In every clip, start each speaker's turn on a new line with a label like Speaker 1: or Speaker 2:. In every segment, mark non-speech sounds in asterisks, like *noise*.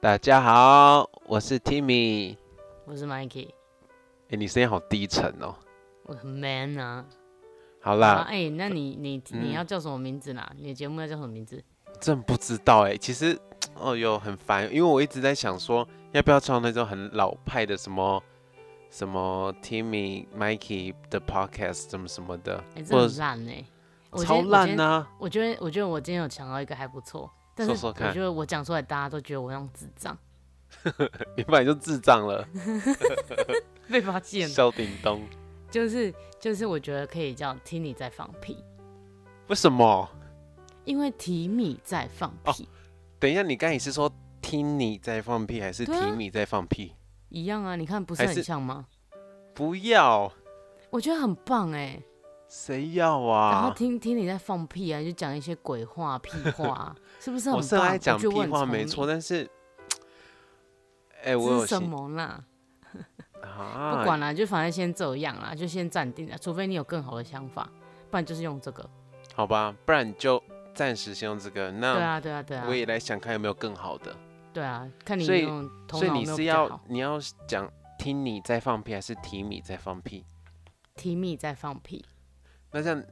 Speaker 1: 大家好，我是 Timmy。
Speaker 2: 我是 Mikey，
Speaker 1: 哎、你声音好低沉哦。
Speaker 2: 我很 man 啊。
Speaker 1: 好
Speaker 2: 啊，
Speaker 1: 啦，
Speaker 2: 哎、那你你
Speaker 1: 嗯
Speaker 2: 你要叫什么名字啦？你的节目要叫什么名字？
Speaker 1: 真不知道哎、其实，哦哟，很烦，因为我一直在想说，要不要创那种很老派的什么什么 Timmy、Mikey 的 podcast 什么什么的，
Speaker 2: 哎、这
Speaker 1: 或者
Speaker 2: 很
Speaker 1: 是
Speaker 2: 烂哎、我
Speaker 1: 超
Speaker 2: 今天
Speaker 1: 烂啊呐、
Speaker 2: 我今天我觉得我觉得我今天有想到一个还不错，但是
Speaker 1: 说说
Speaker 2: 我
Speaker 1: 看
Speaker 2: 觉得我讲出来大家都觉得我像智障，
Speaker 1: 你本来就智障了，
Speaker 2: 被发现。
Speaker 1: 萧鼎东。
Speaker 2: 就是就是，我觉得可以叫听你在放屁，
Speaker 1: 为什么？
Speaker 2: 因为提米在放屁、
Speaker 1: 哦等一下，你刚才是说听你在放屁，还是
Speaker 2: 对啊
Speaker 1: 听你在放屁？
Speaker 2: 一样啊，你看不是
Speaker 1: 还
Speaker 2: 很
Speaker 1: 是
Speaker 2: 像吗？
Speaker 1: 不要，
Speaker 2: 我觉得很棒哎、
Speaker 1: 谁要
Speaker 2: 然后
Speaker 1: 啊？
Speaker 2: 听听你在放屁啊，你就讲一些鬼话、屁话啊，是不是很棒？
Speaker 1: 我是很爱讲
Speaker 2: 觉
Speaker 1: 屁
Speaker 2: 得我很
Speaker 1: 话，
Speaker 2: 聪
Speaker 1: 没
Speaker 2: 明
Speaker 1: 错，但是，哎、我
Speaker 2: 这
Speaker 1: 有
Speaker 2: 是什
Speaker 1: 心
Speaker 2: 么啦？
Speaker 1: 啊，
Speaker 2: 不管啦，就反正先这样啦，就先暂定了，除非你有更好的想法，不然就是用这个。
Speaker 1: 好吧，不然你就暂时先用这个。
Speaker 2: 对
Speaker 1: 那
Speaker 2: 啊，对啊，对啊
Speaker 1: 我，也来想看有没有更好的。
Speaker 2: 对啊，看你
Speaker 1: 所以
Speaker 2: 用头
Speaker 1: 所以
Speaker 2: 脑
Speaker 1: 你
Speaker 2: 有没有
Speaker 1: 是
Speaker 2: 比较
Speaker 1: 要
Speaker 2: 好。
Speaker 1: 你要讲听你在放屁，还是提你在放屁？
Speaker 2: 提米在放屁，
Speaker 1: 那这样，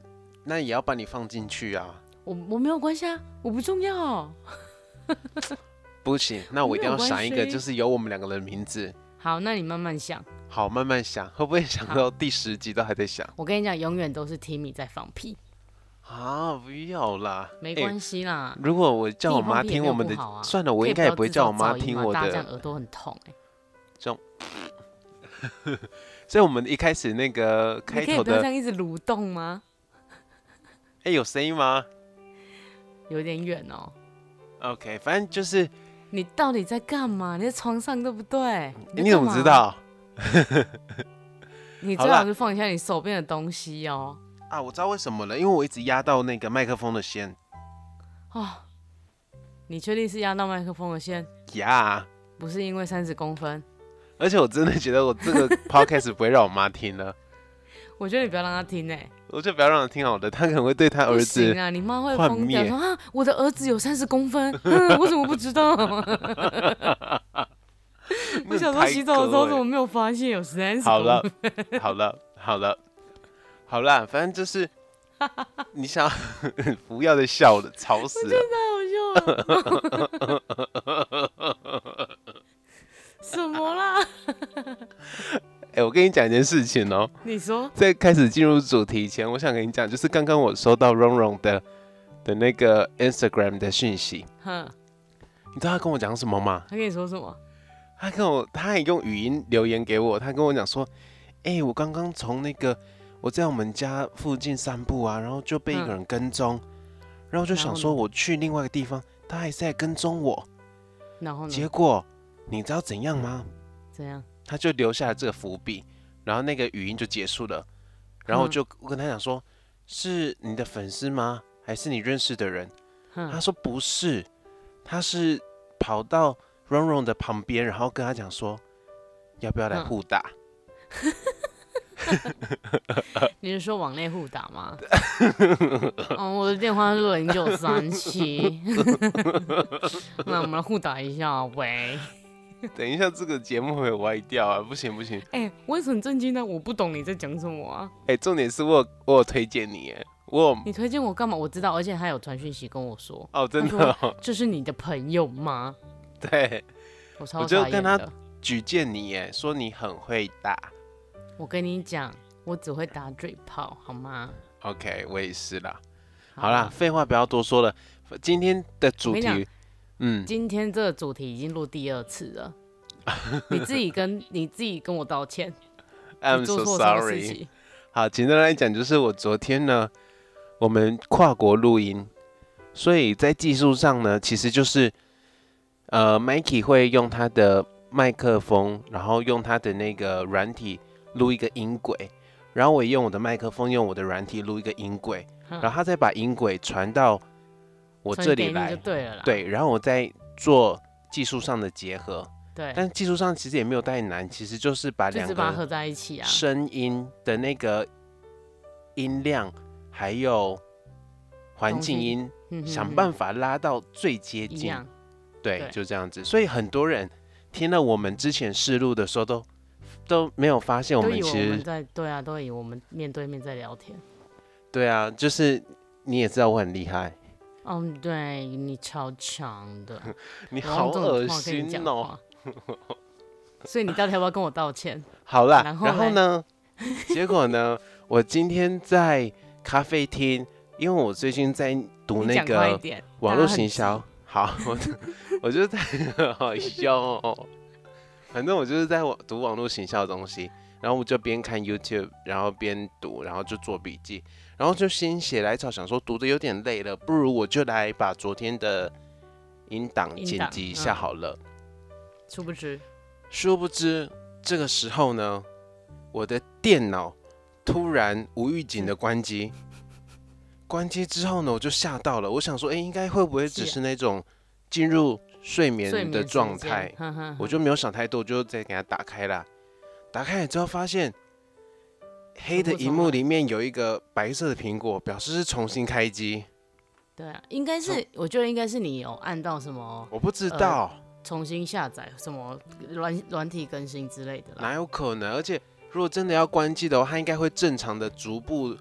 Speaker 1: 那也要把你放进去啊。
Speaker 2: 我我没有关系啊，我不重要、
Speaker 1: 不行，那我一定要
Speaker 2: 没有关
Speaker 1: 想一个，
Speaker 2: 系
Speaker 1: 就是有我们两个人的名字。
Speaker 2: 好，那你慢慢想。
Speaker 1: 好，慢慢想，会不会想
Speaker 2: 好
Speaker 1: 到第十集都还在想
Speaker 2: 我跟你讲，永远都是提米在放屁，
Speaker 1: 啊？不要啦，
Speaker 2: 没
Speaker 1: 哎
Speaker 2: 关系啦。
Speaker 1: 如果我叫
Speaker 2: 自
Speaker 1: 我
Speaker 2: 己放
Speaker 1: 妈
Speaker 2: 屁也
Speaker 1: 听
Speaker 2: 没
Speaker 1: 我
Speaker 2: 有
Speaker 1: 们
Speaker 2: 不
Speaker 1: 的，
Speaker 2: 好啊
Speaker 1: 算了，我应该也
Speaker 2: 可
Speaker 1: 不
Speaker 2: 以不
Speaker 1: 会
Speaker 2: 要制
Speaker 1: 叫
Speaker 2: 造
Speaker 1: 我妈
Speaker 2: 噪音
Speaker 1: 听
Speaker 2: 嘛
Speaker 1: 我
Speaker 2: 大家这样
Speaker 1: 的。
Speaker 2: 耳朵很痛哎、
Speaker 1: 所以，我们一开始那个开
Speaker 2: 你可以
Speaker 1: 头
Speaker 2: 不要
Speaker 1: 的
Speaker 2: 这，样一直蠕动吗？
Speaker 1: 哎、有声音吗
Speaker 2: 有点远哦。
Speaker 1: ？OK，反正就是，
Speaker 2: 你到底在干嘛？你在床上对不对？
Speaker 1: 你
Speaker 2: 在
Speaker 1: 怎么
Speaker 2: 干
Speaker 1: 知
Speaker 2: 嘛？
Speaker 1: 道
Speaker 2: 啊你
Speaker 1: 好
Speaker 2: 最好
Speaker 1: 啦
Speaker 2: 是放下你手边的东西哦。
Speaker 1: 啊？我知道为什么了，因为我一直压到那个麦克风的线。
Speaker 2: 哦，你确定是压到麦克风的线，
Speaker 1: 呀、
Speaker 2: 不是因为三十公分？
Speaker 1: 而且我真的觉得我
Speaker 2: *laughs*
Speaker 1: 这个 podcast 不会让我妈听了，
Speaker 2: 我觉得你不要让他听哎、
Speaker 1: 我就不要让她听好的，她可能会对她
Speaker 2: 不
Speaker 1: 儿
Speaker 2: 行
Speaker 1: 子。
Speaker 2: 啊，你妈会
Speaker 1: 幻
Speaker 2: 疯掉
Speaker 1: 灭
Speaker 2: 说啊，我的儿子有三十公分， *laughs* 嗯，我怎么不
Speaker 1: *laughs*
Speaker 2: 知道？啊我小时候洗澡的时候怎么没有发现有三
Speaker 1: 欸
Speaker 2: 十？
Speaker 1: 好了，好了，好了，好了，反正
Speaker 2: *laughs*
Speaker 1: 就是，你想 *laughs* 不要再笑了，吵死了。
Speaker 2: 太好笑了。
Speaker 1: *laughs*
Speaker 2: 什么啦？
Speaker 1: 哎、我跟你讲一件事情哦，
Speaker 2: 你说
Speaker 1: 在开始进入主题前，我想跟你讲，就是刚刚我收到蓉蓉的的那个 Instagram 的讯息，
Speaker 2: 哼，
Speaker 1: 你知道他跟我讲什么吗？
Speaker 2: 他跟你说什么？
Speaker 1: 他跟我，他还用语音留言给我，他跟我讲说，哎、我刚刚从那个我在我们家附近散步啊，然后就被一个
Speaker 2: 嗯
Speaker 1: 人跟踪，然后就
Speaker 2: 然
Speaker 1: 想
Speaker 2: 后
Speaker 1: 说
Speaker 2: 呢
Speaker 1: 我去另外一个地方，他还是在跟踪我，
Speaker 2: 然后
Speaker 1: 结
Speaker 2: 呢？
Speaker 1: 果你知道怎样吗？
Speaker 2: 怎样？
Speaker 1: 他就留下了这个伏笔，然后那个语音就结束了，然后我
Speaker 2: 嗯
Speaker 1: 就我跟他讲说，是你的粉丝吗？还是你认识的人？他
Speaker 2: 哼，
Speaker 1: 说不是，他是跑到 Ron Ron 的旁边，然后跟他讲说，要不要来
Speaker 2: 嗯
Speaker 1: 互打？
Speaker 2: 你是说往内互打吗？ *laughs* 嗯，我的电话是零九三七。 *laughs* 那我们来互打一下，喂。
Speaker 1: 等一下这个节目会歪掉啊！不行不行，
Speaker 2: 哎、我也是很震惊的，我不懂你在讲什么啊！
Speaker 1: 哎、重点是我有我有推荐你，哎，我有
Speaker 2: 你推荐我干嘛？我知道，而且他有传讯息跟我说，
Speaker 1: 哦真
Speaker 2: 他
Speaker 1: 的、
Speaker 2: *laughs*
Speaker 1: 哦、
Speaker 2: 这是你的朋友吗？
Speaker 1: 对，
Speaker 2: 我超
Speaker 1: 我就
Speaker 2: 傻眼
Speaker 1: 跟他
Speaker 2: 的。
Speaker 1: 举荐你，哎，说你很会打。
Speaker 2: 我跟你讲，我只会打嘴炮，好吗？
Speaker 1: OK，我也是啦。
Speaker 2: 好
Speaker 1: 好啦，废话不要多说了，今天的主
Speaker 2: 我跟你
Speaker 1: 题
Speaker 2: 讲，
Speaker 1: 嗯，
Speaker 2: 今天这个主题已经录第二次了，你自己跟你自己跟我道歉，
Speaker 1: *laughs* I'm
Speaker 2: 你做
Speaker 1: so
Speaker 2: 错什么事
Speaker 1: sorry。
Speaker 2: 情？
Speaker 1: 好，简单来讲，就是我昨天呢，我们跨国录音，所以在技术上呢，其实就是呃，Mikey 会用他的麦克风，然后用他的那个软体录一个音轨，然后我也用我的麦克风，用我的软体录一个音轨，
Speaker 2: 哼
Speaker 1: 然后他再把音轨传到我
Speaker 2: 传
Speaker 1: 这
Speaker 2: 给
Speaker 1: 里
Speaker 2: 你
Speaker 1: 来
Speaker 2: 就，对了啦。
Speaker 1: 对，然后我再做技术上的结合。
Speaker 2: 对，
Speaker 1: 但技术上其实也没有太难，其实就是把
Speaker 2: 哎就
Speaker 1: 两
Speaker 2: 只
Speaker 1: 个
Speaker 2: 把它合在一起啊。
Speaker 1: 声音的那个音量，还有环境音，
Speaker 2: 嗯哼
Speaker 1: 想
Speaker 2: 哼
Speaker 1: 办法拉到最接
Speaker 2: 一
Speaker 1: 近。
Speaker 2: 样，
Speaker 1: 对，
Speaker 2: 对
Speaker 1: 就这样子。所以很多人听了我们之前试录的时候都，都没有发现我
Speaker 2: 都
Speaker 1: 们
Speaker 2: 以为
Speaker 1: 其
Speaker 2: 我
Speaker 1: 实
Speaker 2: 们在对啊，都以为我们面对面在聊天。
Speaker 1: 对啊，就是你也知道我很厉害，
Speaker 2: 嗯，对你超强的，
Speaker 1: *laughs* 你
Speaker 2: 我用
Speaker 1: 好
Speaker 2: 这种
Speaker 1: 恶
Speaker 2: 话跟你
Speaker 1: 心
Speaker 2: 讲
Speaker 1: 哦。 *laughs*
Speaker 2: 话。所以你到底要不要跟我道歉？
Speaker 1: 好啦，
Speaker 2: 然
Speaker 1: 然
Speaker 2: 后嘞
Speaker 1: 呢？ *laughs* 结果呢？我今天在咖啡厅，因为我最近在读
Speaker 2: 你
Speaker 1: 那
Speaker 2: 讲快一
Speaker 1: 个
Speaker 2: 点，
Speaker 1: 网
Speaker 2: 大
Speaker 1: 络
Speaker 2: 家很
Speaker 1: 行
Speaker 2: 急
Speaker 1: 销。好， *laughs* 我就我就在好笑哦。反正我就是在网读网络行销的东西，然后我就边看 YouTube，然后边读，然后就做笔记，然后就心血来潮想说读的有点累了，不如我就来把昨天的音档
Speaker 2: 音
Speaker 1: 剪
Speaker 2: 档
Speaker 1: 辑一
Speaker 2: 嗯
Speaker 1: 下好了。
Speaker 2: 殊不知，
Speaker 1: 殊不知，这个时候呢，我的电脑突然无预警的关
Speaker 2: *laughs*
Speaker 1: 机。关机之后呢，我就吓到了。我想说，哎、应该会不会只
Speaker 2: 是
Speaker 1: 是那种进入睡
Speaker 2: 睡
Speaker 1: 眠
Speaker 2: 眠
Speaker 1: 的
Speaker 2: 时
Speaker 1: 状
Speaker 2: 间
Speaker 1: 态？，
Speaker 2: 哼
Speaker 1: *laughs*
Speaker 2: 哼
Speaker 1: 我
Speaker 2: 哼
Speaker 1: 就没有想太多，我就再给它打开啦。打开了之后发现，黑的
Speaker 2: 全部
Speaker 1: 荧
Speaker 2: 重
Speaker 1: 幕
Speaker 2: 来
Speaker 1: 里面有一个白色的苹果，表示是重新开机。
Speaker 2: 对啊，应该是，我觉得应该是你有按到什么
Speaker 1: 我不知
Speaker 2: 呃
Speaker 1: 道。
Speaker 2: 重新下载什么软软体更新之类的啦。
Speaker 1: 哪有可能？而且如果真的要关机的话，它应该会正常的逐步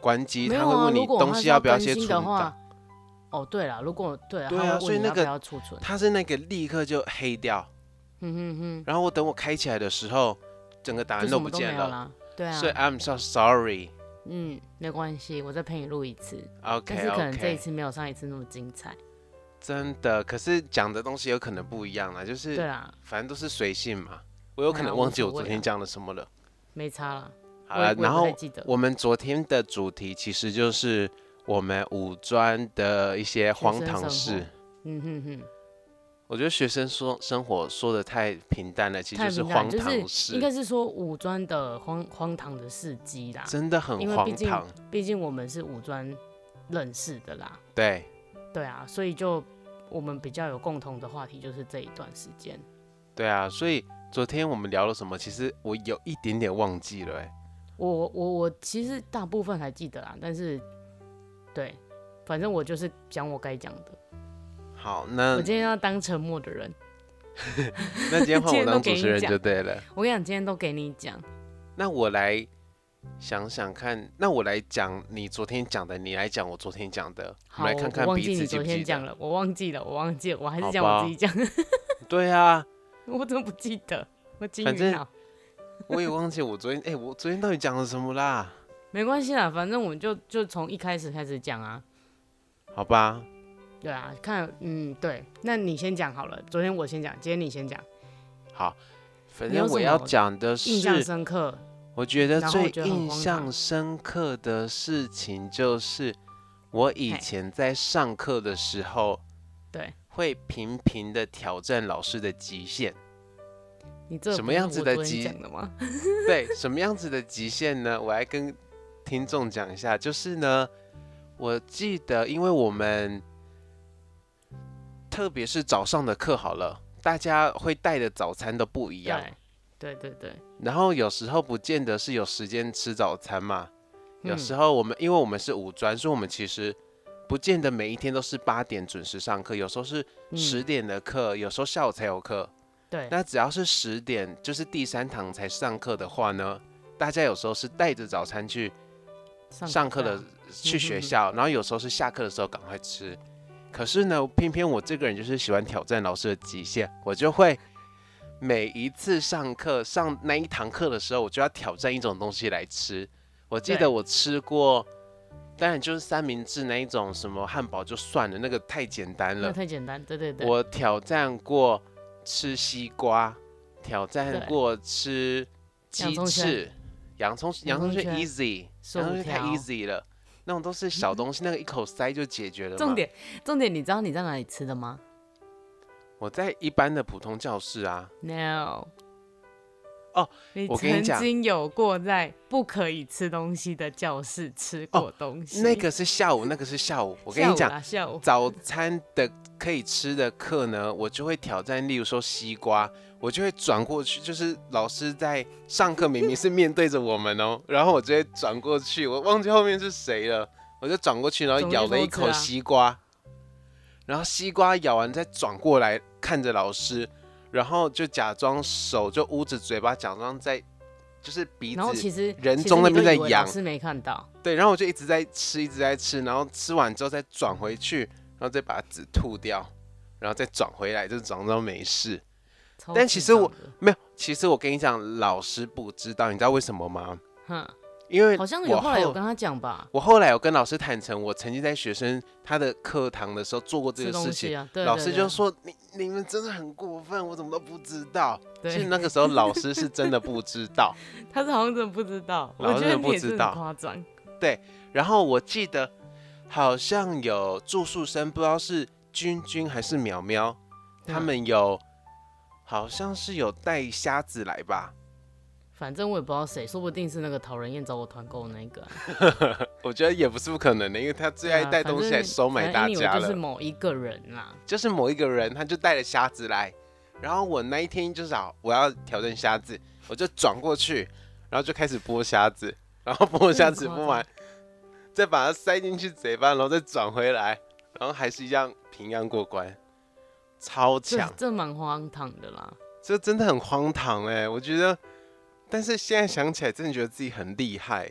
Speaker 1: 关机，
Speaker 2: 没
Speaker 1: 它
Speaker 2: 有
Speaker 1: 会
Speaker 2: 啊，
Speaker 1: 问
Speaker 2: 如
Speaker 1: 你
Speaker 2: 果
Speaker 1: 东
Speaker 2: 它是
Speaker 1: 西
Speaker 2: 要
Speaker 1: 不要
Speaker 2: 更
Speaker 1: 先
Speaker 2: 新
Speaker 1: 存
Speaker 2: 的话
Speaker 1: 档。，
Speaker 2: 哦，对了，如果对啊，
Speaker 1: 对
Speaker 2: 它
Speaker 1: 啊
Speaker 2: 会
Speaker 1: 所
Speaker 2: 问
Speaker 1: 以
Speaker 2: 你
Speaker 1: 那
Speaker 2: 要
Speaker 1: 个
Speaker 2: 不要储
Speaker 1: *laughs*
Speaker 2: 存，
Speaker 1: 它是那个立刻就黑掉，
Speaker 2: 嗯哼
Speaker 1: 然后我等我开起来的时候，整个答
Speaker 2: 哼，就
Speaker 1: 案
Speaker 2: 什
Speaker 1: 都
Speaker 2: 么
Speaker 1: 啊不
Speaker 2: 都没
Speaker 1: 见
Speaker 2: 有
Speaker 1: 了。
Speaker 2: 啦。对啊
Speaker 1: 所，以 I'm so sorry。
Speaker 2: 嗯，没关系，我再陪你录一
Speaker 1: *laughs*
Speaker 2: 次，但
Speaker 1: OK
Speaker 2: 是可能这一
Speaker 1: OK，
Speaker 2: 次没有上一次那么精彩。
Speaker 1: 真的，可是讲的东西有可能不一样啦，就
Speaker 2: 对
Speaker 1: 是
Speaker 2: 啦，
Speaker 1: 反正都是随性嘛。我有可
Speaker 2: 哎呀
Speaker 1: 能
Speaker 2: 无
Speaker 1: 忘记
Speaker 2: 所
Speaker 1: 我昨
Speaker 2: 谓
Speaker 1: 天
Speaker 2: 啦
Speaker 1: 讲了什么了。
Speaker 2: 没差啦。
Speaker 1: 好
Speaker 2: 我也
Speaker 1: 了，
Speaker 2: 我也
Speaker 1: 然
Speaker 2: 不太
Speaker 1: 后
Speaker 2: 记得
Speaker 1: 我们昨天的主题其实就是我们五专的一些荒
Speaker 2: 生
Speaker 1: 唐
Speaker 2: 生
Speaker 1: 事
Speaker 2: 活。嗯哼哼，
Speaker 1: 我觉得学生说生活说的太平淡了，其实
Speaker 2: 太
Speaker 1: 是
Speaker 2: 平淡
Speaker 1: 荒
Speaker 2: 就是
Speaker 1: 唐事，
Speaker 2: 应该是说五专的荒荒唐的事迹啦，
Speaker 1: 真的很
Speaker 2: 因为
Speaker 1: 荒
Speaker 2: 毕竟
Speaker 1: 唐。
Speaker 2: 毕竟我们是五专认识的啦。
Speaker 1: 对，
Speaker 2: 对啊，所以就我们比较有共同的话题就是这一段时间。
Speaker 1: 对啊，所以昨天我们聊了什么？其实我有一点点忘记了、欸。
Speaker 2: 我我我其实大部分还记得啦，但是对，反正我就是讲我该讲的。
Speaker 1: 好，那
Speaker 2: 我今天要当沉默的人，
Speaker 1: 那今天换我
Speaker 2: *laughs* 今天都
Speaker 1: 当
Speaker 2: 给
Speaker 1: 主
Speaker 2: 你
Speaker 1: 持人
Speaker 2: 讲
Speaker 1: 就对了。
Speaker 2: 我跟你讲，今天都给你讲。
Speaker 1: 那我来想想看，那我来讲你昨天讲的，你来讲我昨天讲的，我
Speaker 2: 好，
Speaker 1: 们来看看
Speaker 2: 我忘
Speaker 1: 彼
Speaker 2: 记
Speaker 1: 此记
Speaker 2: 你昨
Speaker 1: 不记
Speaker 2: 天讲
Speaker 1: 得。
Speaker 2: 了，我忘记了，我忘记了，我还是
Speaker 1: 好
Speaker 2: 讲我自己讲，
Speaker 1: 对啊，
Speaker 2: *laughs* 我怎么不记得？我金
Speaker 1: 反
Speaker 2: 鱼
Speaker 1: 正
Speaker 2: 脑。
Speaker 1: 我也忘记我昨天，哎、我昨天到底讲了什么啦？
Speaker 2: 没关系啦，反正我们就就从一开始开始讲啊。
Speaker 1: 好吧，
Speaker 2: 对啊，看，嗯，对，那你先讲好了。昨天我先讲，今天你先讲。
Speaker 1: 好，反
Speaker 2: 你有
Speaker 1: 正我
Speaker 2: 什
Speaker 1: 要
Speaker 2: 么
Speaker 1: 讲的
Speaker 2: 印象
Speaker 1: 是，
Speaker 2: 深刻，
Speaker 1: 我觉得
Speaker 2: 然后
Speaker 1: 最
Speaker 2: 觉得很
Speaker 1: 印
Speaker 2: 荒
Speaker 1: 象
Speaker 2: 唐
Speaker 1: 深刻的事情就是，我以
Speaker 2: 嘿
Speaker 1: 前在上课的时候
Speaker 2: 对
Speaker 1: 会频频的挑战老师的极限。
Speaker 2: 你这
Speaker 1: 什
Speaker 2: 不
Speaker 1: 么
Speaker 2: 是
Speaker 1: 样子
Speaker 2: 我
Speaker 1: 的
Speaker 2: 昨天
Speaker 1: 鸡
Speaker 2: 讲的吗？
Speaker 1: 对，什么样子的极限呢？我来跟听众讲一下，就是呢，我记得，因为我们特别是早上的课好了，大家会带的早餐都不一样。
Speaker 2: *laughs* 对对对对，
Speaker 1: 然后有时候不见得是有时间吃早餐嘛，有时
Speaker 2: 候、
Speaker 1: 候我们因为我们是五专，所以我们其实不见得每一天都是八点准时上课，有时候是
Speaker 2: 嗯
Speaker 1: 十点的课，有时候下午才有课。
Speaker 2: 对，
Speaker 1: 那只要是十点，就是第三堂才上课的话呢，大家有时候是带着早餐去
Speaker 2: 上
Speaker 1: 上课的
Speaker 2: 对啊
Speaker 1: 去学
Speaker 2: 嗯哼
Speaker 1: 校，然后有时候是下课的时候赶快吃。可是呢，偏偏我这个人就是喜欢挑战老师的极限，我就会每一次上课上那一堂课的时候，我就要挑战一种东西来吃。我记
Speaker 2: 对
Speaker 1: 得我吃过，当然就是三明治那一种，什么汉堡就算了，那个太简单
Speaker 2: 那
Speaker 1: 了。
Speaker 2: 太简单，对对对，
Speaker 1: 我挑战过吃西瓜，挑
Speaker 2: 对
Speaker 1: 战过吃鸡
Speaker 2: 洋葱圈
Speaker 1: 翅，洋葱洋
Speaker 2: 洋
Speaker 1: 葱
Speaker 2: 葱
Speaker 1: 圈
Speaker 2: 圈
Speaker 1: easy，
Speaker 2: 薯
Speaker 1: 洋葱圈太
Speaker 2: 条
Speaker 1: easy 了，那种都是小东西，那个一口塞就解决了。
Speaker 2: 重，点重点，你知道你在哪里吃的吗
Speaker 1: 我在一般的普通教室啊，
Speaker 2: ？No。
Speaker 1: 哦，
Speaker 2: 你
Speaker 1: 我跟你
Speaker 2: 曾
Speaker 1: 讲
Speaker 2: 经有过在不可以吃东西的教室吃
Speaker 1: 哦
Speaker 2: 过东西。
Speaker 1: 那个是下午，那个是下午。我跟
Speaker 2: 下
Speaker 1: 你
Speaker 2: 午
Speaker 1: 讲，
Speaker 2: 啦，下午
Speaker 1: 早餐的可以吃的课呢，我就会挑战，例如说西瓜，我就会转过去，就是老师在上课，明明是面对着我们哦， *laughs* 然后我就会转过去，我忘记后面是谁了，我就转过去，然后
Speaker 2: 总之
Speaker 1: 咬了一
Speaker 2: 猴
Speaker 1: 口
Speaker 2: 子啊
Speaker 1: 西瓜，然后西瓜咬完再转过来看着老师，然后就假装手就捂着嘴巴，假装在就是鼻
Speaker 2: 然后
Speaker 1: 子
Speaker 2: 其实
Speaker 1: 人
Speaker 2: 其实
Speaker 1: 中那
Speaker 2: 你
Speaker 1: 边
Speaker 2: 就
Speaker 1: 在
Speaker 2: 以为
Speaker 1: 痒
Speaker 2: 老师没看到，
Speaker 1: 对，然后我就一直在吃，一直在吃，然后吃完之后再转回去，然后再把籽吐掉，然后再转回来，就装作没事。
Speaker 2: 超
Speaker 1: 但
Speaker 2: 智
Speaker 1: 其实我
Speaker 2: 障的
Speaker 1: 没有，其实我跟你讲，老师不知道，你知道为什么吗？
Speaker 2: 哼，
Speaker 1: 因为
Speaker 2: 好像
Speaker 1: 我
Speaker 2: 有后来有
Speaker 1: 后
Speaker 2: 跟他讲吧，
Speaker 1: 我后来有跟老师坦诚，我曾经在学生他的课堂的时候做过这
Speaker 2: 吃
Speaker 1: 个
Speaker 2: 东
Speaker 1: 事情，
Speaker 2: 西啊，对，
Speaker 1: 老
Speaker 2: 对
Speaker 1: 师
Speaker 2: 对
Speaker 1: 就说你你们真的很过分，我怎么都不知道。其实
Speaker 2: 对，
Speaker 1: 那个时候老师是真的不知道。
Speaker 2: *laughs* 他是好像真的不知道，我
Speaker 1: 老师
Speaker 2: 觉
Speaker 1: 真的
Speaker 2: 得
Speaker 1: 不
Speaker 2: 你也
Speaker 1: 知
Speaker 2: 真的
Speaker 1: 道
Speaker 2: 很夸张，
Speaker 1: 然后我记得好像有住宿生，不知道是君君还是淼淼，他
Speaker 2: 嗯
Speaker 1: 们有好像是有带虾子来吧？
Speaker 2: 反正我也不知道谁，说不定是那个讨人厌找我团购的那个啊，
Speaker 1: 我觉得也不是不可能的，因为他最爱
Speaker 2: 对啊
Speaker 1: 带
Speaker 2: 反
Speaker 1: 东西
Speaker 2: 正
Speaker 1: 来收买
Speaker 2: 反
Speaker 1: 大
Speaker 2: 正 anyway
Speaker 1: 家
Speaker 2: 就是
Speaker 1: 了。
Speaker 2: 某一个人啦，
Speaker 1: 就是某一个人，他就带了虾子来，然后我那一天就是好，我要挑战虾子，我就转过去，然后就开始剥虾子，然后剥虾子剥 *laughs* 完，再把它塞进去嘴巴，然后再转回来，然后还是一样平安过关，超
Speaker 2: 这
Speaker 1: 强，
Speaker 2: 这蛮荒唐的啦，
Speaker 1: 这真的很荒唐哎、我觉得，但是现在想起来，真的觉得自己很厉害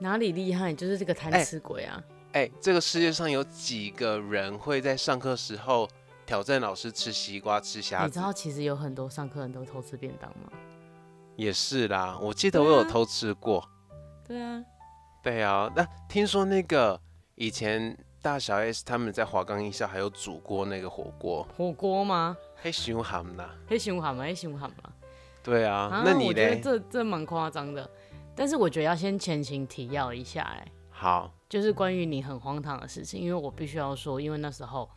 Speaker 2: 哪里厉害？就是这个贪
Speaker 1: 哎
Speaker 2: 吃鬼啊，
Speaker 1: 哎、这个世界上有几个人会在上课时候挑战老师吃西瓜、吃虾
Speaker 2: 你知
Speaker 1: 子？
Speaker 2: 道其实有很多上课人都偷吃便当吗？
Speaker 1: 也是啦，我记得
Speaker 2: 对
Speaker 1: 我有
Speaker 2: 啊
Speaker 1: 偷吃过。
Speaker 2: 对啊，
Speaker 1: 对啊，那听说那个以前大小 S 他们在华冈艺校还有煮过那个火锅，
Speaker 2: 火锅吗？
Speaker 1: 嘿，熊ham 呐。
Speaker 2: 黑熊蛤嘛，黑熊蛤嘛。
Speaker 1: 对啊，
Speaker 2: 啊，
Speaker 1: 那
Speaker 2: 我
Speaker 1: 你
Speaker 2: 觉得
Speaker 1: 嘞？
Speaker 2: 这这蛮夸张的，但是我觉得要先前情提要一下、哎，
Speaker 1: 好，
Speaker 2: 就是关于你很荒唐的事情，因为我必须要说，因为那时候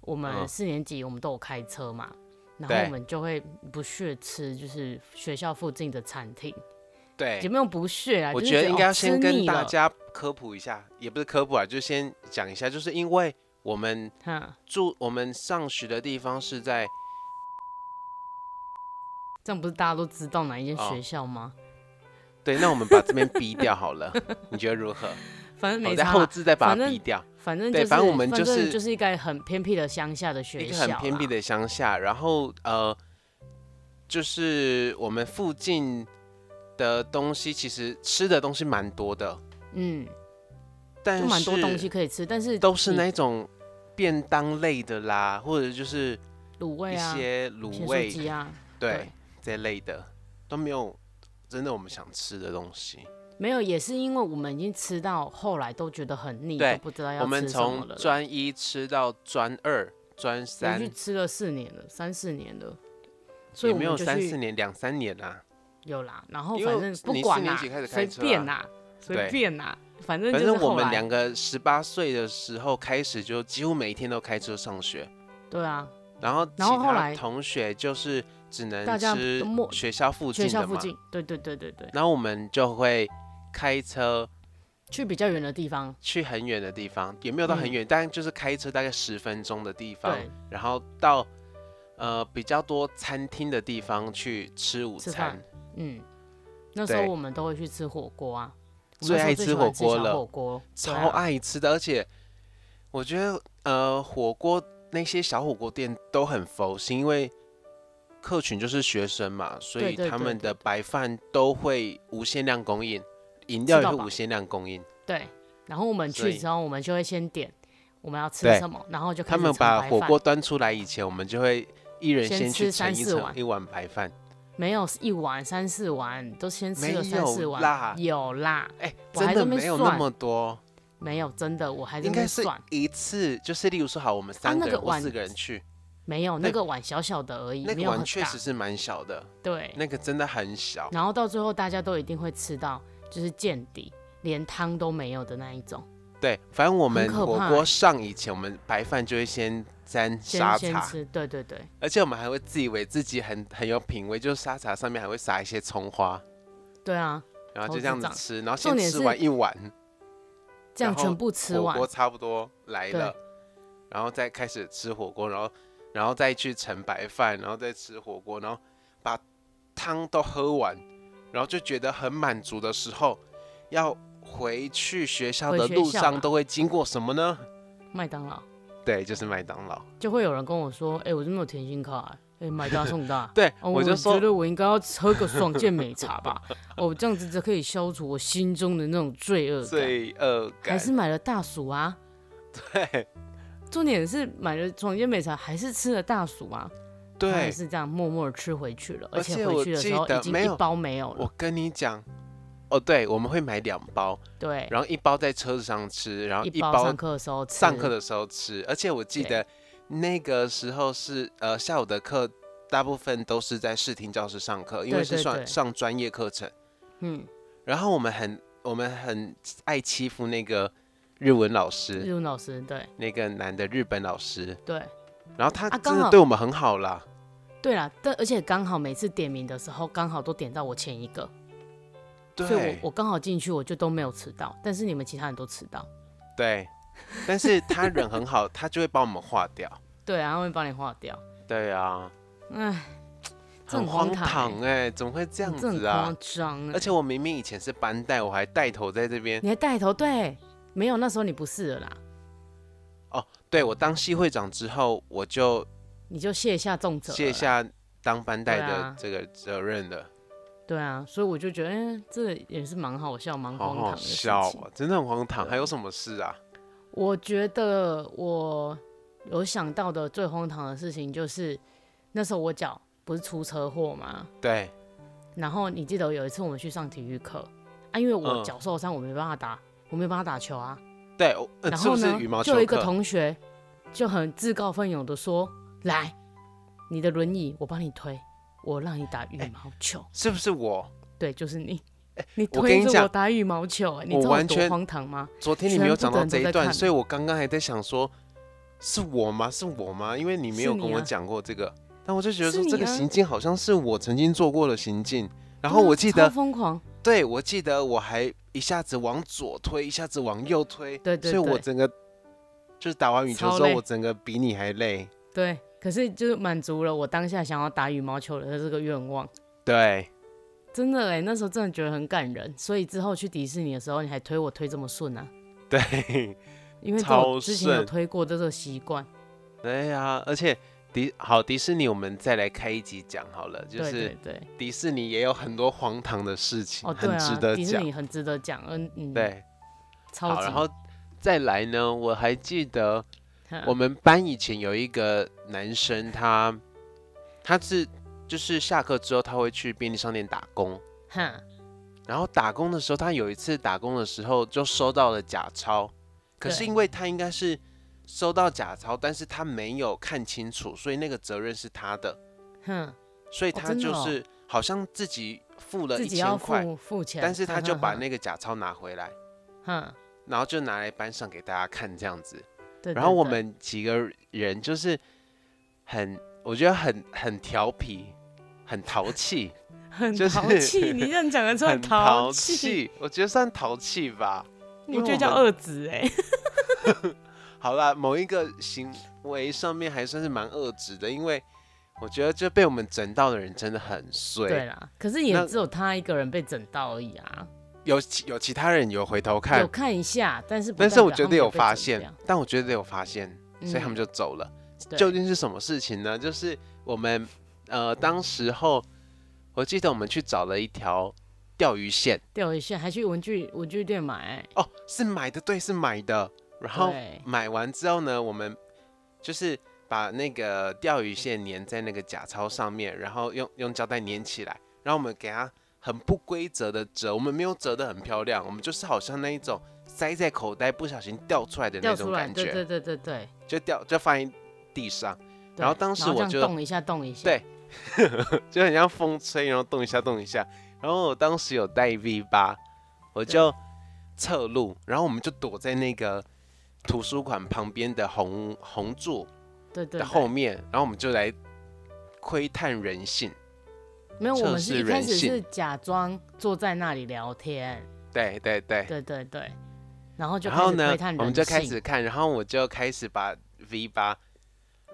Speaker 2: 我
Speaker 1: 嗯
Speaker 2: 们四年级我们都有开车嘛，然后
Speaker 1: 对
Speaker 2: 我们就会不屑吃就是学校附近的餐厅，也
Speaker 1: 对，
Speaker 2: 没有不屑啊，
Speaker 1: 哎我
Speaker 2: 就是
Speaker 1: 觉得应该要
Speaker 2: 哦
Speaker 1: 先
Speaker 2: 吃
Speaker 1: 跟
Speaker 2: 腻
Speaker 1: 大
Speaker 2: 了
Speaker 1: 家科普一下，也不是科普啊，就先讲一下，就是因为我们
Speaker 2: 哈，
Speaker 1: 住我们上学的地方是在
Speaker 2: 这样不是大家都知道哪一间
Speaker 1: 哦
Speaker 2: 学校吗？
Speaker 1: 对，那我们把这边逼掉好
Speaker 2: *laughs*
Speaker 1: 了，你觉得如何？
Speaker 2: 反正
Speaker 1: 我
Speaker 2: 没
Speaker 1: 哦在
Speaker 2: 差
Speaker 1: 后
Speaker 2: 啦，
Speaker 1: 置再把
Speaker 2: 反
Speaker 1: 它
Speaker 2: 正
Speaker 1: 逼掉。
Speaker 2: 反正就
Speaker 1: 对
Speaker 2: 是
Speaker 1: 反正我们就
Speaker 2: 反正
Speaker 1: 是
Speaker 2: 就是一个很偏僻的乡下的
Speaker 1: 一
Speaker 2: 学
Speaker 1: 个
Speaker 2: 校啦，
Speaker 1: 很偏僻的乡下，然后呃，就是我们附近的东西，其实吃的东西蛮多的，
Speaker 2: 嗯，
Speaker 1: 但
Speaker 2: 就是蛮多东西可以吃，但是
Speaker 1: 都是
Speaker 2: 你
Speaker 1: 那种便当类的啦，或者就是
Speaker 2: 卤味
Speaker 1: 一
Speaker 2: 啊、
Speaker 1: 些
Speaker 2: 咸
Speaker 1: 卤味，
Speaker 2: 酥鸡啊，
Speaker 1: 对这类的都没有真的我们想吃的东西。
Speaker 2: 没有，也是因为我们已经吃到后来都觉得很腻，
Speaker 1: 对
Speaker 2: 都不知道要
Speaker 1: 我们
Speaker 2: 吃什么
Speaker 1: 从
Speaker 2: 了啦。
Speaker 1: 专一吃到专二、专
Speaker 2: 连
Speaker 1: 三
Speaker 2: 续，吃了四年了，三四年了，所以
Speaker 1: 也
Speaker 2: 我
Speaker 1: 没有
Speaker 2: 们就
Speaker 1: 三四
Speaker 2: 去
Speaker 1: 年、两三年啦、
Speaker 2: 有啦。然后
Speaker 1: 因为
Speaker 2: 反正
Speaker 1: 你
Speaker 2: 不
Speaker 1: 四
Speaker 2: 管
Speaker 1: 年
Speaker 2: 啦
Speaker 1: 级开始，开
Speaker 2: 随
Speaker 1: 车啊
Speaker 2: 便啦，
Speaker 1: 对
Speaker 2: 随便啦，反正就
Speaker 1: 反
Speaker 2: 是
Speaker 1: 正我
Speaker 2: 后
Speaker 1: 们
Speaker 2: 来
Speaker 1: 两个十八岁的时候开始，就几乎每一天都开车上学，
Speaker 2: 对啊，
Speaker 1: 然后其
Speaker 2: 然后后
Speaker 1: 他
Speaker 2: 来
Speaker 1: 同学就是只能
Speaker 2: 大家
Speaker 1: 吃
Speaker 2: 默
Speaker 1: 学校附
Speaker 2: 学
Speaker 1: 近
Speaker 2: 校
Speaker 1: 的
Speaker 2: 附
Speaker 1: 嘛，
Speaker 2: 近，对对对对对，
Speaker 1: 然后我们就会开车
Speaker 2: 去比较远的地方，
Speaker 1: 去很远的地方，也没有到很远，但就是开车大概十分钟的地方
Speaker 2: 嗯对，
Speaker 1: 然后到呃比较多餐厅的地方去吃午
Speaker 2: 吃
Speaker 1: 餐
Speaker 2: 饭，嗯，那时候
Speaker 1: 对
Speaker 2: 我们都会去吃火锅啊，我
Speaker 1: 最
Speaker 2: 那时
Speaker 1: 爱
Speaker 2: 候最
Speaker 1: 吃
Speaker 2: 喜
Speaker 1: 火锅
Speaker 2: 欢小
Speaker 1: 了
Speaker 2: 火锅对啊
Speaker 1: 超爱吃的，而且我觉得呃火锅那些小火锅店都很佛心，因为客群就是学生嘛，所以
Speaker 2: 对对
Speaker 1: 他
Speaker 2: 对
Speaker 1: 们
Speaker 2: 对
Speaker 1: 的
Speaker 2: 对
Speaker 1: 白饭都会无限量供应，饮料
Speaker 2: 吃
Speaker 1: 也
Speaker 2: 到
Speaker 1: 会
Speaker 2: 饱
Speaker 1: 无限量供应。
Speaker 2: 对，然后我们
Speaker 1: 所以
Speaker 2: 去之后，我们就会先点我们要吃
Speaker 1: 对
Speaker 2: 什么，然后就开
Speaker 1: 他
Speaker 2: 始
Speaker 1: 们
Speaker 2: 盛
Speaker 1: 把
Speaker 2: 白
Speaker 1: 火
Speaker 2: 饭
Speaker 1: 锅端出来以前，我们就会一人
Speaker 2: 先
Speaker 1: 先去
Speaker 2: 吃
Speaker 1: 盛
Speaker 2: 三
Speaker 1: 一
Speaker 2: 四
Speaker 1: 盛
Speaker 2: 碗
Speaker 1: 一碗白饭。
Speaker 2: 没有一碗三四碗，都先吃了
Speaker 1: 没
Speaker 2: 三
Speaker 1: 有
Speaker 2: 四碗，
Speaker 1: 啦
Speaker 2: 有啦，
Speaker 1: 哎、
Speaker 2: 我
Speaker 1: 真
Speaker 2: 还在
Speaker 1: 的
Speaker 2: 那边
Speaker 1: 没有那
Speaker 2: 算
Speaker 1: 么多，
Speaker 2: 没有真的，我还在
Speaker 1: 应
Speaker 2: 那
Speaker 1: 该
Speaker 2: 边
Speaker 1: 是
Speaker 2: 算，啊
Speaker 1: 一次，就是例如说好，我们三
Speaker 2: 那
Speaker 1: 个
Speaker 2: 个
Speaker 1: 人或
Speaker 2: 碗
Speaker 1: 四个人去，
Speaker 2: 没有
Speaker 1: 那
Speaker 2: 那个碗小小的而已，
Speaker 1: 那
Speaker 2: 没
Speaker 1: 个
Speaker 2: 有
Speaker 1: 碗
Speaker 2: 很大，
Speaker 1: 确实是蛮小的，
Speaker 2: 对。
Speaker 1: 那个真的很小。
Speaker 2: 然后到最后大家都一定会吃到，就是见底，连汤都没有的那一种，
Speaker 1: 对，反正我
Speaker 2: 很
Speaker 1: 们
Speaker 2: 可
Speaker 1: 火
Speaker 2: 怕
Speaker 1: 锅
Speaker 2: 欸
Speaker 1: 上以前，我们白饭就会先沾沙
Speaker 2: 先先
Speaker 1: 茶，
Speaker 2: 吃，对对对，
Speaker 1: 而且我们还会自以为自己很很有品味，就是沙茶上面还会撒一些葱花，
Speaker 2: 对啊，
Speaker 1: 然后
Speaker 2: 超
Speaker 1: 就这
Speaker 2: 智
Speaker 1: 样子
Speaker 2: 障
Speaker 1: 吃，然后先
Speaker 2: 哦重点
Speaker 1: 吃
Speaker 2: 是
Speaker 1: 完一碗
Speaker 2: 这样
Speaker 1: 然后
Speaker 2: 全部吃
Speaker 1: 火
Speaker 2: 完
Speaker 1: 锅，差不多来
Speaker 2: 对
Speaker 1: 了，然后再开始吃火锅，然后然后再去盛白饭，然后再吃火锅，然后把汤都喝完，然后就觉得很满足的时候，要回去学校
Speaker 2: 回
Speaker 1: 的
Speaker 2: 学
Speaker 1: 路
Speaker 2: 校
Speaker 1: 上
Speaker 2: 嘛
Speaker 1: 都会经过什么呢？
Speaker 2: 麦当劳，
Speaker 1: 对，就是麦当劳。
Speaker 2: 就会有人跟我说：“哎、我这边有甜心卡、哎、买大
Speaker 1: *laughs*
Speaker 2: 送大。
Speaker 1: 对，
Speaker 2: 哦”
Speaker 1: 我就
Speaker 2: 觉
Speaker 1: 说，
Speaker 2: 得我应该要喝个爽健美茶吧，哦，这样子才可以消除我心中的那种罪恶感。
Speaker 1: 罪恶
Speaker 2: 还
Speaker 1: 感，
Speaker 2: 是买了大薯啊，
Speaker 1: 对
Speaker 2: 重点是买了爽健美茶，还是吃了大薯啊，他
Speaker 1: 对
Speaker 2: 还，是这样默默的吃回去了，
Speaker 1: 而
Speaker 2: 而
Speaker 1: 且
Speaker 2: 且回去的时候
Speaker 1: 我记得
Speaker 2: 已经
Speaker 1: 没
Speaker 2: 一
Speaker 1: 有
Speaker 2: 包没有了
Speaker 1: 我。跟你讲，哦，对，我们会买两包，
Speaker 2: 对，
Speaker 1: 然后一包在车子上吃，然后
Speaker 2: 一
Speaker 1: 一
Speaker 2: 包
Speaker 1: 包
Speaker 2: 上课的时候吃，
Speaker 1: 上课的时候吃。而且我记
Speaker 2: 对
Speaker 1: 得那个时候是呃下午的课，大部分都是在视听教室上课，因为
Speaker 2: 对
Speaker 1: 是
Speaker 2: 对
Speaker 1: 算
Speaker 2: 对
Speaker 1: 上专业课程。
Speaker 2: 嗯，
Speaker 1: 然后我们很我们很爱欺负那个日文老师，
Speaker 2: 日文老师，对
Speaker 1: 那个男的日本老师，
Speaker 2: 对
Speaker 1: 然后他
Speaker 2: 啊
Speaker 1: 真
Speaker 2: 刚
Speaker 1: 的
Speaker 2: 好
Speaker 1: 对我们很好啦。
Speaker 2: 对啦，但而且刚好每次点名的时候，刚好都点到我前一个，所以
Speaker 1: 对
Speaker 2: 我我刚好进去，我就都没有迟到，但是你们其他人都迟到。
Speaker 1: 对，但是他人很好，他就会把我们划掉。
Speaker 2: 对啊，他会帮你划掉。
Speaker 1: 对啊，
Speaker 2: 唉，这
Speaker 1: 很
Speaker 2: 很
Speaker 1: 荒
Speaker 2: 荒唐欸
Speaker 1: 唐哎、怎么会这样
Speaker 2: 你这很
Speaker 1: 子啊
Speaker 2: 夸？张、欸。
Speaker 1: 而且我明明以前是班带，我还带头在这边。
Speaker 2: 你还带头，对，没有，那时候你不是了啦，
Speaker 1: 哦对我当系会长之后，我就
Speaker 2: 你就卸下重责。
Speaker 1: 卸。下当班带
Speaker 2: 对
Speaker 1: 的
Speaker 2: 啊
Speaker 1: 这个责任了，
Speaker 2: 对啊，所以我就觉得，嗯、这也是蛮好笑、蛮
Speaker 1: 好
Speaker 2: 荒唐
Speaker 1: 好
Speaker 2: 的事情。
Speaker 1: 笑啊！真的很荒唐。还有什么事啊？
Speaker 2: 我觉得我有想到的最荒唐的事情就是，那时候我脚不是出车祸吗？
Speaker 1: 对
Speaker 2: 然后你记得有一次我们去上体育课啊，因为我
Speaker 1: 嗯
Speaker 2: 脚受伤，我没办法打，我没办法打球啊。
Speaker 1: 对，我呃
Speaker 2: 然
Speaker 1: 是
Speaker 2: 后
Speaker 1: 不
Speaker 2: 呢，
Speaker 1: 是羽毛
Speaker 2: 就有
Speaker 1: 球
Speaker 2: 一个
Speaker 1: 课？
Speaker 2: 同学就很自告奋勇的说：“来，你的轮椅我帮你推，我让你打羽毛球。
Speaker 1: 是不是我？
Speaker 2: 对，就是你，你
Speaker 1: 哎我跟
Speaker 2: 推
Speaker 1: 你
Speaker 2: 着
Speaker 1: 讲
Speaker 2: 我打羽毛球、哎，你
Speaker 1: 我
Speaker 2: 知道有
Speaker 1: 完
Speaker 2: 多
Speaker 1: 全
Speaker 2: 荒唐吗？
Speaker 1: 昨天你没有讲到
Speaker 2: 全部的
Speaker 1: 这
Speaker 2: 人
Speaker 1: 一
Speaker 2: 都在
Speaker 1: 段，
Speaker 2: 看
Speaker 1: 所以我刚刚还在想说，是我吗？是我吗？因为你没有
Speaker 2: 是你
Speaker 1: 跟我
Speaker 2: 啊
Speaker 1: 讲过这个，但我就觉得
Speaker 2: 是
Speaker 1: 说这
Speaker 2: 你
Speaker 1: 个
Speaker 2: 啊
Speaker 1: 行径好像是我曾经做过的行径。然后
Speaker 2: 对啊
Speaker 1: 我记
Speaker 2: 超
Speaker 1: 得，
Speaker 2: 疯狂，
Speaker 1: 对我记得我还一下子往左推，一下子往右推，
Speaker 2: 对对
Speaker 1: 所以我
Speaker 2: 对
Speaker 1: 整个就是打完羽球
Speaker 2: 超
Speaker 1: 之后，
Speaker 2: 累
Speaker 1: 我整个比你还累。
Speaker 2: 对。可是就是满足了我当下想要打羽毛球的这个愿望，
Speaker 1: 对，
Speaker 2: 真的哎、那时候真的觉得很感人。所以之后去迪士尼的时候，你还推我推这么顺啊？
Speaker 1: 对，
Speaker 2: 因为这
Speaker 1: 超
Speaker 2: 我之前有
Speaker 1: 顺
Speaker 2: 推过这个习惯，
Speaker 1: 对呀、而且迪好迪士尼，我们再来开一集讲好了，就
Speaker 2: 对
Speaker 1: 是
Speaker 2: 对对。
Speaker 1: 迪士尼也有很多荒唐的事情，
Speaker 2: 哦，
Speaker 1: 很
Speaker 2: 对啊，
Speaker 1: 值得
Speaker 2: 迪士
Speaker 1: 讲。
Speaker 2: 尼很值得讲，嗯嗯，，
Speaker 1: 对，
Speaker 2: 超
Speaker 1: 好，
Speaker 2: 级。
Speaker 1: 然后再来呢，我还记得
Speaker 2: 哼
Speaker 1: 我们班以前有一个男生他，他是就是下课之后他会去便利商店打工，
Speaker 2: 哼，
Speaker 1: 然后打工的时候，他有一次打工的时候就收到了假钞，可是
Speaker 2: 对
Speaker 1: 因为他应该是收到假钞，但是他没有看清楚，所以那个责任是他的，
Speaker 2: 哼，
Speaker 1: 所以
Speaker 2: 哦
Speaker 1: 他
Speaker 2: 真的
Speaker 1: 就
Speaker 2: 哦
Speaker 1: 是好像自己付了
Speaker 2: 自
Speaker 1: 一
Speaker 2: 己要
Speaker 1: 千块，
Speaker 2: 付付钱，
Speaker 1: 但是他就
Speaker 2: 哼
Speaker 1: 把，那个假钞拿回来，
Speaker 2: 哼哼，哼
Speaker 1: 然后就拿来班上给大家看这样子。
Speaker 2: 对。
Speaker 1: 然后
Speaker 2: 对
Speaker 1: 我
Speaker 2: 对
Speaker 1: 们几个人就是很，我觉得很很调皮，很淘
Speaker 2: *laughs*
Speaker 1: 气，
Speaker 2: *laughs* 很
Speaker 1: 就是
Speaker 2: 淘气，你这样讲的算
Speaker 1: 很淘
Speaker 2: 气，
Speaker 1: 气，我觉得算淘气吧。因
Speaker 2: 我
Speaker 1: 为
Speaker 2: 觉得
Speaker 1: 我
Speaker 2: 叫
Speaker 1: 们
Speaker 2: 二子哎，
Speaker 1: 好啦，某一个行为上面还算是蛮恶质的，因为我觉得就被我们整到的人真的很
Speaker 2: 对
Speaker 1: 衰。
Speaker 2: 啦，可是
Speaker 1: 那
Speaker 2: 也只有他一个人被整到而已啊，
Speaker 1: 有其有其他人有回头
Speaker 2: 有
Speaker 1: 看，
Speaker 2: 看一下，但是不
Speaker 1: 但
Speaker 2: 代
Speaker 1: 是我
Speaker 2: 表
Speaker 1: 觉
Speaker 2: 他
Speaker 1: 得
Speaker 2: 们
Speaker 1: 有
Speaker 2: 被
Speaker 1: 发
Speaker 2: 整
Speaker 1: 现
Speaker 2: 掉，，
Speaker 1: 但我觉得有发现，所以他们
Speaker 2: 嗯
Speaker 1: 就走了。
Speaker 2: 对
Speaker 1: 究竟是什么事情呢？就是我们呃当时候，我记得我们去找了一条钓鱼线，
Speaker 2: 掉一下，还去文具文具店买，
Speaker 1: 哦，是买的，对，是买的。然后
Speaker 2: 对
Speaker 1: 买完之后呢，我们就是把那个钓鱼线粘在那个假钞上面，然后用用胶带粘起来，然后我们给它很不规则的折，我们没有折的很漂亮，我们就是好像那一种塞在口袋不小心掉出来的那
Speaker 2: 掉
Speaker 1: 种
Speaker 2: 出来，
Speaker 1: 感觉，
Speaker 2: 对对对对对。
Speaker 1: 就掉就放在地上，
Speaker 2: 对
Speaker 1: 然后当时
Speaker 2: 这
Speaker 1: 我
Speaker 2: 样
Speaker 1: 就
Speaker 2: 动一下，动一下，
Speaker 1: 对就很像风吹，然后动一下动一下。然后我当时有带 V 八，我就侧路，然后我们就躲在那个图书馆旁边的红红柱
Speaker 2: 对对
Speaker 1: 的
Speaker 2: 对，
Speaker 1: 后面，然后我们就来窥探人性。
Speaker 2: 没有，
Speaker 1: 测
Speaker 2: 我们是
Speaker 1: 试
Speaker 2: 一开
Speaker 1: 人
Speaker 2: 始
Speaker 1: 性
Speaker 2: 是假装坐在那里聊天，
Speaker 1: 对对对，
Speaker 2: 对对对，然后就
Speaker 1: 然
Speaker 2: 开
Speaker 1: 后
Speaker 2: 始
Speaker 1: 呢
Speaker 2: 窥探，人
Speaker 1: 我们就开
Speaker 2: 性
Speaker 1: 始看，然后我就开始把 V 八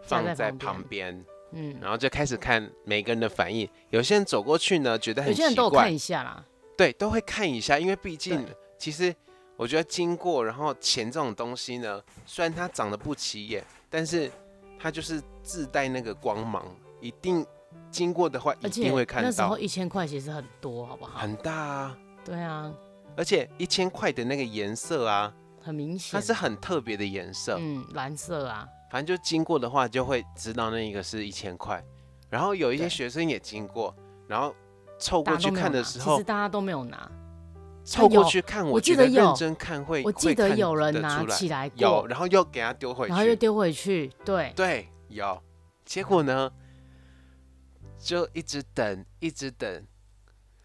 Speaker 1: 放
Speaker 2: 在
Speaker 1: 在
Speaker 2: 旁
Speaker 1: 旁
Speaker 2: 边
Speaker 1: 边，
Speaker 2: 嗯，
Speaker 1: 然后就开始看每个人的反应。有些人走过去呢，觉得
Speaker 2: 有
Speaker 1: 很
Speaker 2: 些人
Speaker 1: 奇
Speaker 2: 都有
Speaker 1: 怪
Speaker 2: 看，一下啦，
Speaker 1: 对，都会看一下，因为毕竟
Speaker 2: 对
Speaker 1: 其实我觉得经过，然后钱这种东西呢，虽然它长得不起眼，但是它就是自带那个光芒，一定经过的话一
Speaker 2: 而
Speaker 1: 定
Speaker 2: 且
Speaker 1: 会看
Speaker 2: 那时
Speaker 1: 到
Speaker 2: 候，一千块其实很多，好不好？
Speaker 1: 很大啊，
Speaker 2: 对啊，
Speaker 1: 而且一千块的那个颜色啊，
Speaker 2: 很明显。
Speaker 1: 它是很特别的颜色，
Speaker 2: 嗯蓝色啊，
Speaker 1: 反正就经过的话就会知道那一个是一千块，然后有一些
Speaker 2: 对
Speaker 1: 学生也经过，然后凑
Speaker 2: 大
Speaker 1: 过
Speaker 2: 家都
Speaker 1: 去
Speaker 2: 没有
Speaker 1: 看的
Speaker 2: 拿
Speaker 1: 时
Speaker 2: 其
Speaker 1: 候
Speaker 2: 实，大家都没有拿。
Speaker 1: 凑过
Speaker 2: 有
Speaker 1: 去看，
Speaker 2: 我
Speaker 1: 觉
Speaker 2: 记得有
Speaker 1: 认真看会，
Speaker 2: 我记
Speaker 1: 会
Speaker 2: 得
Speaker 1: 看
Speaker 2: 有人
Speaker 1: 得
Speaker 2: 拿
Speaker 1: 出来
Speaker 2: 起来
Speaker 1: 有，
Speaker 2: 过，
Speaker 1: 然后又给他丢回去，
Speaker 2: 然后又丢回去。对，
Speaker 1: 对，有。结果呢，就一直等，一直等。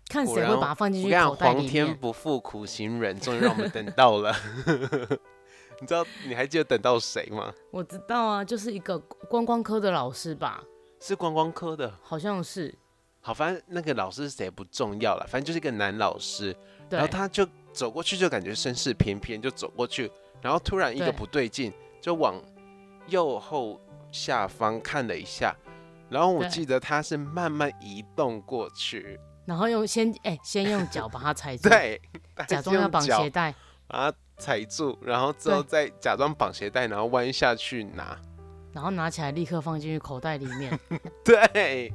Speaker 2: 看
Speaker 1: 果
Speaker 2: 谁
Speaker 1: 然
Speaker 2: 会把它放
Speaker 1: 我跟
Speaker 2: 进
Speaker 1: 你
Speaker 2: 去
Speaker 1: 讲，
Speaker 2: 口袋
Speaker 1: 皇
Speaker 2: 里
Speaker 1: 天
Speaker 2: 面。
Speaker 1: 不负苦心人，终于让我们等到了。 *laughs* 你知道，你还记得等到谁吗？
Speaker 2: 我知道啊，就是一个观光科的老师吧，
Speaker 1: 是观光科的。
Speaker 2: 好像是。
Speaker 1: 好，反正那个老师是谁不重要了，反正就是一个男老师。
Speaker 2: 对
Speaker 1: 然后，他就走过去，就感觉身世翩翩，就走过去。然后突然一个
Speaker 2: 对
Speaker 1: 不对劲，就往右后下方看了一下。然后我
Speaker 2: 对
Speaker 1: 记得他是慢慢移动过去，
Speaker 2: 然后用先哎、先用脚把它踩
Speaker 1: *laughs*
Speaker 2: 住，*laughs*
Speaker 1: 对，他
Speaker 2: 假
Speaker 1: 是
Speaker 2: 装要
Speaker 1: 用
Speaker 2: 绑
Speaker 1: 脚
Speaker 2: 鞋带，
Speaker 1: 把它踩住，然后之后再假装绑鞋带，然后弯下去拿。
Speaker 2: 然后拿起来立刻放进去口袋里面。
Speaker 1: 对，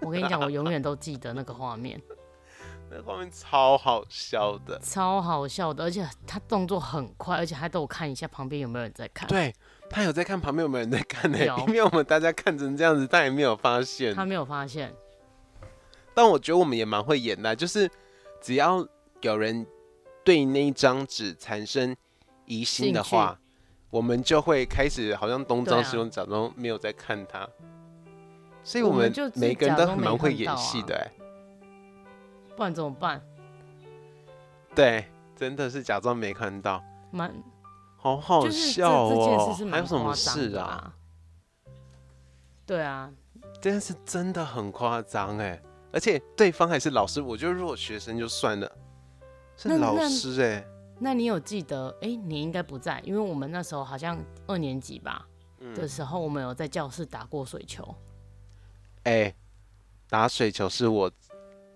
Speaker 2: 我跟你讲，我永远都记得那个画面，
Speaker 1: 那画面超好笑
Speaker 2: *laughs*
Speaker 1: 的。
Speaker 2: 超好笑的，而且他动作很快，而且还都有看一下旁边有没有人在看。
Speaker 1: 对他有在看旁边有没有人在看呢、
Speaker 2: 有
Speaker 1: 因为我们大家看成这样子，他也没有发现。
Speaker 2: 他没有发现，
Speaker 1: 但我觉得我们也蛮会演的，就是只要有人对那一张纸产生疑心的话，我们就会开始好像东张西望，假装没有在看他。所以我
Speaker 2: 我们
Speaker 1: 们
Speaker 2: 就是
Speaker 1: 每个人都
Speaker 2: 假装没
Speaker 1: 蛮会演
Speaker 2: 看到啊
Speaker 1: 戏的、欸，
Speaker 2: 不然怎么办？
Speaker 1: 对，真的是假装没看到，
Speaker 2: 蛮
Speaker 1: 好好
Speaker 2: 就是这
Speaker 1: 笑
Speaker 2: 这件
Speaker 1: 哦、
Speaker 2: 事是
Speaker 1: 还有
Speaker 2: 蛮
Speaker 1: 什么
Speaker 2: 夸张
Speaker 1: 事
Speaker 2: 的
Speaker 1: 啊？
Speaker 2: 啦。对啊，
Speaker 1: 这件事真的很夸张哎，而且对方还是老师，我觉得如果学生就算了，是
Speaker 2: 那
Speaker 1: 老
Speaker 2: 那
Speaker 1: 师哎、
Speaker 2: 那你有记得？哎、你应该不在，因为我们那时候好像二年级吧、
Speaker 1: 嗯
Speaker 2: 的时候，我们有在教室打过水球。
Speaker 1: 哎、打水球是我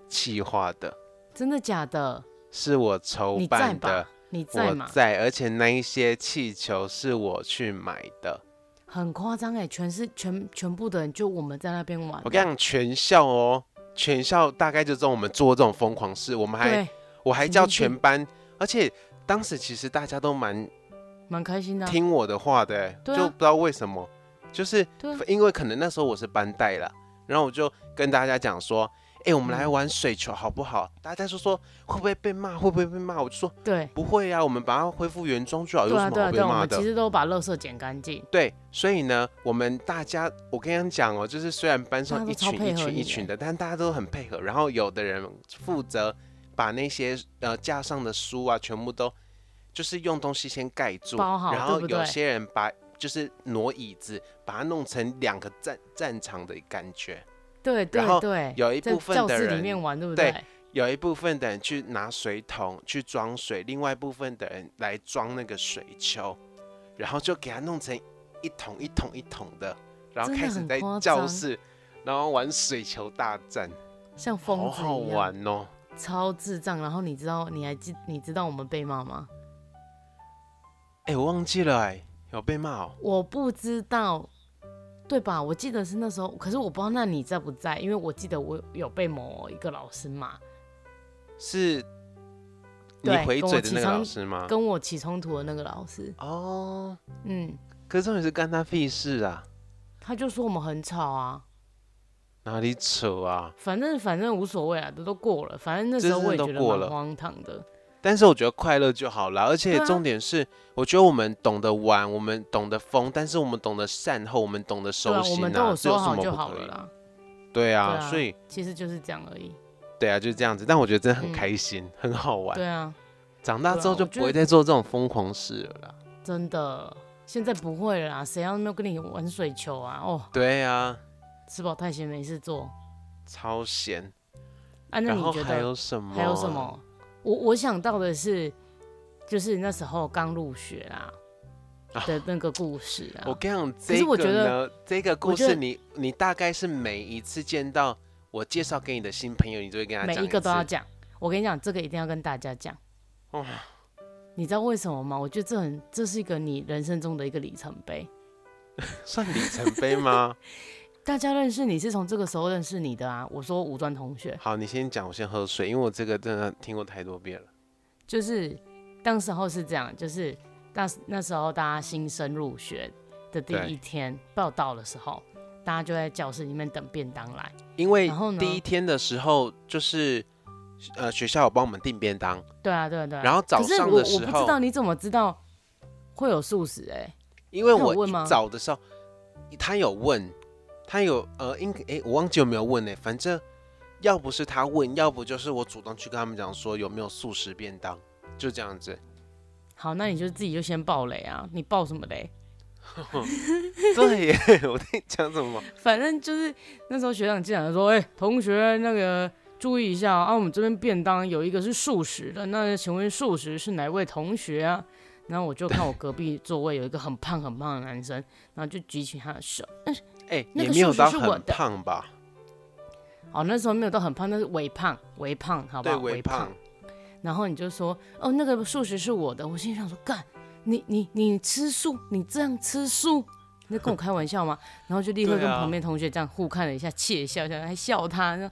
Speaker 1: 企划的，
Speaker 2: 真的假的？
Speaker 1: 是我筹
Speaker 2: 你在
Speaker 1: 办的
Speaker 2: 吧，？你在
Speaker 1: 我
Speaker 2: 吗？
Speaker 1: 在，而且那一些气球是我去买的。
Speaker 2: 很夸张哎，全是全全部的人就我们在那边玩。
Speaker 1: 我跟你讲，全校哦，全校大概就知道我们做这种疯狂事，我们还
Speaker 2: 对，
Speaker 1: 我还
Speaker 2: 神
Speaker 1: 叫
Speaker 2: 经
Speaker 1: 全
Speaker 2: 病
Speaker 1: 班，而且当时其实大家都蛮
Speaker 2: 蛮开心的啊、
Speaker 1: 听我的话的欸、
Speaker 2: 对啊
Speaker 1: 就不知道为什么，就是
Speaker 2: 对啊
Speaker 1: 因为可能那时候我是班带啦，然后我就跟大家讲说，哎、我们
Speaker 2: 嗯
Speaker 1: 来玩水球好不好？大家就说会不会被骂，会不会被骂？我就说
Speaker 2: 对
Speaker 1: 不会啊，我们把它恢复原装就好，有
Speaker 2: 对
Speaker 1: 什
Speaker 2: 啊
Speaker 1: 么
Speaker 2: 对
Speaker 1: 好
Speaker 2: 啊
Speaker 1: 被
Speaker 2: 对啊，我
Speaker 1: 骂
Speaker 2: 们
Speaker 1: 的
Speaker 2: 其？实都把垃圾捡干净。
Speaker 1: 对，所以呢，我们大家，我跟你讲哦，就是虽然班
Speaker 2: 大
Speaker 1: 上
Speaker 2: 家
Speaker 1: 一
Speaker 2: 都超
Speaker 1: 群
Speaker 2: 配
Speaker 1: 一
Speaker 2: 合
Speaker 1: 群
Speaker 2: 你
Speaker 1: 一
Speaker 2: 耶
Speaker 1: 群的，但大家都很配合。然后有的人负责把那些呃架上的书啊，全部都就是用东西先盖住，
Speaker 2: 包好
Speaker 1: 然
Speaker 2: 对
Speaker 1: 后
Speaker 2: 不
Speaker 1: 有
Speaker 2: 对
Speaker 1: 些人把就是挪椅子，把它弄成两个战战场的感觉。
Speaker 2: 对对
Speaker 1: 然后
Speaker 2: 对，
Speaker 1: 有一
Speaker 2: 在
Speaker 1: 部分
Speaker 2: 教
Speaker 1: 的
Speaker 2: 室
Speaker 1: 人
Speaker 2: 里面玩，对不
Speaker 1: 对？有一部分的人去拿水桶去装水，另外一部分的人来装那个水球，然后就给它弄成一桶一桶一桶的，然后
Speaker 2: 真的
Speaker 1: 开始
Speaker 2: 很
Speaker 1: 在
Speaker 2: 夸
Speaker 1: 教
Speaker 2: 张
Speaker 1: 室，然后玩水球大战，
Speaker 2: 像疯子
Speaker 1: 好
Speaker 2: 一样，
Speaker 1: 好玩哦！
Speaker 2: 超智障。然后你知道，你还记你知道我们被骂吗？
Speaker 1: 哎、我忘记了哎、有被骂哦。
Speaker 2: 我不知道，对吧？我记得是那时候，可是我不知道那你在不在，因为我记得我有被某一个老师骂，
Speaker 1: 是你
Speaker 2: 对
Speaker 1: 回
Speaker 2: 跟
Speaker 1: 嘴
Speaker 2: 我
Speaker 1: 的
Speaker 2: 起
Speaker 1: 那个老
Speaker 2: 床
Speaker 1: 师吗？
Speaker 2: 跟我起冲突的那个老师，
Speaker 1: 哦，
Speaker 2: 嗯，
Speaker 1: 可是重点是干他屁事啊，
Speaker 2: 他就说我们很吵啊，
Speaker 1: 哪里扯啊？
Speaker 2: 反正反正无所谓啊，都都过了，反正那
Speaker 1: 这
Speaker 2: 时候
Speaker 1: 真的
Speaker 2: 我
Speaker 1: 都
Speaker 2: 也觉得
Speaker 1: 过了
Speaker 2: 蛮荒唐的，
Speaker 1: 但是我觉得快乐就好啦，而且
Speaker 2: 对啊
Speaker 1: 重点是，我觉得我们懂得玩，我们懂得疯，但是我们懂得善后，我们懂得
Speaker 2: 对
Speaker 1: 收
Speaker 2: 啊，我
Speaker 1: 心
Speaker 2: 们都
Speaker 1: 啊，这
Speaker 2: 收
Speaker 1: 有什
Speaker 2: 好
Speaker 1: 么
Speaker 2: 就
Speaker 1: 不
Speaker 2: 好
Speaker 1: 可
Speaker 2: 了
Speaker 1: 以？
Speaker 2: 啦，
Speaker 1: 对啊，
Speaker 2: 对啊
Speaker 1: 所以
Speaker 2: 其实就是这样而已，
Speaker 1: 对啊，就是这样子。但我觉得真的很
Speaker 2: 嗯
Speaker 1: 开心，很好玩。
Speaker 2: 对啊，
Speaker 1: 长大
Speaker 2: 对啊
Speaker 1: 之后就
Speaker 2: 我觉
Speaker 1: 不会
Speaker 2: 得
Speaker 1: 再做这种疯狂事了啦。
Speaker 2: 真的。现在不会了啦，谁要那跟你玩水球啊？哦，
Speaker 1: 对啊，
Speaker 2: 吃饱太闲没事做。
Speaker 1: 超闲。
Speaker 2: 啊，那
Speaker 1: 然
Speaker 2: 你
Speaker 1: 后
Speaker 2: 觉得
Speaker 1: 还有什么？
Speaker 2: 还有什？么？我我想到的是，就是那时候刚入学啦、
Speaker 1: 啊
Speaker 2: 的那个故事啊
Speaker 1: 我。跟你讲，
Speaker 2: 是
Speaker 1: 这
Speaker 2: 我觉
Speaker 1: 个
Speaker 2: 得
Speaker 1: 呢，这个故
Speaker 2: 我觉
Speaker 1: 事
Speaker 2: 得
Speaker 1: 你，你大概是每一次见到我介绍给你的新朋友，你就会跟他
Speaker 2: 每
Speaker 1: 讲
Speaker 2: 一个都
Speaker 1: 次
Speaker 2: 要讲。我跟你讲，这个一定要跟大家讲。
Speaker 1: 哦
Speaker 2: 你知道为什么吗？我觉得这很，这是一个你人生中的一个里程碑。
Speaker 1: *laughs* 算里程碑吗？
Speaker 2: 大家认识你是从这个时候认识你的啊。我说五专同学，
Speaker 1: 好，你先讲，我先喝水，因为我这个真的听过太多遍了。
Speaker 2: 就是当时候是这样，就是那那时候大家新生入学的第
Speaker 1: 对
Speaker 2: 一天报到的时候，大家就在教室里面等便当来。
Speaker 1: 因为
Speaker 2: 然后呢
Speaker 1: 第一天的时候，就是呃学校有帮我们订便当，
Speaker 2: 对啊，对啊，对啊。
Speaker 1: 然后早
Speaker 2: 可是
Speaker 1: 上
Speaker 2: 我
Speaker 1: 的
Speaker 2: 我
Speaker 1: 时
Speaker 2: 不知
Speaker 1: 候，
Speaker 2: 道你怎么知道会有素食哎、
Speaker 1: 因为
Speaker 2: 他有
Speaker 1: 我
Speaker 2: 问
Speaker 1: 一
Speaker 2: 吗
Speaker 1: 早的时候，他有问，他有呃，应诶、我忘记有没有问呢、反正要不是他问，要不就是我主动去跟他们讲说有没有素食便当，就这样子。 *laughs*
Speaker 2: 好，那你就自己就先爆雷啊！你爆什么雷？
Speaker 1: 对耶， *laughs* 我在讲什么？
Speaker 2: 反正就是那时候学长进来就说：“哎、同学，那个注意一下啊啊，我们这边便当有一个是素食的，那请问素食是哪位同学啊？”然后我就看我隔壁座位有一个很胖很胖的男生，然后就举起他的手。
Speaker 1: 哎、
Speaker 2: 那
Speaker 1: 也
Speaker 2: 个
Speaker 1: 没有
Speaker 2: 素食
Speaker 1: 到
Speaker 2: 是我
Speaker 1: 很
Speaker 2: 的
Speaker 1: 胖吧？
Speaker 2: 哦，那时候没有到很胖，但是微胖，微胖，好不
Speaker 1: 对，
Speaker 2: 好？
Speaker 1: 微胖。
Speaker 2: 然后你就说，哦，那个素食是我的。我心里想说，干，你你你吃素，你这样吃素， *laughs* 你在跟我开玩笑吗？然后就立刻跟
Speaker 1: 对啊
Speaker 2: 旁边同学这样互看了一下，窃笑一下，还笑他，说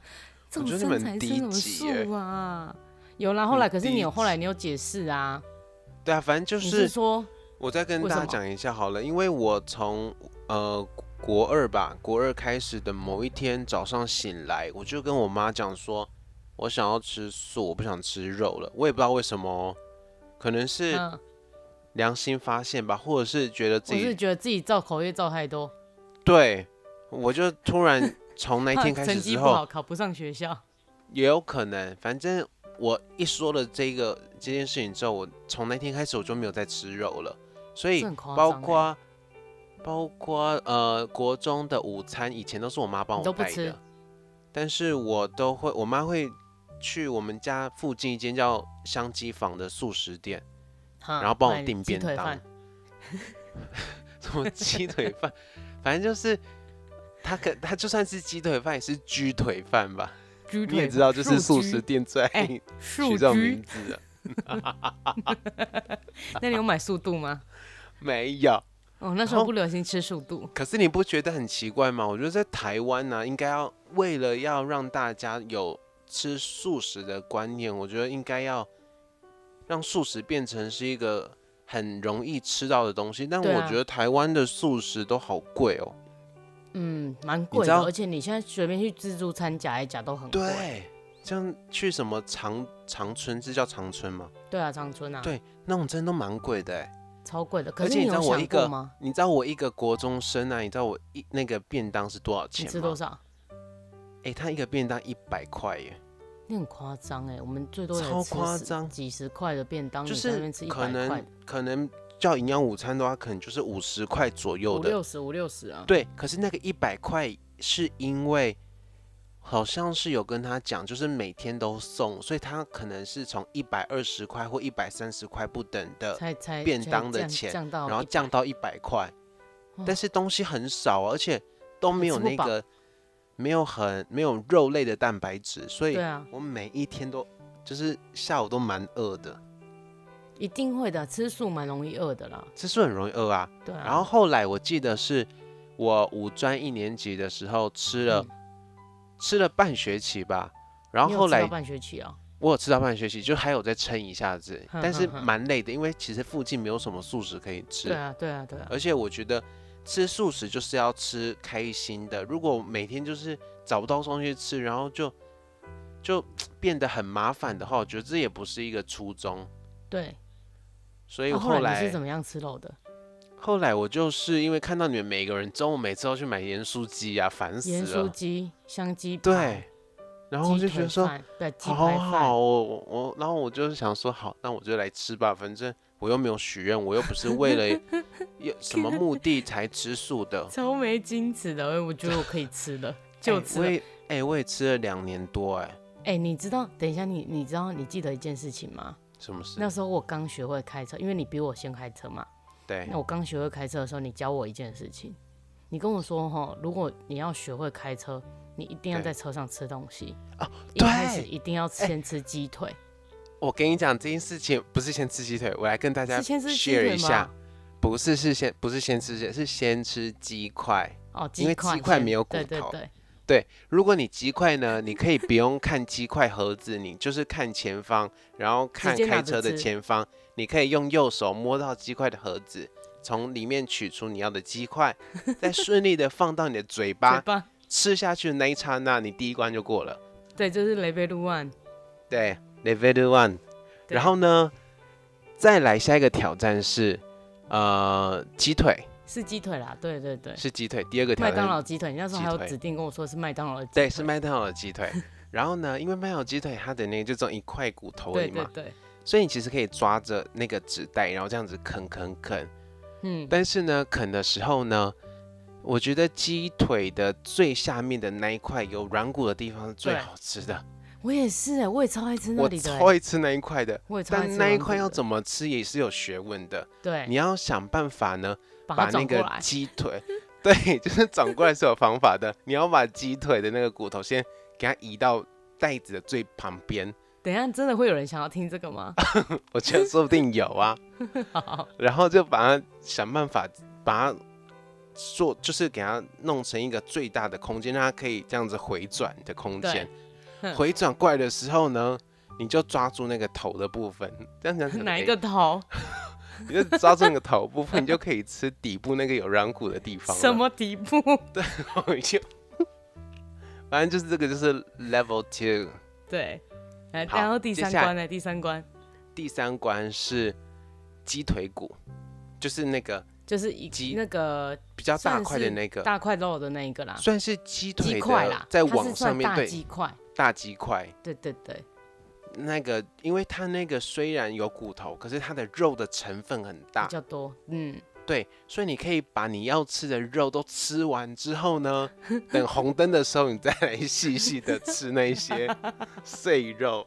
Speaker 2: 这
Speaker 1: 我
Speaker 2: 种
Speaker 1: 觉得你
Speaker 2: 身
Speaker 1: 们
Speaker 2: 材
Speaker 1: 低
Speaker 2: 吃什么
Speaker 1: 级耶
Speaker 2: 素啊？有啦，后来
Speaker 1: 很
Speaker 2: 可是你
Speaker 1: 低
Speaker 2: 有后来
Speaker 1: 级
Speaker 2: 你有解释啊，
Speaker 1: 对啊，反正就
Speaker 2: 你是
Speaker 1: 是
Speaker 2: 说
Speaker 1: 我再跟
Speaker 2: 为
Speaker 1: 大
Speaker 2: 什
Speaker 1: 家
Speaker 2: 么
Speaker 1: 讲一下好了，因为我从呃国二吧，国二开始的某一天早上醒来，我就跟我妈讲说，我想要吃素，我不想吃肉了。我也不知道为什么哦，可能是
Speaker 2: 嗯，
Speaker 1: 良心发现吧，或者是觉得自
Speaker 2: 我是
Speaker 1: 己
Speaker 2: 觉得自己造口业造太多，
Speaker 1: 对，我就突
Speaker 2: *laughs*
Speaker 1: 然从那一
Speaker 2: 怕
Speaker 1: 天开始
Speaker 2: 成绩
Speaker 1: 之
Speaker 2: 不
Speaker 1: 后，
Speaker 2: 好考不上学校，
Speaker 1: 也有可能，反正我一说了这个这件事情之后，我从那天开始我就没有再吃肉了，所以
Speaker 2: 这很夸张
Speaker 1: 包
Speaker 2: 欸
Speaker 1: 括包括呃国中的午餐，以前都是我妈帮
Speaker 2: 你
Speaker 1: 我
Speaker 2: 都不
Speaker 1: 带
Speaker 2: 吃
Speaker 1: 的，但是我都会，我妈会去我们家附近一间叫香鸡坊的素食店，
Speaker 2: 哈
Speaker 1: 然后帮我
Speaker 2: 嗯买
Speaker 1: 订
Speaker 2: 鸡
Speaker 1: 便
Speaker 2: 腿
Speaker 1: 当
Speaker 2: 饭，
Speaker 1: *laughs* 什么鸡腿饭，反正就是他可他就算是鸡腿饭也是鸡腿饭吧，
Speaker 2: 鸡
Speaker 1: 你也
Speaker 2: 腿
Speaker 1: 知道这是
Speaker 2: 树
Speaker 1: 素
Speaker 2: 鸡
Speaker 1: 食店最爱
Speaker 2: 哎
Speaker 1: 取
Speaker 2: 树
Speaker 1: 这种名
Speaker 2: 居，
Speaker 1: 字的，
Speaker 2: 那你有买速度吗？
Speaker 1: 没有。
Speaker 2: 哦，那时
Speaker 1: 然
Speaker 2: 候
Speaker 1: 后
Speaker 2: 不流行吃速度，
Speaker 1: 可是你不觉得很奇怪吗？我觉得在台湾呢、应该要为了要让大家有吃素食的观念，我觉得应该要让素食变成是一个很容易吃到的东西。但
Speaker 2: 对
Speaker 1: 我
Speaker 2: 啊
Speaker 1: 觉得台湾的素食都好贵哦。
Speaker 2: 嗯，蛮
Speaker 1: 你
Speaker 2: 贵
Speaker 1: 知
Speaker 2: 的，
Speaker 1: 道
Speaker 2: 而且你现在随便去自助餐夹一夹都很贵。
Speaker 1: 对，像去什么长长春，这叫长春吗？
Speaker 2: 对啊，长春啊，
Speaker 1: 对那种真的都蛮贵的哎。
Speaker 2: 超贵的。可
Speaker 1: 而
Speaker 2: 是
Speaker 1: 且你知
Speaker 2: 有
Speaker 1: 道我一
Speaker 2: 想过
Speaker 1: 个
Speaker 2: 吗？
Speaker 1: 你知道我一个国中生啊，你知道我一那个便当是多少
Speaker 2: 你
Speaker 1: 钱
Speaker 2: 吃多
Speaker 1: 吗？
Speaker 2: 少？
Speaker 1: 哎、他一个便当一百块耶。
Speaker 2: 你很夸张哎，我们最多也
Speaker 1: 超
Speaker 2: 吃十
Speaker 1: 夸张
Speaker 2: 几十块的便当，
Speaker 1: 就
Speaker 2: 你在那
Speaker 1: 是
Speaker 2: 边吃一
Speaker 1: 可
Speaker 2: 百块
Speaker 1: 能
Speaker 2: 的，
Speaker 1: 可能叫营养午餐的话，可能就是五十块左右
Speaker 2: 五
Speaker 1: 的。
Speaker 2: 六十五六十啊。
Speaker 1: 对，可是那个一百块是因为好像是有跟他讲，就是每天都送，所以他可能是从一百二十块或一百三十块不等的，
Speaker 2: 才才
Speaker 1: 便
Speaker 2: 才
Speaker 1: 当的
Speaker 2: 降
Speaker 1: 钱
Speaker 2: 降到
Speaker 1: 然后
Speaker 2: 一
Speaker 1: 降到一百块
Speaker 2: 哇，
Speaker 1: 但是东西很少啊，而且都没有
Speaker 2: 吃不
Speaker 1: 那
Speaker 2: 饱
Speaker 1: 个没有很没有肉类的蛋白质，所以
Speaker 2: 对啊，
Speaker 1: 我每一天都就是下午都蛮饿的，
Speaker 2: 一定会的，吃素蛮容易饿的啦。
Speaker 1: 这是很容易饿啊。
Speaker 2: 对啊，
Speaker 1: 然后后来我记得是我五专一年级的时候吃
Speaker 2: 嗯
Speaker 1: 了、吃了半学期吧，然后
Speaker 2: 你有
Speaker 1: 后
Speaker 2: 吃
Speaker 1: 来
Speaker 2: 到半学期啊，
Speaker 1: 我有吃到半学期，就还有再撑一下子，
Speaker 2: 哼
Speaker 1: 但是
Speaker 2: 哼哼
Speaker 1: 蛮累的，因为其实附近没有什么素食可以吃，
Speaker 2: 对啊对啊对啊，
Speaker 1: 而且我觉得吃素食就是要吃开心的，如果每天就是找不到东西吃，然后就就变得很麻烦的话，我觉得这也不是一个初衷，
Speaker 2: 对。
Speaker 1: 所以
Speaker 2: 那
Speaker 1: 后
Speaker 2: 哦来
Speaker 1: 来
Speaker 2: 你是怎么样吃肉的？
Speaker 1: 后来我就是因为看到你们每个人中午每次都去买盐酥鸡啊，烦死
Speaker 2: 盐酥
Speaker 1: 了。
Speaker 2: 鸡、香鸡排
Speaker 1: 对，然后我就
Speaker 2: 鸡
Speaker 1: 觉得
Speaker 2: 腿
Speaker 1: 说，
Speaker 2: 饭，对，鸡
Speaker 1: 好
Speaker 2: 排饭
Speaker 1: 好哦，我我，然后我就是想说，好，那我就来吃吧，反正我又没有许愿，我又不是为
Speaker 2: *laughs*
Speaker 1: 了有什么目的才吃素的。
Speaker 2: 超没矜持的，我觉得我可以吃了，
Speaker 1: 哎
Speaker 2: *laughs* 就吃
Speaker 1: 我
Speaker 2: 了。
Speaker 1: 也哎、我也吃了两年多，哎，
Speaker 2: 哎、你知道？等一下你，你知道你记得一件事情吗？
Speaker 1: 什么事
Speaker 2: 那？时候我刚学会开车，因为你比我先开车嘛。
Speaker 1: 对
Speaker 2: 那我刚学会开车的时候，你教我一件事情，你跟我说哈，如果你要学会开车，你一定要
Speaker 1: 对
Speaker 2: 在车上吃东西。
Speaker 1: 哦，
Speaker 2: 一开始
Speaker 1: 对
Speaker 2: 一定要先吃鸡腿，
Speaker 1: 我跟你讲这件事情，不是先吃鸡腿，我来跟大家
Speaker 2: 是先吃鸡
Speaker 1: share
Speaker 2: 腿
Speaker 1: 一下
Speaker 2: 吗，？
Speaker 1: 不是是先不是先吃蟹，是先吃鸡块。
Speaker 2: 哦，
Speaker 1: 因为鸡块
Speaker 2: 先
Speaker 1: 没有骨
Speaker 2: 对对
Speaker 1: 头
Speaker 2: 对，
Speaker 1: 如果你鸡块呢，你可以不用看鸡块盒子，你 *laughs* 就是看前方，然后看
Speaker 2: 接拿
Speaker 1: 开
Speaker 2: 着
Speaker 1: 车的
Speaker 2: 吃
Speaker 1: 前方，你可以用右手摸到鸡块的盒子，从里面取出你要的鸡
Speaker 2: *laughs*
Speaker 1: 块，再顺利的放到你的嘴
Speaker 2: 嘴
Speaker 1: 巴，
Speaker 2: 巴，
Speaker 1: 吃下去的那一刹那，你第一关就过了。
Speaker 2: 对，这是雷贝鲁万。
Speaker 1: 对，level one。
Speaker 2: 对
Speaker 1: 然后呢，再来下一个挑战是，呃，鸡腿
Speaker 2: 是鸡腿啦，对对对，
Speaker 1: 是鸡腿，第二个挑
Speaker 2: 麦当
Speaker 1: 战
Speaker 2: 劳鸡腿，你那时候还有
Speaker 1: 鸡腿
Speaker 2: 指定跟我说是麦当劳的鸡
Speaker 1: 对
Speaker 2: 腿，
Speaker 1: 是麦当劳的鸡腿。然后呢，因为麦当劳鸡腿它的那个就只有一块骨头而
Speaker 2: 对
Speaker 1: 已嘛
Speaker 2: 对，对，
Speaker 1: 所以你其实可以抓着那个纸袋，然后这样子啃啃啃。
Speaker 2: 嗯，
Speaker 1: 但是呢，啃的时候呢，我觉得鸡腿的最下面的那一块有软骨的地方是最
Speaker 2: 对
Speaker 1: 好吃的，
Speaker 2: 我也是哎，我也超爱吃那
Speaker 1: 我
Speaker 2: 里的欸，
Speaker 1: 超爱吃那一块的。
Speaker 2: 我也超爱
Speaker 1: 但
Speaker 2: 吃
Speaker 1: 那一
Speaker 2: 芒
Speaker 1: 块
Speaker 2: 果
Speaker 1: 要
Speaker 2: 的
Speaker 1: 怎么吃也是有学问的，
Speaker 2: 对，
Speaker 1: 你要想办法呢，
Speaker 2: 把
Speaker 1: 把
Speaker 2: 它
Speaker 1: 那
Speaker 2: 转过
Speaker 1: 个
Speaker 2: 来，
Speaker 1: 鸡腿，对， *laughs* 就是转过来是有方法的。你要把鸡腿的那个骨头先给它移到袋子的最旁边，
Speaker 2: 等一下真的会有人想要听这个
Speaker 1: *laughs*
Speaker 2: 吗？
Speaker 1: 我觉得说不定有啊。 *laughs*
Speaker 2: 好，
Speaker 1: 然后就把它想办法把它做，就是给它弄成一个最大的空间，让它可以这样子回转的空间。
Speaker 2: 对嗯
Speaker 1: 回转过来的时候呢，你就抓住那个头的部分，这样讲可能
Speaker 2: *laughs* 哪一
Speaker 1: 诶
Speaker 2: 个头？
Speaker 1: 你就抓住那个头部分，你就可以吃底部那个有软骨的地方了。
Speaker 2: 什么底部？ *laughs*
Speaker 1: 我就？反正就是这个，就是 level two。
Speaker 2: 对，来，
Speaker 1: 好
Speaker 2: 然后第
Speaker 1: 接
Speaker 2: 三
Speaker 1: 下来
Speaker 2: 关呢？欸第三关
Speaker 1: 第三关是鸡腿骨，就是那个
Speaker 2: 就是一
Speaker 1: 鸡
Speaker 2: 那个
Speaker 1: 比较大
Speaker 2: 算
Speaker 1: 块的
Speaker 2: 是
Speaker 1: 那个，
Speaker 2: 大块肉的那一个啦，
Speaker 1: 算是鸡
Speaker 2: 啊鸡
Speaker 1: 腿
Speaker 2: 块
Speaker 1: 的
Speaker 2: 啦，，
Speaker 1: 在
Speaker 2: 它是
Speaker 1: 网
Speaker 2: 算
Speaker 1: 上面
Speaker 2: 大
Speaker 1: 对
Speaker 2: 鸡块，
Speaker 1: 大鸡块
Speaker 2: 对对对，
Speaker 1: 那个，因为它那个虽然有骨头，可是它的肉的成分很
Speaker 2: 比
Speaker 1: 大，
Speaker 2: 较多，嗯，
Speaker 1: 对，所以你可以把你要吃的肉都吃完之后
Speaker 2: *laughs*
Speaker 1: 呢，等红灯的时候你再来细细的吃那一
Speaker 2: *laughs*
Speaker 1: 些碎肉，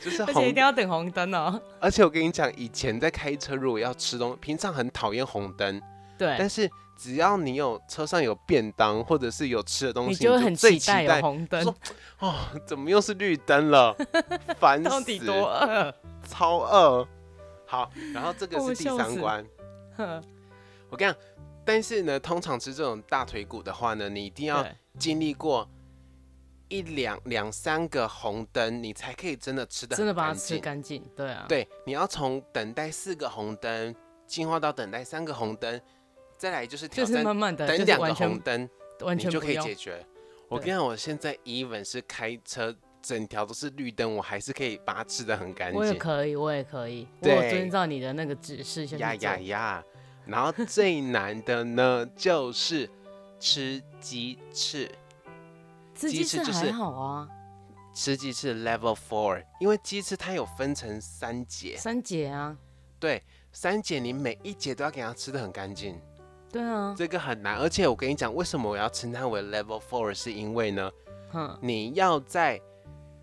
Speaker 1: 就是
Speaker 2: 而且一
Speaker 1: 红
Speaker 2: 定要等红灯哦，
Speaker 1: 而且我跟你讲，以前在开车，如果要吃东平常很讨厌红灯，但
Speaker 2: 对，
Speaker 1: 是只要你有车上有便当，或者是有吃的东西，
Speaker 2: 你
Speaker 1: 你
Speaker 2: 就会很
Speaker 1: 最
Speaker 2: 期
Speaker 1: 期
Speaker 2: 待有红灯，
Speaker 1: 说怎么又是绿灯
Speaker 2: *laughs*
Speaker 1: 了？烦死！
Speaker 2: 到底多饿？
Speaker 1: 超饿。好，然后这个
Speaker 2: 我
Speaker 1: 是第
Speaker 2: 哦笑
Speaker 1: 三
Speaker 2: 死
Speaker 1: 关。
Speaker 2: 呵
Speaker 1: 我跟你讲，但是呢，通常吃这种大腿骨的话呢，你一
Speaker 2: *laughs*
Speaker 1: 定要
Speaker 2: 对，
Speaker 1: 经历过一两两三个红灯，你才可以真的吃的
Speaker 2: 真的把它吃干净，对啊，
Speaker 1: 对，你要从等待四个红灯进化到等待三个红灯，再来就是挑
Speaker 2: 就是
Speaker 1: 战
Speaker 2: 慢慢的，
Speaker 1: 等
Speaker 2: 就是
Speaker 1: 两
Speaker 2: 完
Speaker 1: 个红
Speaker 2: 全
Speaker 1: 灯，
Speaker 2: 完
Speaker 1: 你
Speaker 2: 全
Speaker 1: 就
Speaker 2: 不
Speaker 1: 可以
Speaker 2: 用
Speaker 1: 解，决。我
Speaker 2: 对
Speaker 1: 跟你讲，我现在 even 是开车，整条都是绿灯，我还是可以把它吃的很干
Speaker 2: 我也
Speaker 1: 净。
Speaker 2: 可以，我也可以，我
Speaker 1: 对
Speaker 2: 有遵照你的那个指示下
Speaker 1: 呀
Speaker 2: 去
Speaker 1: 呀
Speaker 2: 做，
Speaker 1: 呀！然后最难的呢，就是吃鸡翅。
Speaker 2: 吃
Speaker 1: 鸡
Speaker 2: 鸡
Speaker 1: 翅
Speaker 2: 翅
Speaker 1: 就是
Speaker 2: 还好啊，
Speaker 1: 吃鸡翅 level four，因为鸡翅它有分成三节，
Speaker 2: 三姐啊，
Speaker 1: 对，三节你每一节都要给它吃的很干净，
Speaker 2: 对啊，
Speaker 1: 这个很难。而且我跟你讲，为什么我要称它为 level four，是因为呢，
Speaker 2: 哼，
Speaker 1: 你要在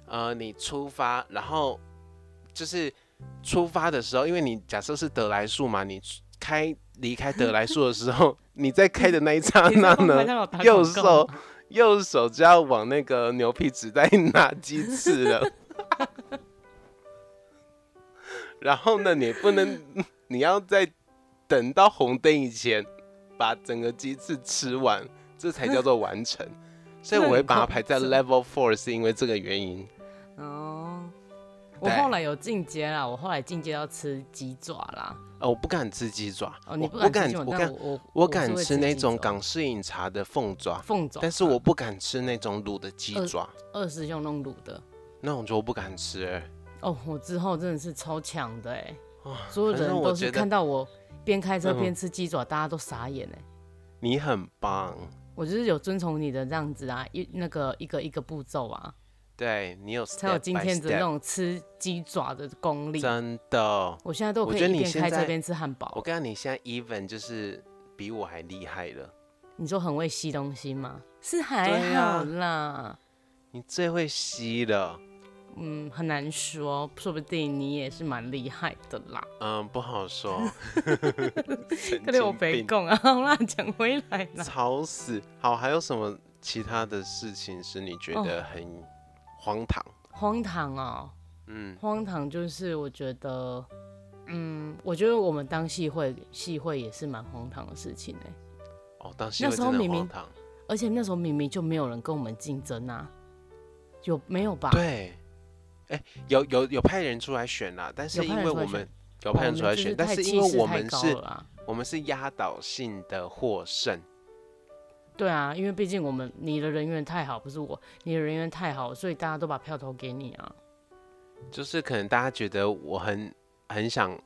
Speaker 1: 呃你出发，然后就是出发的时候，因为你假设是德莱树嘛，你出开离开德莱树的时 *laughs* 候，你在开的 *laughs* 那一刹那呢， *laughs* 右手右手就要往那个牛皮纸袋 *laughs* 拿鸡翅了。然后呢，你不能， *laughs* 你要在等到红灯以前把整个鸡翅吃完，这才叫做完成。所以我会把它排在
Speaker 2: 那
Speaker 1: level four，是因为这个原因。
Speaker 2: 哦，
Speaker 1: *laughs*
Speaker 2: 我
Speaker 1: 对
Speaker 2: 后来有进阶啦，我后来进阶要吃鸡爪啦。
Speaker 1: 哦，我不敢吃鸡爪，
Speaker 2: 哦，
Speaker 1: 我
Speaker 2: 你不
Speaker 1: 我
Speaker 2: 敢
Speaker 1: 敢
Speaker 2: 吃鸡爪，
Speaker 1: 我
Speaker 2: 但
Speaker 1: 敢
Speaker 2: 我我
Speaker 1: 我
Speaker 2: 是
Speaker 1: 敢
Speaker 2: 会
Speaker 1: 吃那种
Speaker 2: 鸡爪
Speaker 1: 港式饮茶的凤爪，
Speaker 2: 凤爪，
Speaker 1: 但是我不敢吃那种卤的鸡
Speaker 2: 呃
Speaker 1: 爪，
Speaker 2: 二师兄弄卤的。
Speaker 1: 那种就我不敢吃欸。
Speaker 2: 哦，我之后真的是超强的哎
Speaker 1: 哇，
Speaker 2: 所有
Speaker 1: 啊反
Speaker 2: 人
Speaker 1: 正我
Speaker 2: 都
Speaker 1: 觉
Speaker 2: 是
Speaker 1: 得
Speaker 2: 看到我边开车
Speaker 1: 嗯
Speaker 2: 边吃鸡爪，大家都傻眼哎。
Speaker 1: 你很棒，
Speaker 2: 我就是有遵从你的这样子啊，一那个一个一个步骤啊，
Speaker 1: 对你有
Speaker 2: 才有
Speaker 1: step
Speaker 2: 今
Speaker 1: by
Speaker 2: 天的那
Speaker 1: step
Speaker 2: 种吃鸡爪的功力。
Speaker 1: 真的。
Speaker 2: 我现在都
Speaker 1: 我
Speaker 2: 可以
Speaker 1: 觉得
Speaker 2: 一
Speaker 1: 你
Speaker 2: 边
Speaker 1: 现
Speaker 2: 开车
Speaker 1: 在
Speaker 2: 边吃汉堡
Speaker 1: 我。跟你讲，你现在 even 就是比我还厉害了，
Speaker 2: 你说很会吸东西吗？是
Speaker 1: 对
Speaker 2: 还
Speaker 1: 啊
Speaker 2: 好啦，
Speaker 1: 你最会吸了。
Speaker 2: 嗯，很难说，说不定你也是蛮厉害的啦。
Speaker 1: 嗯，不好说。神
Speaker 2: *laughs* 可能我
Speaker 1: 经
Speaker 2: 北
Speaker 1: 病
Speaker 2: 贡啊，好啦，讲回来啦，
Speaker 1: 吵死。好，还有什么其他的事情是你觉
Speaker 2: 哦
Speaker 1: 得很荒唐？
Speaker 2: 荒唐哦，
Speaker 1: 嗯，
Speaker 2: 荒唐就是我觉得嗯，我觉得我们当戏会戏会也是蛮荒唐的事情哎、
Speaker 1: 哦，当时会
Speaker 2: 那时
Speaker 1: 真
Speaker 2: 候
Speaker 1: 的很
Speaker 2: 明明
Speaker 1: 荒唐。
Speaker 2: 而且那时候明明就没有人跟我们竞争啊，有没有吧？
Speaker 1: 对，哎，有有有派人出来选啦，但是
Speaker 2: 有派
Speaker 1: 因为
Speaker 2: 人出来
Speaker 1: 我
Speaker 2: 选
Speaker 1: 们有
Speaker 2: 哦，
Speaker 1: 派人出来
Speaker 2: 就
Speaker 1: 选，
Speaker 2: 是
Speaker 1: 但
Speaker 2: 太
Speaker 1: 是
Speaker 2: 气
Speaker 1: 因为
Speaker 2: 势
Speaker 1: 我
Speaker 2: 太
Speaker 1: 们
Speaker 2: 高
Speaker 1: 是
Speaker 2: 了啊
Speaker 1: 我们是压倒性的获胜，
Speaker 2: 对啊，因为毕竟我们你的人缘太好，不是我，你的人缘太好，所以大家都把票投给你啊。
Speaker 1: 就是可能大家觉得我很很想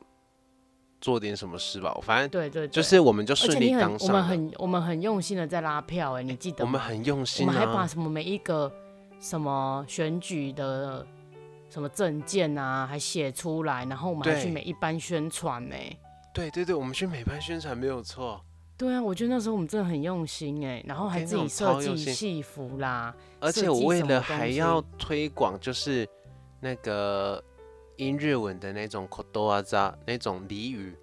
Speaker 1: 做点什么事吧，反正
Speaker 2: 对对对，
Speaker 1: 就是我们就
Speaker 2: 而且
Speaker 1: 顺利
Speaker 2: 你很
Speaker 1: 当，
Speaker 2: 我
Speaker 1: 上
Speaker 2: 们
Speaker 1: 了。
Speaker 2: 很我们很用心的在拉票哎、你记得
Speaker 1: 我
Speaker 2: 吗？
Speaker 1: 们很用
Speaker 2: 我
Speaker 1: 心
Speaker 2: 们还把
Speaker 1: 啊，
Speaker 2: 什么每一个什么选举的什么证件啊，还写出来，然后我们还去
Speaker 1: 对
Speaker 2: 每一班宣传欸呢、
Speaker 1: 对对对，我们去美拍宣传没有错，
Speaker 2: 对啊，我觉得那时候我们真的很用心哎、然后还
Speaker 1: 跟
Speaker 2: 自
Speaker 1: 那
Speaker 2: 己
Speaker 1: 种
Speaker 2: 设
Speaker 1: 超
Speaker 2: 计
Speaker 1: 用心
Speaker 2: 戏服啦，
Speaker 1: 而
Speaker 2: 设
Speaker 1: 且我
Speaker 2: 计
Speaker 1: 为
Speaker 2: 什
Speaker 1: 了
Speaker 2: 么
Speaker 1: 还
Speaker 2: 东
Speaker 1: 要
Speaker 2: 西
Speaker 1: 推广，就是那个音日文的那种 k o d o a z a 那种俚语，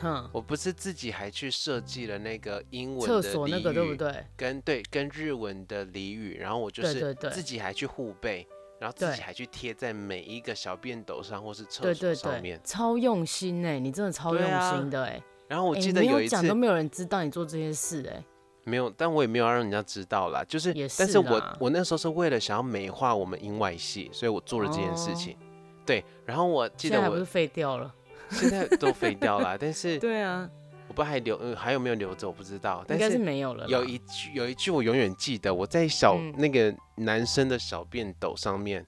Speaker 2: 哼，
Speaker 1: 我不是自己还去设计了那个英文
Speaker 2: 嗯厕
Speaker 1: 的
Speaker 2: 所
Speaker 1: 俚
Speaker 2: 那个
Speaker 1: 语
Speaker 2: 对不对？
Speaker 1: 跟对跟日文的俚语，然后我就
Speaker 2: 对
Speaker 1: 是
Speaker 2: 对对
Speaker 1: 自己还去互背，然后自
Speaker 2: 对
Speaker 1: 己还去贴在每一个小便斗上或是厕
Speaker 2: 对
Speaker 1: 所
Speaker 2: 对
Speaker 1: 上
Speaker 2: 对
Speaker 1: 面，。
Speaker 2: 超用心哎、你真的超
Speaker 1: 对
Speaker 2: 用
Speaker 1: 啊
Speaker 2: 心的哎、
Speaker 1: 然后我
Speaker 2: 哎
Speaker 1: 记
Speaker 2: 你
Speaker 1: 得
Speaker 2: 没
Speaker 1: 有
Speaker 2: 有
Speaker 1: 一
Speaker 2: 讲
Speaker 1: 次
Speaker 2: 都没有人知道你做这些事哎、
Speaker 1: 没有，但我也没有要让人家知道啦。就是，
Speaker 2: 也
Speaker 1: 但
Speaker 2: 是
Speaker 1: 是我
Speaker 2: 啦
Speaker 1: 我那时候是为了想要美化我们英外系，所以我做了这件事
Speaker 2: 哦
Speaker 1: 情。对，然后我记
Speaker 2: 现
Speaker 1: 得
Speaker 2: 在还不是
Speaker 1: 我
Speaker 2: 废掉了？
Speaker 1: 现在都废掉
Speaker 2: *laughs*
Speaker 1: 了，但是
Speaker 2: 对啊，
Speaker 1: 我不知道还留、呃还有没有留着，我不知道。
Speaker 2: 应
Speaker 1: 但
Speaker 2: 该是
Speaker 1: 是
Speaker 2: 没有了啦。
Speaker 1: 有一句有一句我永远记得，我在小、
Speaker 2: 嗯
Speaker 1: 那个男生的小便斗上面，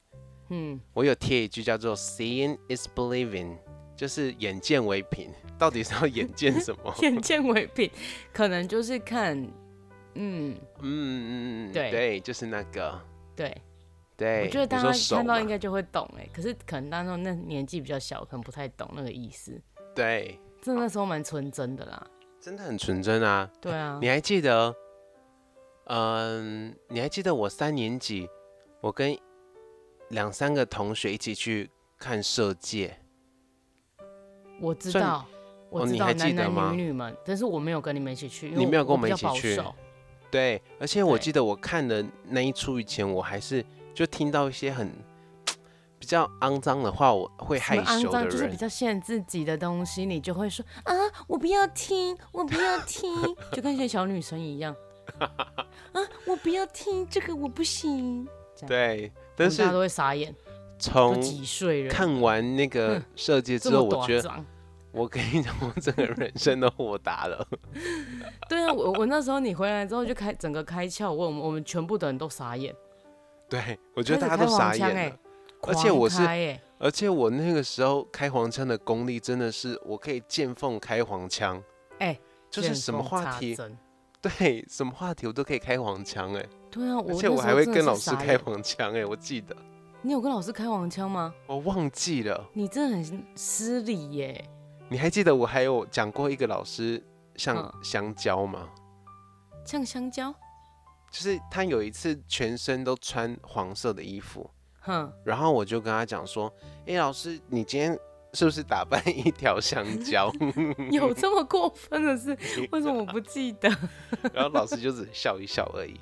Speaker 2: 嗯，
Speaker 1: 我有贴一句叫做 “Seeing is believing”，就是眼见为凭。到底是要眼见什
Speaker 2: *laughs*
Speaker 1: 么？
Speaker 2: *laughs* 眼见为凭，可能就是看，
Speaker 1: 嗯
Speaker 2: 嗯，
Speaker 1: 嗯嗯嗯，
Speaker 2: 对
Speaker 1: 对，就是那个。
Speaker 2: 对，
Speaker 1: 对，
Speaker 2: 我觉得大
Speaker 1: 哎你说
Speaker 2: 家
Speaker 1: 手
Speaker 2: 看到
Speaker 1: 嘛
Speaker 2: 应该就会懂哎、可是可能当中那年纪比较小，可能不太懂那个意思。
Speaker 1: 对。
Speaker 2: 真的那时候蛮纯真的啦，
Speaker 1: 真的很纯真啊！
Speaker 2: 对啊
Speaker 1: 你，还记得？嗯，你还记得我三年级，我跟两三个同学一起去看社界，
Speaker 2: 我知
Speaker 1: 算
Speaker 2: 道，我
Speaker 1: 哦
Speaker 2: 知
Speaker 1: 你
Speaker 2: 道
Speaker 1: 还记
Speaker 2: 男
Speaker 1: 得
Speaker 2: 男
Speaker 1: 吗
Speaker 2: 女女们，但是我没有跟你们一起去，因为
Speaker 1: 你没有
Speaker 2: 我
Speaker 1: 跟我们
Speaker 2: 比较
Speaker 1: 一起
Speaker 2: 保
Speaker 1: 去
Speaker 2: 守
Speaker 1: 对，而且我
Speaker 2: 对
Speaker 1: 记得我看的那一出以前，我还是就听到一些很比较肮脏的话，我会
Speaker 2: 什么
Speaker 1: 害羞的
Speaker 2: 肮脏就是
Speaker 1: 人
Speaker 2: 比。较限制自己的东西，你就会说啊，我不要听，我不要听，就跟一些小女生一样，啊，我不要听这个，我不行，
Speaker 1: 对，
Speaker 2: 他
Speaker 1: 但是
Speaker 2: 们大家都会傻眼，都
Speaker 1: 从
Speaker 2: 几岁人，
Speaker 1: 看完那个
Speaker 2: 哼
Speaker 1: 设计
Speaker 2: 这
Speaker 1: 之
Speaker 2: 么
Speaker 1: 后，我
Speaker 2: 短
Speaker 1: 觉得
Speaker 2: 长
Speaker 1: 我跟你讲，我整个人生都豁达了。
Speaker 2: 对啊，我我那时候你回来之后就开整个开窍，我我们我们全部的人都傻眼，
Speaker 1: 对，我
Speaker 2: 我
Speaker 1: 觉得大家都傻眼了。
Speaker 2: 哎，
Speaker 1: 而且我是
Speaker 2: 狂开欸
Speaker 1: 而且我那个时候开黄腔的功力真的是，我可以见缝开黄腔，
Speaker 2: 哎
Speaker 1: 就是什么
Speaker 2: 见缝
Speaker 1: 话
Speaker 2: 插
Speaker 1: 题，
Speaker 2: 针
Speaker 1: 对，什么话题我都可以开黄腔哎、
Speaker 2: 对啊，我
Speaker 1: 而且
Speaker 2: 那
Speaker 1: 我
Speaker 2: 时
Speaker 1: 还
Speaker 2: 候
Speaker 1: 会
Speaker 2: 真的
Speaker 1: 跟
Speaker 2: 是
Speaker 1: 老师
Speaker 2: 傻
Speaker 1: 开
Speaker 2: 眼，
Speaker 1: 黄腔哎、我记得，
Speaker 2: 你有跟老师开黄腔吗？
Speaker 1: 我哦忘记了，
Speaker 2: 你真的很失礼耶！
Speaker 1: 你还记得我还有讲过一个老师像
Speaker 2: 嗯
Speaker 1: 香蕉吗？
Speaker 2: 像香蕉，
Speaker 1: 就是他有一次全身都穿黄色的衣服，
Speaker 2: 哼，
Speaker 1: 然后我就跟他讲说，哎、老师，你今天是不是打扮一条香蕉？ *laughs*
Speaker 2: 有这么过分的事？为什么
Speaker 1: 啊
Speaker 2: 我不记得？
Speaker 1: 然后老师就只笑一笑而已。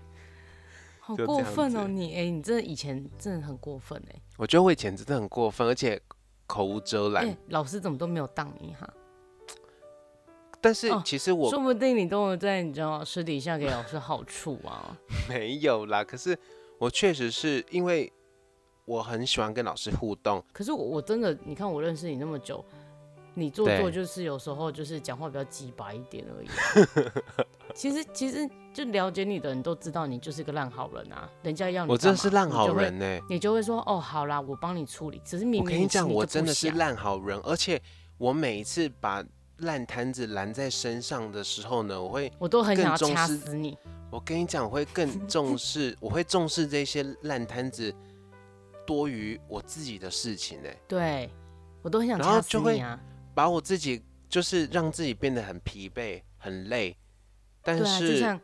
Speaker 2: 好
Speaker 1: 就这
Speaker 2: 过
Speaker 1: 样
Speaker 2: 分哦！
Speaker 1: 子
Speaker 2: 你哎、你真的以前真的很过分哎、
Speaker 1: 我觉得我以前真的很过分，而且口无遮
Speaker 2: 哎、
Speaker 1: 拦。
Speaker 2: 老师怎么都没有当你哈？
Speaker 1: 但是
Speaker 2: 哦
Speaker 1: 其实我
Speaker 2: 说不定你都有在你知道私底下给老师好处
Speaker 1: *laughs*
Speaker 2: 啊。
Speaker 1: *laughs* 没有啦，可是我确实是因为我很喜欢跟老师互动，
Speaker 2: 可是我我真的，你看我认识你那么久，你做作
Speaker 1: 对
Speaker 2: 就是有时候就是讲话比较直白一点
Speaker 1: *laughs*
Speaker 2: 而已。其实其实就了解你的人都知道你就是个烂好人啊，人家要你
Speaker 1: 我真的
Speaker 2: 干
Speaker 1: 是
Speaker 2: 嘛
Speaker 1: 烂好，人呢、
Speaker 2: 你就会你就会说哦好啦，我帮你处理。只是明
Speaker 1: 我
Speaker 2: 明
Speaker 1: 跟你讲，
Speaker 2: 心里
Speaker 1: 我
Speaker 2: 就不
Speaker 1: 真的是
Speaker 2: 想
Speaker 1: 烂好人，而且我每一次把烂摊子拦在身上的时候呢，我会，
Speaker 2: 我都很想
Speaker 1: 更
Speaker 2: 要
Speaker 1: 重
Speaker 2: 掐
Speaker 1: 视
Speaker 2: 死你。
Speaker 1: 我跟你讲，我会
Speaker 2: *laughs*
Speaker 1: 更重视，我会重视这些烂摊子多于我自己的事情呢、
Speaker 2: 对，我都很想
Speaker 1: 然后
Speaker 2: 掐死
Speaker 1: 就会
Speaker 2: 你啊。
Speaker 1: 把我自己就是让自己变得很疲惫、很累，但、
Speaker 2: 对啊，就是像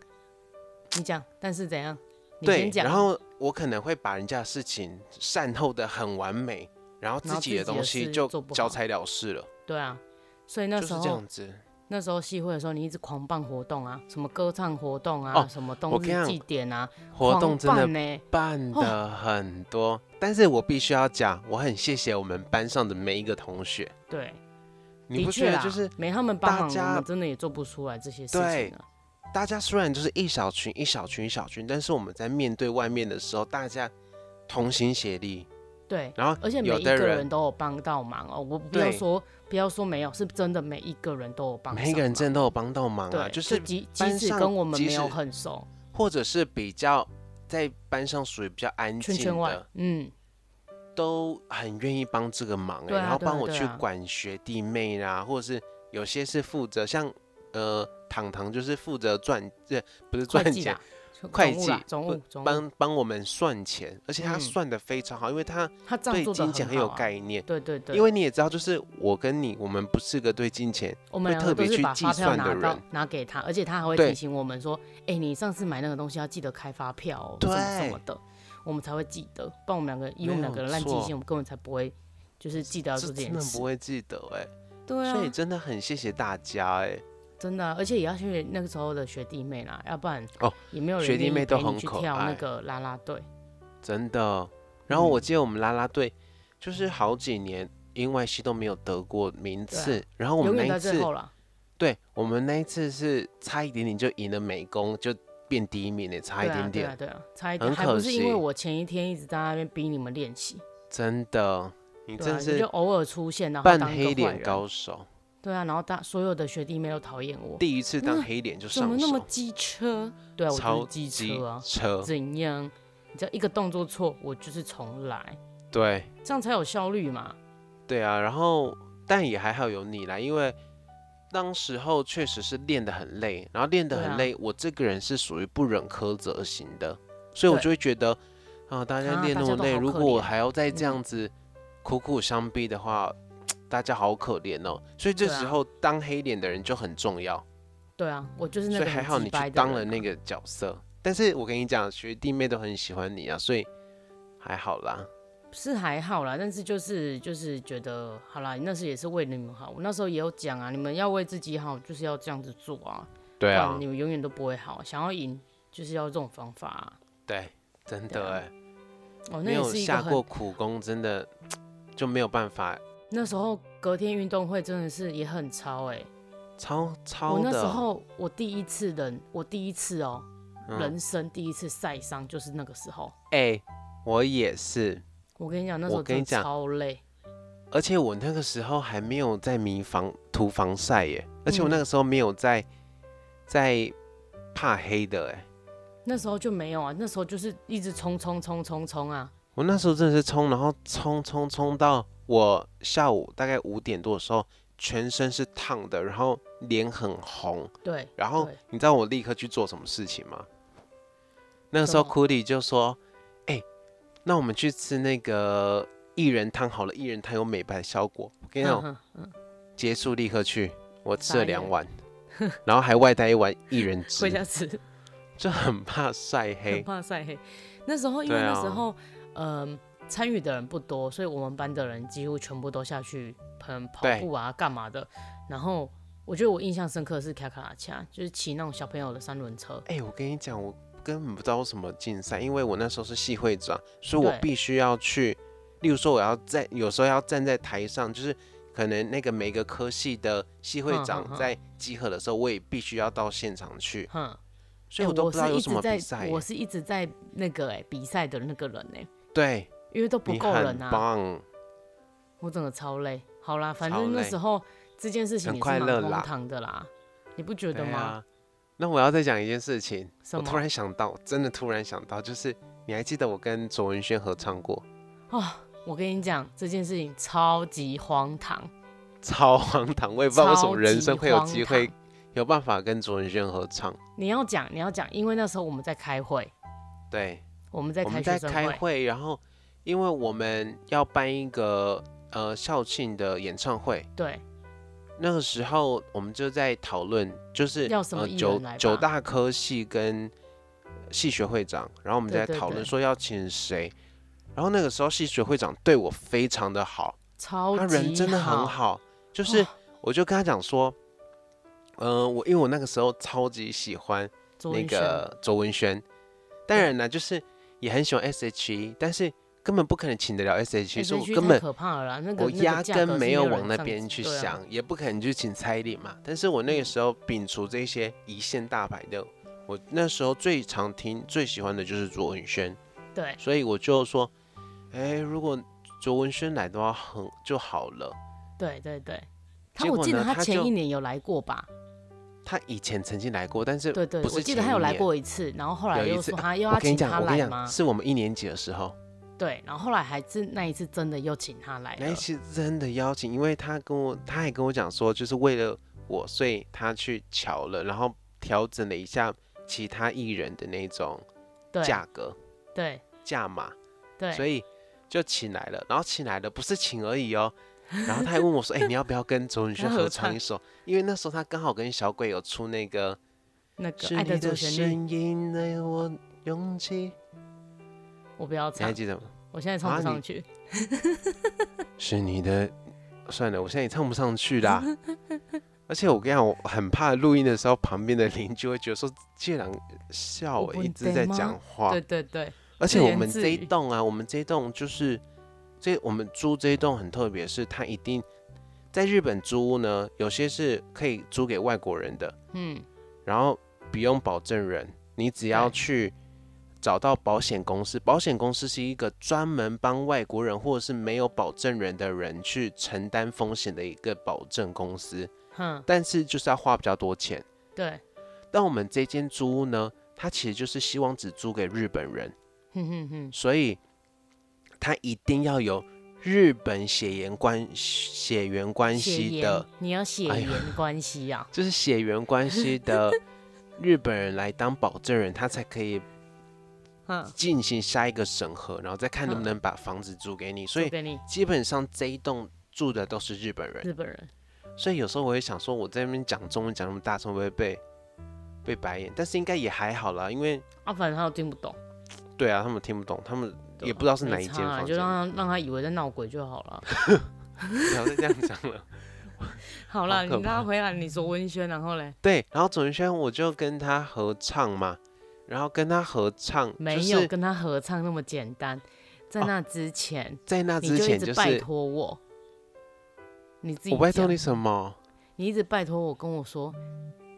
Speaker 2: 你讲，但是怎样？你
Speaker 1: 对
Speaker 2: 先，讲，
Speaker 1: 然后我可能会把人家的事情善后的很完美，然后
Speaker 2: 然
Speaker 1: 自
Speaker 2: 后
Speaker 1: 己的
Speaker 2: 自己的
Speaker 1: 东西
Speaker 2: 事
Speaker 1: 就
Speaker 2: 做不好
Speaker 1: 交差了事了，
Speaker 2: 对啊，所以那
Speaker 1: 就
Speaker 2: 时
Speaker 1: 是这
Speaker 2: 候
Speaker 1: 样子。
Speaker 2: 那时候戏会的时候，你一直狂办活动啊，什么歌唱活动啊，
Speaker 1: 哦
Speaker 2: 什么
Speaker 1: 我
Speaker 2: 冬
Speaker 1: 跟你
Speaker 2: 日
Speaker 1: 讲
Speaker 2: 祭典啊，
Speaker 1: 活动真的
Speaker 2: 呢、欸。
Speaker 1: 办的很多，但是我必须要讲，我很谢谢我们班上的每一个同学，
Speaker 2: 对，
Speaker 1: 你不
Speaker 2: 的
Speaker 1: 觉
Speaker 2: 确
Speaker 1: 得
Speaker 2: 啦，
Speaker 1: 就是
Speaker 2: 没他们帮
Speaker 1: 大
Speaker 2: 忙，
Speaker 1: 家
Speaker 2: 我们真的也做不出来这些事
Speaker 1: 对
Speaker 2: 情啊。
Speaker 1: 大家虽然就是一小群一小群一小群，但是我们在面对外面的时候，大家同心协力，
Speaker 2: 对，
Speaker 1: 然后
Speaker 2: 而且每
Speaker 1: 有
Speaker 2: 一
Speaker 1: 的
Speaker 2: 个
Speaker 1: 人
Speaker 2: 人都有帮到忙哦，我不要
Speaker 1: 对
Speaker 2: 说不要说没有，是真的每一个人都有帮上忙。
Speaker 1: 每一个人真的都有帮到忙啊，
Speaker 2: 对，
Speaker 1: 就是
Speaker 2: 即
Speaker 1: 班
Speaker 2: 即使
Speaker 1: 上
Speaker 2: 跟我们
Speaker 1: 即
Speaker 2: 没有
Speaker 1: 使
Speaker 2: 很熟，
Speaker 1: 或者是比较在班上属于比较安
Speaker 2: 圈
Speaker 1: 静的，
Speaker 2: 圈外，嗯，
Speaker 1: 都很愿意帮这个忙、欸，
Speaker 2: 对啊
Speaker 1: 然后帮我
Speaker 2: 对啊
Speaker 1: 去
Speaker 2: 对啊
Speaker 1: 管学弟妹啦，或者是有些是负责像呃糖糖就是负责赚，这不是 *laughs*
Speaker 2: 会
Speaker 1: 赚
Speaker 2: 计
Speaker 1: 钱
Speaker 2: 啦，，
Speaker 1: 会
Speaker 2: 总务
Speaker 1: 计
Speaker 2: 啦总
Speaker 1: 不
Speaker 2: 务总务，
Speaker 1: 帮帮我们算钱，而且他
Speaker 2: 哦嗯
Speaker 1: 算的非常好，因为他
Speaker 2: 他这样
Speaker 1: 对
Speaker 2: 做的
Speaker 1: 金钱很有
Speaker 2: 好啊，
Speaker 1: 概念。
Speaker 2: 对对对，
Speaker 1: 因为你也知道，就是我跟你，我们不是个对金钱，
Speaker 2: 我们
Speaker 1: 会
Speaker 2: 两
Speaker 1: 特
Speaker 2: 个都
Speaker 1: 别
Speaker 2: 是
Speaker 1: 去
Speaker 2: 把
Speaker 1: 计
Speaker 2: 发票
Speaker 1: 算的
Speaker 2: 拿到
Speaker 1: 人
Speaker 2: 拿给他，而且他还会
Speaker 1: 对
Speaker 2: 提醒我们说，哎、你上次买那个东西要记得开发票、哦，什么什么的，我们才会记得，不然我们两个以我们两个人烂记
Speaker 1: 没有
Speaker 2: 性，我们根本才不会就是记得要做
Speaker 1: 这
Speaker 2: 这
Speaker 1: 真
Speaker 2: 件
Speaker 1: 的
Speaker 2: 事
Speaker 1: 不。会记得哎、
Speaker 2: 对
Speaker 1: 所以
Speaker 2: 啊，
Speaker 1: 真的很谢谢大家哎、
Speaker 2: 真的啊、而且也要去那个时候的学弟妹啦，要不然
Speaker 1: 哦，
Speaker 2: 也没有人
Speaker 1: 学弟
Speaker 2: 愿意
Speaker 1: 妹都
Speaker 2: 陪你
Speaker 1: 很
Speaker 2: 去
Speaker 1: 可
Speaker 2: 跳那
Speaker 1: 爱
Speaker 2: 个啦啦队。
Speaker 1: 真的。然后
Speaker 2: 嗯
Speaker 1: 我记得我们啦啦队，就是好几年因外系都没有得过名次，然后我
Speaker 2: 啊永
Speaker 1: 们
Speaker 2: 远
Speaker 1: 那
Speaker 2: 在
Speaker 1: 一
Speaker 2: 最
Speaker 1: 次
Speaker 2: 后，了。
Speaker 1: 对我们那一次是差一点点就赢了美工，就变第一名了，欸差一
Speaker 2: 对
Speaker 1: 点
Speaker 2: 啊，对
Speaker 1: 点，
Speaker 2: 啊，对啊，差一
Speaker 1: 很
Speaker 2: 点，还
Speaker 1: 可
Speaker 2: 不是因为
Speaker 1: 惜
Speaker 2: 我前一天一直在那边逼你们练习，
Speaker 1: 真的，你
Speaker 2: 对
Speaker 1: 真
Speaker 2: 啊，
Speaker 1: 的
Speaker 2: 你就是偶尔出现，然后
Speaker 1: 扮
Speaker 2: 当一个
Speaker 1: 黑
Speaker 2: 坏
Speaker 1: 脸
Speaker 2: 人
Speaker 1: 高手，
Speaker 2: 对啊，然后大所有的学弟妹都讨厌我，
Speaker 1: 第一次当
Speaker 2: 那
Speaker 1: 黑脸就
Speaker 2: 怎么
Speaker 1: 上
Speaker 2: 那么
Speaker 1: 手，
Speaker 2: 机车？对啊，我就
Speaker 1: 超
Speaker 2: 是机
Speaker 1: 级
Speaker 2: 车啊，
Speaker 1: 车，
Speaker 2: 怎样？你只要一个动作错，我就是重来，
Speaker 1: 对。
Speaker 2: 这样才有效率嘛。
Speaker 1: 对啊，然后但也还好有你啦，因为当时候确实是练得很累，然后练得
Speaker 2: 对啊
Speaker 1: 很累，我这个人是属于不忍苛责型的，所以我
Speaker 2: 对
Speaker 1: 就会觉得啊，大家
Speaker 2: 啊
Speaker 1: 练
Speaker 2: 大
Speaker 1: 那
Speaker 2: 家
Speaker 1: 么
Speaker 2: 都
Speaker 1: 累，
Speaker 2: 好
Speaker 1: 如
Speaker 2: 可
Speaker 1: 果我
Speaker 2: 怜
Speaker 1: 还要再这
Speaker 2: 嗯
Speaker 1: 样子苦苦相逼的话，大家好可怜哦。所以这
Speaker 2: 对啊
Speaker 1: 时候当黑脸的人就很重要，
Speaker 2: 对啊，我就是那
Speaker 1: 所以
Speaker 2: 个
Speaker 1: 还
Speaker 2: 很
Speaker 1: 好
Speaker 2: 鸡
Speaker 1: 你
Speaker 2: 掰
Speaker 1: 去
Speaker 2: 的
Speaker 1: 当
Speaker 2: 人
Speaker 1: 了
Speaker 2: 啊
Speaker 1: 那个角色。但是我跟你讲，学弟妹都很喜欢你啊，所以还好啦。
Speaker 2: 是还好啦，但是就是就是觉得好啦，那时也是为你们好。我那时候也有讲啊，你们要为自己好，就是要这样子做啊，
Speaker 1: 对
Speaker 2: 不
Speaker 1: 啊
Speaker 2: 然，你们永远都不会好。想要赢，就是要这种方法、啊。
Speaker 1: 对，真
Speaker 2: 对
Speaker 1: 的
Speaker 2: 啊
Speaker 1: 哎、
Speaker 2: 哦，那
Speaker 1: 没
Speaker 2: 也
Speaker 1: 有
Speaker 2: 是一个
Speaker 1: 下过
Speaker 2: 很
Speaker 1: 苦功，真的就没有办法，
Speaker 2: 那时候隔天运动会真的是也很超哎、
Speaker 1: 超
Speaker 2: 我
Speaker 1: 超
Speaker 2: 那时
Speaker 1: 的。
Speaker 2: 候我第一次人，我第一次哦、
Speaker 1: 嗯
Speaker 2: 人生第一次晒伤就是那个时候。
Speaker 1: 哎、我也是，
Speaker 2: 我跟你讲，那时
Speaker 1: 我
Speaker 2: 候
Speaker 1: 跟
Speaker 2: 真
Speaker 1: 你
Speaker 2: 的
Speaker 1: 讲
Speaker 2: 超累，
Speaker 1: 而且我那个时候还没有在迷防涂防晒耶，而且我那
Speaker 2: 嗯
Speaker 1: 个时候没有在在怕黑的哎，
Speaker 2: 那时候就没有啊，那时候就是一直冲冲冲冲冲啊，
Speaker 1: 我那时候真的是冲，然后冲冲冲到我下午大概五点多的时候，全身是烫的，然后脸很红，
Speaker 2: 对，
Speaker 1: 然后
Speaker 2: 对
Speaker 1: 你知道我立刻去做什么事情吗？那个时候
Speaker 2: 什么
Speaker 1: 库里就说：“哎、那我们去吃那个薏仁汤好了，薏仁汤有美白效果。”我跟你
Speaker 2: 嗯
Speaker 1: 讲，
Speaker 2: 哼哼哼
Speaker 1: 结束立刻去，我吃
Speaker 2: 傻
Speaker 1: 了
Speaker 2: 眼
Speaker 1: 两碗，然后还外带一碗薏仁
Speaker 2: *laughs*
Speaker 1: 汁，
Speaker 2: 回家吃。
Speaker 1: 就很怕晒
Speaker 2: 很
Speaker 1: 黑。
Speaker 2: 怕晒黑。那时候因为
Speaker 1: 对啊
Speaker 2: 那时候，嗯、参与的人不多，所以我们班的人几乎全部都下去喷跑
Speaker 1: 对
Speaker 2: 步啊，干嘛的。然后我觉得我印象深刻的是卡卡恰，就是骑那种小朋友的三轮车。
Speaker 1: 哎、我跟你讲，我根本不知道什么竞赛，因为我那时候是系会长，所以我
Speaker 2: 对
Speaker 1: 必须要去。例如说，我要站，有时候要站在台上，就是可能那个每个科系的系会
Speaker 2: 哼哼
Speaker 1: 长
Speaker 2: 哼
Speaker 1: 在集合的时候，我也必须要到现场去，
Speaker 2: 哼，
Speaker 1: 所以
Speaker 2: 哎
Speaker 1: 我都不知道
Speaker 2: 是
Speaker 1: 有
Speaker 2: 一
Speaker 1: 什
Speaker 2: 直
Speaker 1: 么
Speaker 2: 在
Speaker 1: 比赛欸耶。
Speaker 2: 我是一直在那个哎、比赛的那个人哎、
Speaker 1: 对，
Speaker 2: 因为都不
Speaker 1: 你
Speaker 2: 够
Speaker 1: 很
Speaker 2: 人啊，
Speaker 1: 棒，
Speaker 2: 我整个超累。好啦，反
Speaker 1: 超
Speaker 2: 正那
Speaker 1: 累
Speaker 2: 时候这件事情
Speaker 1: 很
Speaker 2: 也
Speaker 1: 快
Speaker 2: 是蛮
Speaker 1: 乐
Speaker 2: 荒
Speaker 1: 啦
Speaker 2: 唐的啦，你不觉
Speaker 1: 对
Speaker 2: 得吗？
Speaker 1: 啊。那我要再讲一件事情，
Speaker 2: 什
Speaker 1: 我突
Speaker 2: 么
Speaker 1: 然想到，真的突然想到，就是你还记得我跟卓文萱合唱过，
Speaker 2: 啊？我跟你讲，这件事情超级荒唐。
Speaker 1: 超荒唐，我也不知道为什
Speaker 2: 超
Speaker 1: 么人
Speaker 2: 级
Speaker 1: 生会有
Speaker 2: 荒
Speaker 1: 机会
Speaker 2: 唐
Speaker 1: 有办法跟卓文萱合唱。
Speaker 2: 你要讲，你要讲，因为那时候我们在开会，
Speaker 1: 对，
Speaker 2: 我们在
Speaker 1: 我
Speaker 2: 开
Speaker 1: 们
Speaker 2: 学
Speaker 1: 在
Speaker 2: 生
Speaker 1: 开会，然后因为我们要办一个呃校庆的演唱会，
Speaker 2: 对
Speaker 1: 那个时候我们就在讨论，就是
Speaker 2: 要什么
Speaker 1: 呃
Speaker 2: 艺人
Speaker 1: 九
Speaker 2: 来吧
Speaker 1: 九大科系跟系学会长，然后我们
Speaker 2: 对
Speaker 1: 在
Speaker 2: 对
Speaker 1: 讨论
Speaker 2: 对
Speaker 1: 说要请谁。然后那个时候系学会长对我非常的好，
Speaker 2: 超级
Speaker 1: 他人真的很，好，就是
Speaker 2: 哇
Speaker 1: 我就跟他讲说，嗯、我因为我那个时候超级喜欢
Speaker 2: 卓
Speaker 1: 那
Speaker 2: 云轩
Speaker 1: 个卓文萱，当然呢就是也很喜欢 E， S.H.E，但是根本不可能请得了 SHE，所以我
Speaker 2: SHE
Speaker 1: 根
Speaker 2: 哎太
Speaker 1: 本
Speaker 2: E 可怕了啦，那个
Speaker 1: 我
Speaker 2: 那个
Speaker 1: 压
Speaker 2: 价
Speaker 1: 根
Speaker 2: 格是
Speaker 1: 没有
Speaker 2: 有人
Speaker 1: 往那
Speaker 2: 上
Speaker 1: 边
Speaker 2: 去
Speaker 1: 去
Speaker 2: 对啊嗯
Speaker 1: 想，也不可能去请蔡依林嘛。但是我那个时候摒除这些一线大牌的，我那时候最常听、最喜欢的就是卓文萱，
Speaker 2: 对，
Speaker 1: 所以我就说，哎、如果卓文萱来的话，很就好了。
Speaker 2: 对对对，他
Speaker 1: 结
Speaker 2: 我
Speaker 1: 果
Speaker 2: 记得
Speaker 1: 呢
Speaker 2: 他
Speaker 1: 他
Speaker 2: 前
Speaker 1: 就
Speaker 2: 一年有来过吧？
Speaker 1: 她以前曾经来过，但是
Speaker 2: 对对，
Speaker 1: 不是
Speaker 2: 我记得
Speaker 1: 前
Speaker 2: 他有
Speaker 1: 一
Speaker 2: 来
Speaker 1: 年
Speaker 2: 过一次，然后后来
Speaker 1: 有一
Speaker 2: 又
Speaker 1: 次啊
Speaker 2: 说他又
Speaker 1: 我
Speaker 2: 要
Speaker 1: 跟你
Speaker 2: 请
Speaker 1: 讲，
Speaker 2: 他
Speaker 1: 我跟你
Speaker 2: 来
Speaker 1: 讲，
Speaker 2: 吗？
Speaker 1: 是我们一年级的时候，
Speaker 2: 对，然后后来还真那一次真的又请他来
Speaker 1: 那一
Speaker 2: 了，
Speaker 1: 次真的邀请，因为他跟我，他还跟我讲说，就是为了我，所以他去瞧了，然后调整了一下其他艺人的那种
Speaker 2: 对
Speaker 1: 价格
Speaker 2: 对
Speaker 1: 价码，
Speaker 2: 对，
Speaker 1: 所以就请来了，然后请来了不是请而已哦。然后他还问我说：“哎、你要不要跟周文轩
Speaker 2: 他合
Speaker 1: 合唱
Speaker 2: 唱
Speaker 1: 一首？因为那时候他刚好跟小鬼有出那个
Speaker 2: 那个
Speaker 1: 是
Speaker 2: 爱
Speaker 1: 你
Speaker 2: 的主
Speaker 1: 的
Speaker 2: 旋律
Speaker 1: 声音给我勇气，
Speaker 2: 我不要
Speaker 1: 你还
Speaker 2: 唱，
Speaker 1: 记得吗？
Speaker 2: 我现在唱
Speaker 1: 啊
Speaker 2: 不上
Speaker 1: 你
Speaker 2: 去。
Speaker 1: 是你的，算了，我现在也唱不上去啦。而且我跟你讲，我很怕录音的时候，旁边的邻居会觉得说，这人笑、
Speaker 2: 有
Speaker 1: 欸，
Speaker 2: 问
Speaker 1: 一直在
Speaker 2: 题吗
Speaker 1: 讲话
Speaker 2: 对。对对
Speaker 1: 而且
Speaker 2: 自
Speaker 1: 我
Speaker 2: 言
Speaker 1: 们
Speaker 2: 自
Speaker 1: 这一
Speaker 2: 语
Speaker 1: 栋啊，我们这一栋就是这我们租这一栋很特别，是它一定在日本租屋呢，有些是可以租给外国人的，
Speaker 2: 嗯，
Speaker 1: 然后不用保证人，你只要
Speaker 2: 对
Speaker 1: 去找到保险公司，保险公司是一个专门帮外国人或者是没有保证人的人去承担风险的一个保证公司，
Speaker 2: 哼，
Speaker 1: 但是就是要花比较多钱。
Speaker 2: 对，
Speaker 1: 但我们这间租屋呢，它其实就是希望只租给日本人，
Speaker 2: 哼哼哼，
Speaker 1: 所以它一定要有日本血缘关血缘关
Speaker 2: 血
Speaker 1: 系
Speaker 2: 缘
Speaker 1: 的，
Speaker 2: 你有血
Speaker 1: 哎呀
Speaker 2: 缘关系啊？
Speaker 1: 就是血缘关系的日本人来当保证人，他才可以
Speaker 2: 嗯，
Speaker 1: 进行下一个审核，然后再看能不
Speaker 2: 嗯
Speaker 1: 能把房子租给你。所
Speaker 2: 就
Speaker 1: 以
Speaker 2: 给你
Speaker 1: 基本上这一栋住的都是日本人，
Speaker 2: 日本人，
Speaker 1: 所以有时候我会想说，我在那边讲中文讲那么大声，会不会被被白眼？但是应该也还好啦，因为
Speaker 2: 啊，反正他都听不懂，
Speaker 1: 对啊，他们听不懂，他们 *laughs*
Speaker 2: 对
Speaker 1: 也
Speaker 2: 啊
Speaker 1: 不知道是
Speaker 2: 没
Speaker 1: 哪一
Speaker 2: 差
Speaker 1: 间
Speaker 2: 啊
Speaker 1: 房
Speaker 2: 就
Speaker 1: 间。
Speaker 2: 让他让他以为在闹鬼就好
Speaker 1: *laughs*
Speaker 2: 了。
Speaker 1: 不要再这样讲
Speaker 2: *laughs*
Speaker 1: 了。
Speaker 2: 好了，
Speaker 1: 好
Speaker 2: 你
Speaker 1: 可
Speaker 2: 让他
Speaker 1: 怕
Speaker 2: 回来，你说温轩，然后嘞，
Speaker 1: 对，然后左云轩我就跟他合唱嘛，然后跟他合唱，
Speaker 2: 没
Speaker 1: 就
Speaker 2: 有
Speaker 1: 是
Speaker 2: 跟他合唱那么简单，在
Speaker 1: 哦
Speaker 2: 那之前，
Speaker 1: 在那
Speaker 2: 你
Speaker 1: 之
Speaker 2: 就一
Speaker 1: 前
Speaker 2: 直
Speaker 1: 就
Speaker 2: 拜
Speaker 1: 是
Speaker 2: 托我，你自己
Speaker 1: 我拜托
Speaker 2: 讲
Speaker 1: 你什么？
Speaker 2: 你一直拜托我跟我说，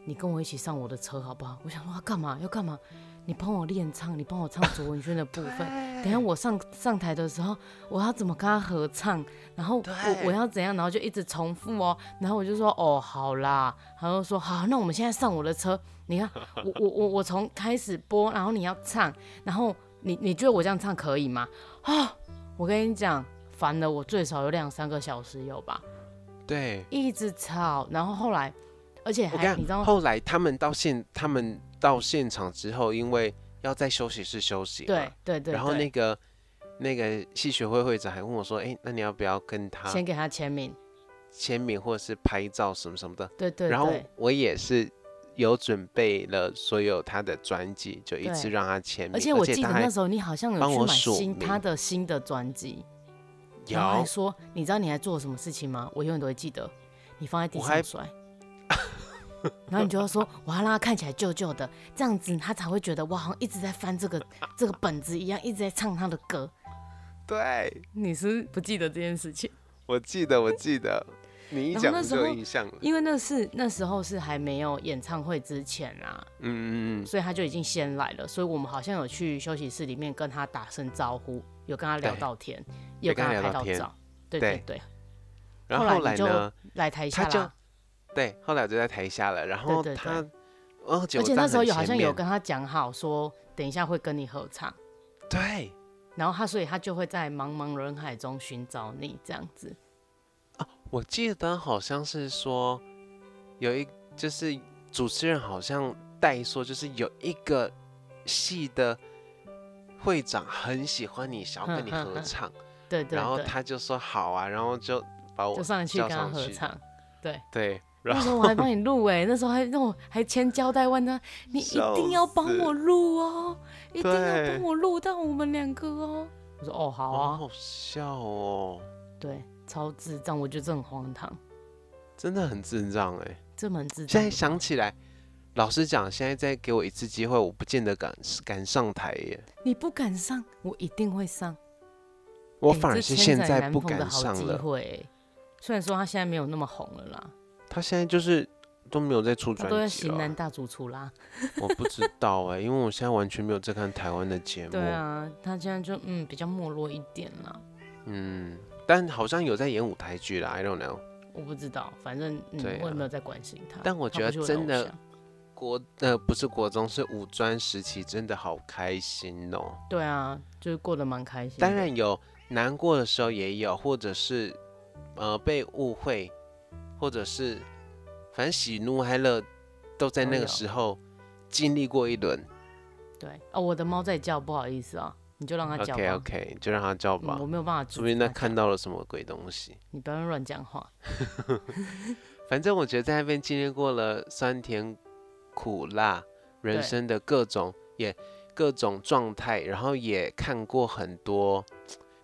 Speaker 2: 你跟我一起上我的车好不好？我想说要啊干嘛要干嘛？你帮我练唱，你帮我唱 *laughs* 卓文萱的部分。
Speaker 1: 哎
Speaker 2: 等一下我上上台的时候，我要怎么跟他合唱？然后我
Speaker 1: 对
Speaker 2: 我要怎样？然后就一直重复哦。然后我就说哦，好啦。然后说好，那我们现在上我的车。
Speaker 1: *laughs*
Speaker 2: 你看我我我我从开始播，然后你要唱，然后你你觉得我这样唱可以吗？啊，我跟你讲，烦了我最少有两三个小时有吧。
Speaker 1: 对，
Speaker 2: 一直吵，然后后来，而且
Speaker 1: 我
Speaker 2: 哎还
Speaker 1: 跟
Speaker 2: 你
Speaker 1: 你
Speaker 2: 知
Speaker 1: 讲，
Speaker 2: 道，
Speaker 1: 后来他们到现他们到现场之后，因为要在休息室休息嘛，
Speaker 2: 对对对，
Speaker 1: 然后
Speaker 2: 对
Speaker 1: 那个那个戏学会会长还问我说：“哎、那你要不要跟他
Speaker 2: 先给他签名，
Speaker 1: 签名或者是拍照什么什么的？”
Speaker 2: 对对
Speaker 1: 然后
Speaker 2: 对，
Speaker 1: 我也是有准备了所有他的专辑，就一
Speaker 2: 对
Speaker 1: 次让他签名，
Speaker 2: 而且我记
Speaker 1: 嗯他
Speaker 2: 得
Speaker 1: 还
Speaker 2: 那时候你好像有
Speaker 1: 帮
Speaker 2: 去
Speaker 1: 我
Speaker 2: 买
Speaker 1: 署
Speaker 2: 新
Speaker 1: 名
Speaker 2: 他的新的专辑，然后还
Speaker 1: 有
Speaker 2: 说，你知道你还做了什么事情吗？我永远都会记得，你放在地
Speaker 1: 我还
Speaker 2: 上摔。然后你就要说，我要让他看起来旧旧的，这样子他才会觉得我好像一直在翻这个这个本子一样，一直在唱他的歌。
Speaker 1: 对，
Speaker 2: 你是不是不记得这件事情？
Speaker 1: 我记得，我记
Speaker 2: *laughs*
Speaker 1: 得，你一
Speaker 2: 然后
Speaker 1: 讲
Speaker 2: 那
Speaker 1: 我
Speaker 2: 时
Speaker 1: 就有
Speaker 2: 候
Speaker 1: 印象了。
Speaker 2: 因为那是那时候是还没有演唱会之前啊，
Speaker 1: 嗯嗯嗯，
Speaker 2: 所以他就已经先来了，所以我们好像有去休息室里面跟他打声招呼，有跟他聊
Speaker 1: 对
Speaker 2: 到天，
Speaker 1: 有
Speaker 2: 也有跟
Speaker 1: 跟
Speaker 2: 他
Speaker 1: 他聊
Speaker 2: 拍
Speaker 1: 到
Speaker 2: 到
Speaker 1: 天
Speaker 2: 照，对
Speaker 1: 对
Speaker 2: 对对，
Speaker 1: 然后
Speaker 2: 后来
Speaker 1: 后来
Speaker 2: 你就
Speaker 1: 呢？
Speaker 2: 来台下
Speaker 1: 他就
Speaker 2: 啦。
Speaker 1: 对，后来我就在台下了。然后
Speaker 2: 对对
Speaker 1: 他，而且
Speaker 2: 而
Speaker 1: 我
Speaker 2: 且
Speaker 1: 站
Speaker 2: 那时候
Speaker 1: 很
Speaker 2: 有好
Speaker 1: 前
Speaker 2: 像有
Speaker 1: 面
Speaker 2: 跟他讲好说，等一下会跟你合唱，
Speaker 1: 对
Speaker 2: 然后他所以他就会在茫茫人海中寻找你这样子。
Speaker 1: 我记得好像是说有一，就是主持人好像带说，就是有一个系的会长很喜欢你，想要跟你
Speaker 2: 哼哼
Speaker 1: 合
Speaker 2: 哼
Speaker 1: 唱，
Speaker 2: 对对
Speaker 1: 然后
Speaker 2: 对，
Speaker 1: 他就说好啊，然后就把我
Speaker 2: 就上去
Speaker 1: 叫
Speaker 2: 跟他
Speaker 1: 上
Speaker 2: 合
Speaker 1: 去，
Speaker 2: 唱。对，
Speaker 1: 对，然
Speaker 2: 那时
Speaker 1: 后
Speaker 2: 候我还帮你录哎、那时候还让我还千交代问他，你一
Speaker 1: 笑
Speaker 2: 定要帮
Speaker 1: 死
Speaker 2: 我录哦，一定要
Speaker 1: 对
Speaker 2: 帮我录到我们两个哦。我说哦好啊
Speaker 1: 好，好笑哦，
Speaker 2: 对，超智障，我觉得这很荒唐，
Speaker 1: 真的很智障哎、
Speaker 2: 这蛮智
Speaker 1: 现
Speaker 2: 障
Speaker 1: 在
Speaker 2: 的。
Speaker 1: 想起来，老实讲，现在再给我一次机会，我不见得敢敢上台耶。
Speaker 2: 你不敢上，我一定会上。
Speaker 1: 我
Speaker 2: 欸
Speaker 1: 反
Speaker 2: 这
Speaker 1: 而是
Speaker 2: 千
Speaker 1: 现
Speaker 2: 载
Speaker 1: 在
Speaker 2: 难
Speaker 1: 不
Speaker 2: 逢的
Speaker 1: 敢
Speaker 2: 好
Speaker 1: 上
Speaker 2: 机
Speaker 1: 了。
Speaker 2: 会欸虽然说他现在没有那么红了啦，
Speaker 1: 他现在就是都没有在出
Speaker 2: 他都
Speaker 1: 专
Speaker 2: 在
Speaker 1: 辑
Speaker 2: 型
Speaker 1: 了
Speaker 2: 男
Speaker 1: 啊，
Speaker 2: 大主厨啦。
Speaker 1: 我不
Speaker 2: *laughs*
Speaker 1: 知道哎、因为我现在完全没有在看台湾的节目。
Speaker 2: 对啊，他现在就嗯比较没落一点啦。
Speaker 1: 嗯，但好像有在演舞台剧啦，I don't know。
Speaker 2: 我不知道，反正、嗯
Speaker 1: 对
Speaker 2: 我也
Speaker 1: 啊
Speaker 2: 没有在关心他。
Speaker 1: 但我
Speaker 2: 他
Speaker 1: 觉得
Speaker 2: 不是我
Speaker 1: 真
Speaker 2: 偶
Speaker 1: 的
Speaker 2: 像
Speaker 1: 国呃不是国中是五专时期，真的好开心哦、
Speaker 2: 对啊，就是过得蛮开心的。
Speaker 1: 当然有难过的时候也有，或者是呃被误会，或者是反正喜怒哀乐都在
Speaker 2: 都
Speaker 1: 那个
Speaker 2: 有
Speaker 1: 时候经历过一轮。
Speaker 2: 对哦，我的猫在叫，不好意思啊，你就让它叫吧。
Speaker 1: OK OK，就让他叫吧
Speaker 2: 嗯、我，没有办法
Speaker 1: 说
Speaker 2: 阻
Speaker 1: 不
Speaker 2: 止
Speaker 1: 定他
Speaker 2: 它
Speaker 1: 看到了什么鬼东西。
Speaker 2: 你不要乱讲话。
Speaker 1: 反正我觉得在那边经历过了酸甜苦辣人
Speaker 2: 对
Speaker 1: 生的各种也各种状态，然后也看过很多。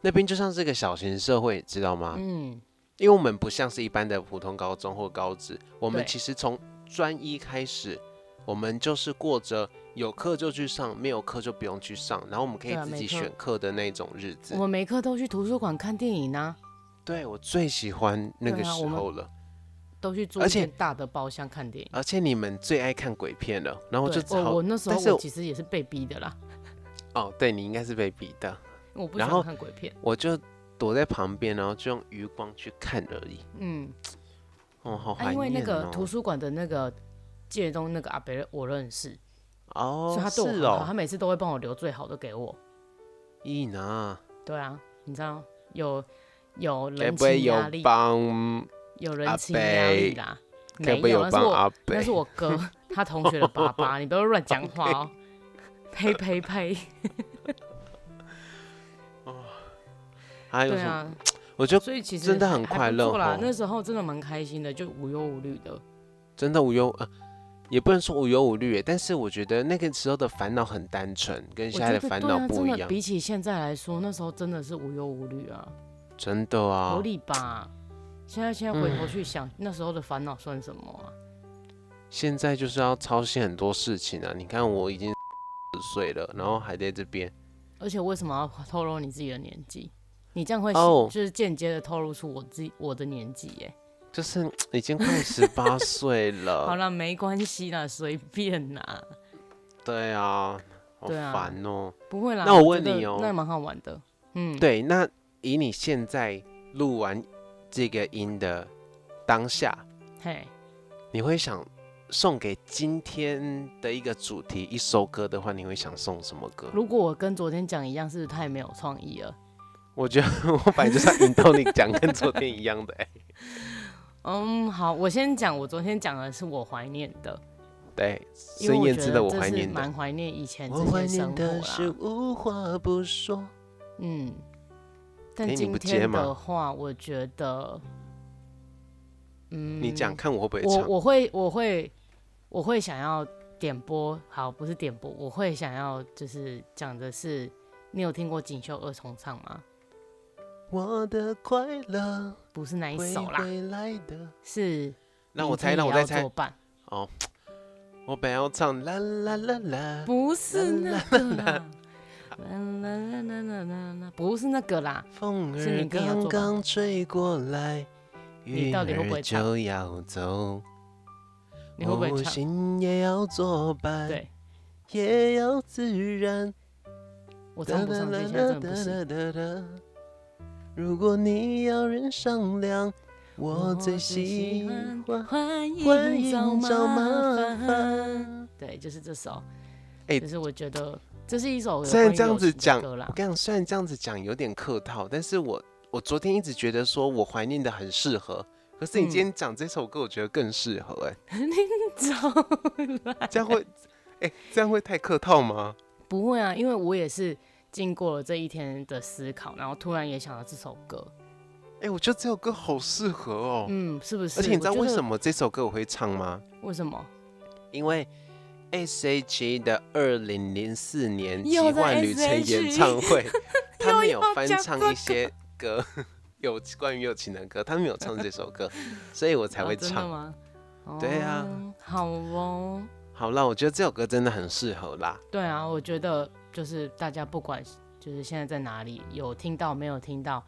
Speaker 1: 那边就像是个小型社会，知道吗？
Speaker 2: 嗯，
Speaker 1: 因为我们不像是一般的普通高中或高职，我们
Speaker 2: 对
Speaker 1: 其实从专一开始，我们就是过着有课就去上，没有课就不用去上，然后我们可以
Speaker 2: 对啊
Speaker 1: 自己
Speaker 2: 没错
Speaker 1: 选课的那种日子
Speaker 2: 我。们每课都去图书馆看电影啊，
Speaker 1: 对我最喜欢那个
Speaker 2: 对啊
Speaker 1: 时
Speaker 2: 我们
Speaker 1: 候了，
Speaker 2: 都去租
Speaker 1: 而
Speaker 2: 一
Speaker 1: 且
Speaker 2: 间大的包厢看电影。
Speaker 1: 而且你们最爱看鬼片了，然后我就
Speaker 2: 对，
Speaker 1: 只
Speaker 2: 我
Speaker 1: 哦好
Speaker 2: 我那时
Speaker 1: 但
Speaker 2: 候
Speaker 1: 是
Speaker 2: 我其实也是被逼的啦，
Speaker 1: 哦，对你应该是被逼的，
Speaker 2: 我不喜
Speaker 1: 然
Speaker 2: 欢
Speaker 1: 后
Speaker 2: 看鬼片。
Speaker 1: 我就躲在旁边，然后就用余光去看而已。
Speaker 2: 嗯，
Speaker 1: 哦，好
Speaker 2: 啊，
Speaker 1: 怀念哦。
Speaker 2: 因为那个图书馆的那个借东那个阿伯我认识，
Speaker 1: 哦，
Speaker 2: 所以他对我
Speaker 1: 是
Speaker 2: 很好，他
Speaker 1: 哦，
Speaker 2: 每次都会帮我留最好的给我。
Speaker 1: 伊娜
Speaker 2: 对啊，你知道有有
Speaker 1: 该
Speaker 2: 人
Speaker 1: 不会
Speaker 2: 情
Speaker 1: 有
Speaker 2: 压力，
Speaker 1: 帮
Speaker 2: 有
Speaker 1: 阿
Speaker 2: 人情压力
Speaker 1: 伯
Speaker 2: 啦，
Speaker 1: 该
Speaker 2: 没
Speaker 1: 不会有
Speaker 2: 那是
Speaker 1: 帮
Speaker 2: 我
Speaker 1: 阿
Speaker 2: 那
Speaker 1: 北
Speaker 2: 是？我哥他同学的爸爸，你不要乱讲
Speaker 1: *laughs*
Speaker 2: 话哦。呸呸呸！
Speaker 1: 还有
Speaker 2: 对
Speaker 1: 什么？
Speaker 2: 啊，
Speaker 1: 我就
Speaker 2: 所以其实
Speaker 1: 真的
Speaker 2: 还
Speaker 1: 很
Speaker 2: 还不
Speaker 1: 快乐
Speaker 2: 错啦
Speaker 1: 哦。
Speaker 2: 那时候真的蛮开心的，就无忧无虑的。
Speaker 1: 真的无忧啊，也不能说无忧无虑耶，但是我觉得那个时候的烦恼很单纯，跟
Speaker 2: 我
Speaker 1: 现在
Speaker 2: 觉
Speaker 1: 的
Speaker 2: 得
Speaker 1: 烦
Speaker 2: 对
Speaker 1: 恼
Speaker 2: 啊，
Speaker 1: 不
Speaker 2: 真
Speaker 1: 一
Speaker 2: 的
Speaker 1: 样。
Speaker 2: 比起现在来说，那时候真的是无忧无虑啊，
Speaker 1: 真的啊嗯
Speaker 2: 合，理吧？现在现在回头去想，那时候的烦恼算什么啊？
Speaker 1: 现在就是要操心很多事情啊。你看我已经岁了，然后还在这边，
Speaker 2: 而且为什么要透露你自己的年纪？你这样会
Speaker 1: 哦
Speaker 2: 就是间接的透露出我自己我的年纪耶。
Speaker 1: 就是已经快十八岁了。
Speaker 2: 好啦，没关系啦，随便啦，
Speaker 1: 对啊，好
Speaker 2: 对啊
Speaker 1: 烦哦、
Speaker 2: 不会啦。
Speaker 1: 那我
Speaker 2: 觉
Speaker 1: 问
Speaker 2: 得
Speaker 1: 你哦
Speaker 2: 那蛮好玩的。嗯，
Speaker 1: 对，那以你现在录完这个音的当下，
Speaker 2: 嘿，
Speaker 1: 你会想送给今天的一个主题一首歌的话，你会想送什么歌？
Speaker 2: 如果我跟昨天讲一样，是不是太没有创意了？
Speaker 1: 我觉得我本来就是要引导你讲跟昨天一样的、
Speaker 2: *laughs*
Speaker 1: 欸，
Speaker 2: 嗯，好，我先讲，我昨天讲的是我怀念的，
Speaker 1: 对，
Speaker 2: 因为
Speaker 1: 孙
Speaker 2: 我
Speaker 1: 燕
Speaker 2: 觉
Speaker 1: 姿
Speaker 2: 得
Speaker 1: 的《我
Speaker 2: 这
Speaker 1: 怀
Speaker 2: 是
Speaker 1: 念的
Speaker 2: 蛮》，怀念以前
Speaker 1: 我
Speaker 2: 这
Speaker 1: 怀
Speaker 2: 些
Speaker 1: 念
Speaker 2: 生活
Speaker 1: 的是
Speaker 2: 啦。
Speaker 1: 无话不说。
Speaker 2: 嗯，但
Speaker 1: 诶你
Speaker 2: 今
Speaker 1: 不接
Speaker 2: 天
Speaker 1: 吗
Speaker 2: 的话，我觉得，嗯，
Speaker 1: 你讲看我会不会
Speaker 2: 我
Speaker 1: 唱？
Speaker 2: 我会我会我会想要点播，好，不是点播，我会想要就是讲的是，你有听过锦绣二重唱吗？
Speaker 1: 我的快乐
Speaker 2: 不是那一
Speaker 1: 会
Speaker 2: 首啦，
Speaker 1: 回来的。
Speaker 2: 是
Speaker 1: 让我
Speaker 2: 明天
Speaker 1: 猜，让
Speaker 2: 也
Speaker 1: 我再
Speaker 2: 要
Speaker 1: 猜哦
Speaker 2: 作。伴
Speaker 1: 我本来要唱啦啦啦啦，
Speaker 2: 不是那个啦， *laughs* 啦啦啦啦啦啦啦，不是那个啦，
Speaker 1: 风
Speaker 2: 是
Speaker 1: 儿
Speaker 2: 明天要
Speaker 1: 刚
Speaker 2: 做吧
Speaker 1: 刚吹过来，
Speaker 2: 你
Speaker 1: 云
Speaker 2: 到底会不会
Speaker 1: 儿
Speaker 2: 唱
Speaker 1: 就要走。
Speaker 2: 你会不会
Speaker 1: 无
Speaker 2: 唱？
Speaker 1: 心也要作伴，，
Speaker 2: 对
Speaker 1: 也要自然。
Speaker 2: 我唱不上这些，真的不行。
Speaker 1: 行。如果你要人商量，我最
Speaker 2: 最喜
Speaker 1: 喜
Speaker 2: 欢
Speaker 1: 欢
Speaker 2: 欢
Speaker 1: 欢
Speaker 2: 迎
Speaker 1: 迎
Speaker 2: 找
Speaker 1: 找麻
Speaker 2: 麻烦。
Speaker 1: 烦。
Speaker 2: 对，就是这首。
Speaker 1: 哎
Speaker 2: 就是我觉得这是一首有
Speaker 1: 虽然
Speaker 2: 关于
Speaker 1: 这样
Speaker 2: 友
Speaker 1: 子
Speaker 2: 情的
Speaker 1: 讲
Speaker 2: 歌啦
Speaker 1: 我，跟你讲，虽然这样子讲有点客套，但是我我昨天一直觉得说我怀念的很适合，可是你
Speaker 2: 嗯
Speaker 1: 今天讲这首歌，我觉得更适合、哎、
Speaker 2: *laughs* 糟了
Speaker 1: 这样会，哎、这样会太客套吗？
Speaker 2: 不会啊，因为我也是经过了这一天的思考，然后突然也想到这首歌，
Speaker 1: 哎、我觉得这首歌好适合哦、
Speaker 2: 嗯，是不是？
Speaker 1: 而且你知道为什
Speaker 2: 么？
Speaker 1: 么这首歌我会唱吗？
Speaker 2: 为什么？
Speaker 1: 因为 S.H.E 的二零零四年奇
Speaker 2: 又在 E
Speaker 1: 幻旅程演唱会，
Speaker 2: *laughs*
Speaker 1: 他们有翻唱一些歌， *laughs* 有关于友情的歌，他们有唱这首
Speaker 2: *laughs*
Speaker 1: 歌，所以我才
Speaker 2: 哦
Speaker 1: 会
Speaker 2: 真的
Speaker 1: 唱。
Speaker 2: 吗？
Speaker 1: 对啊
Speaker 2: 哦，好哦，
Speaker 1: 好啦，我觉得这首歌真的很适合啦。
Speaker 2: 对啊，我觉得就是大家不管就是现在在哪里，有听到没有听到，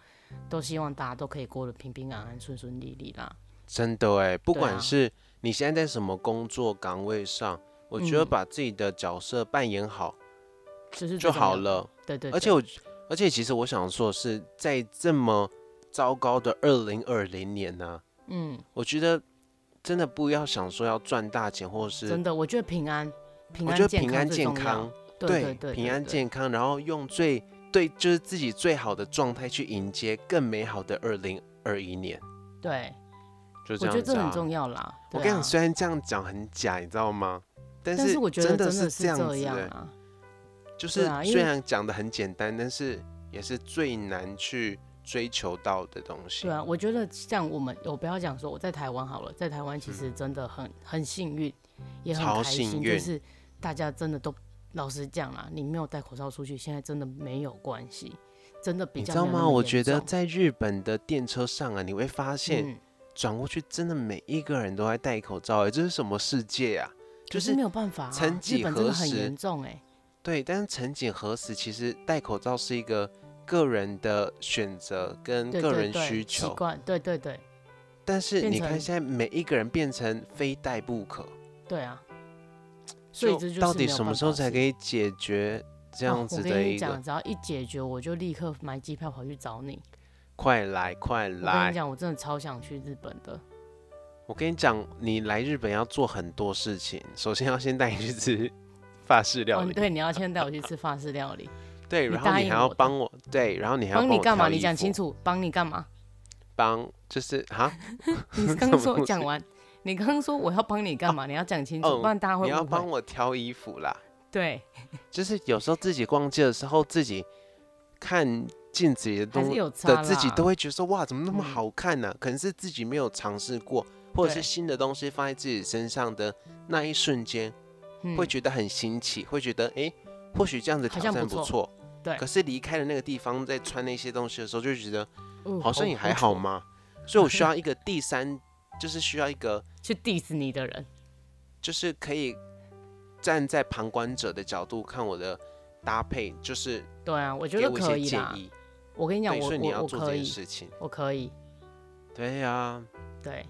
Speaker 2: 都希望大家都可以过得平平安安、顺顺利利啦。
Speaker 1: 真的哎，不
Speaker 2: 对啊
Speaker 1: 管是你现在在什么工作岗位上，我觉得
Speaker 2: 嗯
Speaker 1: 把自己的角色扮演好
Speaker 2: 这是最
Speaker 1: 就
Speaker 2: 重要
Speaker 1: 好
Speaker 2: 的，
Speaker 1: 了。
Speaker 2: 对对
Speaker 1: 而
Speaker 2: 对
Speaker 1: 且我，而且其实我想说的是，在这么糟糕的二零二零年呢、
Speaker 2: 嗯，
Speaker 1: 我觉得真的不要想说要赚大钱，或是
Speaker 2: 真的，我觉得平安、平
Speaker 1: 我
Speaker 2: 安、
Speaker 1: 觉得
Speaker 2: 健
Speaker 1: 平安
Speaker 2: 康最
Speaker 1: 健
Speaker 2: 重要
Speaker 1: 康，，
Speaker 2: 对对对对，
Speaker 1: 平安
Speaker 2: 对
Speaker 1: 健康，然后用最对就是自己最好的状态去迎接更美好的二零二一年，
Speaker 2: 对，
Speaker 1: 就
Speaker 2: 我
Speaker 1: 这
Speaker 2: 觉得
Speaker 1: 样子
Speaker 2: 这很
Speaker 1: 啊。
Speaker 2: 重要啦。
Speaker 1: 我
Speaker 2: 对
Speaker 1: 跟你
Speaker 2: 啊
Speaker 1: 讲，虽然这样讲很假，你知道吗？但
Speaker 2: 但
Speaker 1: 是
Speaker 2: 我觉得
Speaker 1: 真
Speaker 2: 真
Speaker 1: 的是
Speaker 2: 这
Speaker 1: 样子、欸，
Speaker 2: 样啊，
Speaker 1: 就是
Speaker 2: 对啊因
Speaker 1: 虽
Speaker 2: 为
Speaker 1: 然讲的很简单，但是也是最难去追求到的东西。
Speaker 2: 对啊，我觉得像我们，我不要讲说我在台湾好了，在台湾其实真的很、很幸运，也很
Speaker 1: 超
Speaker 2: 开心，
Speaker 1: 幸
Speaker 2: 就
Speaker 1: 运
Speaker 2: 是大家真的都老实讲啦，你没有戴口罩出去，现在真的没有关系，真的比
Speaker 1: 你
Speaker 2: 较
Speaker 1: 知道
Speaker 2: 没有那
Speaker 1: 吗？
Speaker 2: 么
Speaker 1: 我
Speaker 2: 严
Speaker 1: 觉得
Speaker 2: 重
Speaker 1: 在日本的电车上啊，你会发现
Speaker 2: 嗯，
Speaker 1: 转过去，真的每一个人都在戴口罩、欸，这是什么世界啊？
Speaker 2: 可
Speaker 1: 就是是
Speaker 2: 没有办法、啊，
Speaker 1: 曾
Speaker 2: 日
Speaker 1: 几
Speaker 2: 本真的
Speaker 1: 何
Speaker 2: 很
Speaker 1: 时
Speaker 2: 严重哎、
Speaker 1: 对，但是曾几何时，其实戴口罩是一个个人的选择跟
Speaker 2: 对
Speaker 1: 个
Speaker 2: 对
Speaker 1: 人
Speaker 2: 对，
Speaker 1: 需
Speaker 2: 习
Speaker 1: 求。
Speaker 2: 惯，对对对
Speaker 1: 但是
Speaker 2: 变
Speaker 1: 你看，
Speaker 2: 成
Speaker 1: 现在每一个人变成非戴不可，
Speaker 2: 对啊，所以这就是
Speaker 1: 到底
Speaker 2: 没有
Speaker 1: 什么
Speaker 2: 办
Speaker 1: 时候
Speaker 2: 法
Speaker 1: 才
Speaker 2: 的事
Speaker 1: 可以解决这
Speaker 2: 哦
Speaker 1: 样子
Speaker 2: 我
Speaker 1: 的
Speaker 2: 跟
Speaker 1: 一个？
Speaker 2: 你讲，只要一解决，我就立刻买机票跑去找你。
Speaker 1: 快来，快
Speaker 2: 我跟
Speaker 1: 来
Speaker 2: 你！讲，我真的超想去日本的。
Speaker 1: 我跟你讲，你来日本要做很多事情，首先要先带你去吃 *laughs* 法式料
Speaker 2: 哦，
Speaker 1: 理，
Speaker 2: 对，你要先带我去吃法式料理。
Speaker 1: 对，
Speaker 2: 你
Speaker 1: 然后
Speaker 2: 答
Speaker 1: 你
Speaker 2: 应
Speaker 1: 还要
Speaker 2: 我的
Speaker 1: 帮我，对，然后 *laughs* 你还要
Speaker 2: 帮
Speaker 1: 帮
Speaker 2: 你
Speaker 1: 我
Speaker 2: 干嘛？
Speaker 1: 挑
Speaker 2: 你
Speaker 1: 衣
Speaker 2: 讲清
Speaker 1: 服，
Speaker 2: 楚。帮你干嘛？
Speaker 1: *laughs* 帮就是哈，
Speaker 2: 你刚
Speaker 1: 什
Speaker 2: 刚
Speaker 1: 么
Speaker 2: 说
Speaker 1: 东
Speaker 2: 讲
Speaker 1: 西
Speaker 2: 完，你刚刚说我要帮你干嘛？你要讲清楚，
Speaker 1: 哦
Speaker 2: 不然大家会
Speaker 1: 你要
Speaker 2: 误
Speaker 1: 帮
Speaker 2: 会。
Speaker 1: 我挑衣服啦。
Speaker 2: 对，
Speaker 1: 就是有时候自己逛街的时候，自己看镜子里的
Speaker 2: 还是
Speaker 1: 东
Speaker 2: 有差
Speaker 1: 的自己
Speaker 2: 啦
Speaker 1: 都会觉得说哇，怎么那么
Speaker 2: 嗯
Speaker 1: 好看呢、可能是自己没有尝试过，或者是
Speaker 2: 对
Speaker 1: 新的东西放在自己身上的那一瞬间，
Speaker 2: 嗯
Speaker 1: 会觉得很新奇，会觉得哎、诶或许这样子
Speaker 2: 好
Speaker 1: 挑
Speaker 2: 像
Speaker 1: 战
Speaker 2: 不
Speaker 1: 不
Speaker 2: 错
Speaker 1: 错。
Speaker 2: 对
Speaker 1: 可是离开了那个地方，在穿那些东西的时候，就觉得
Speaker 2: 哦
Speaker 1: 好像也还好嘛。所以我需
Speaker 2: *laughs*
Speaker 1: 要一个第三，就是需要一个，
Speaker 2: 去 diss 你的人，
Speaker 1: 就是可以站在旁观者的角度看我的搭配，就是
Speaker 2: 对啊，我觉
Speaker 1: 给
Speaker 2: 得
Speaker 1: 我一
Speaker 2: 可
Speaker 1: 些
Speaker 2: 以
Speaker 1: 建
Speaker 2: 啦。
Speaker 1: 议。
Speaker 2: 我跟你讲，
Speaker 1: 对，
Speaker 2: 我
Speaker 1: 所以你
Speaker 2: 我
Speaker 1: 要
Speaker 2: 我
Speaker 1: 做这
Speaker 2: 可
Speaker 1: 件
Speaker 2: 以，
Speaker 1: 事情。
Speaker 2: 我可以，
Speaker 1: 对呀、
Speaker 2: 对。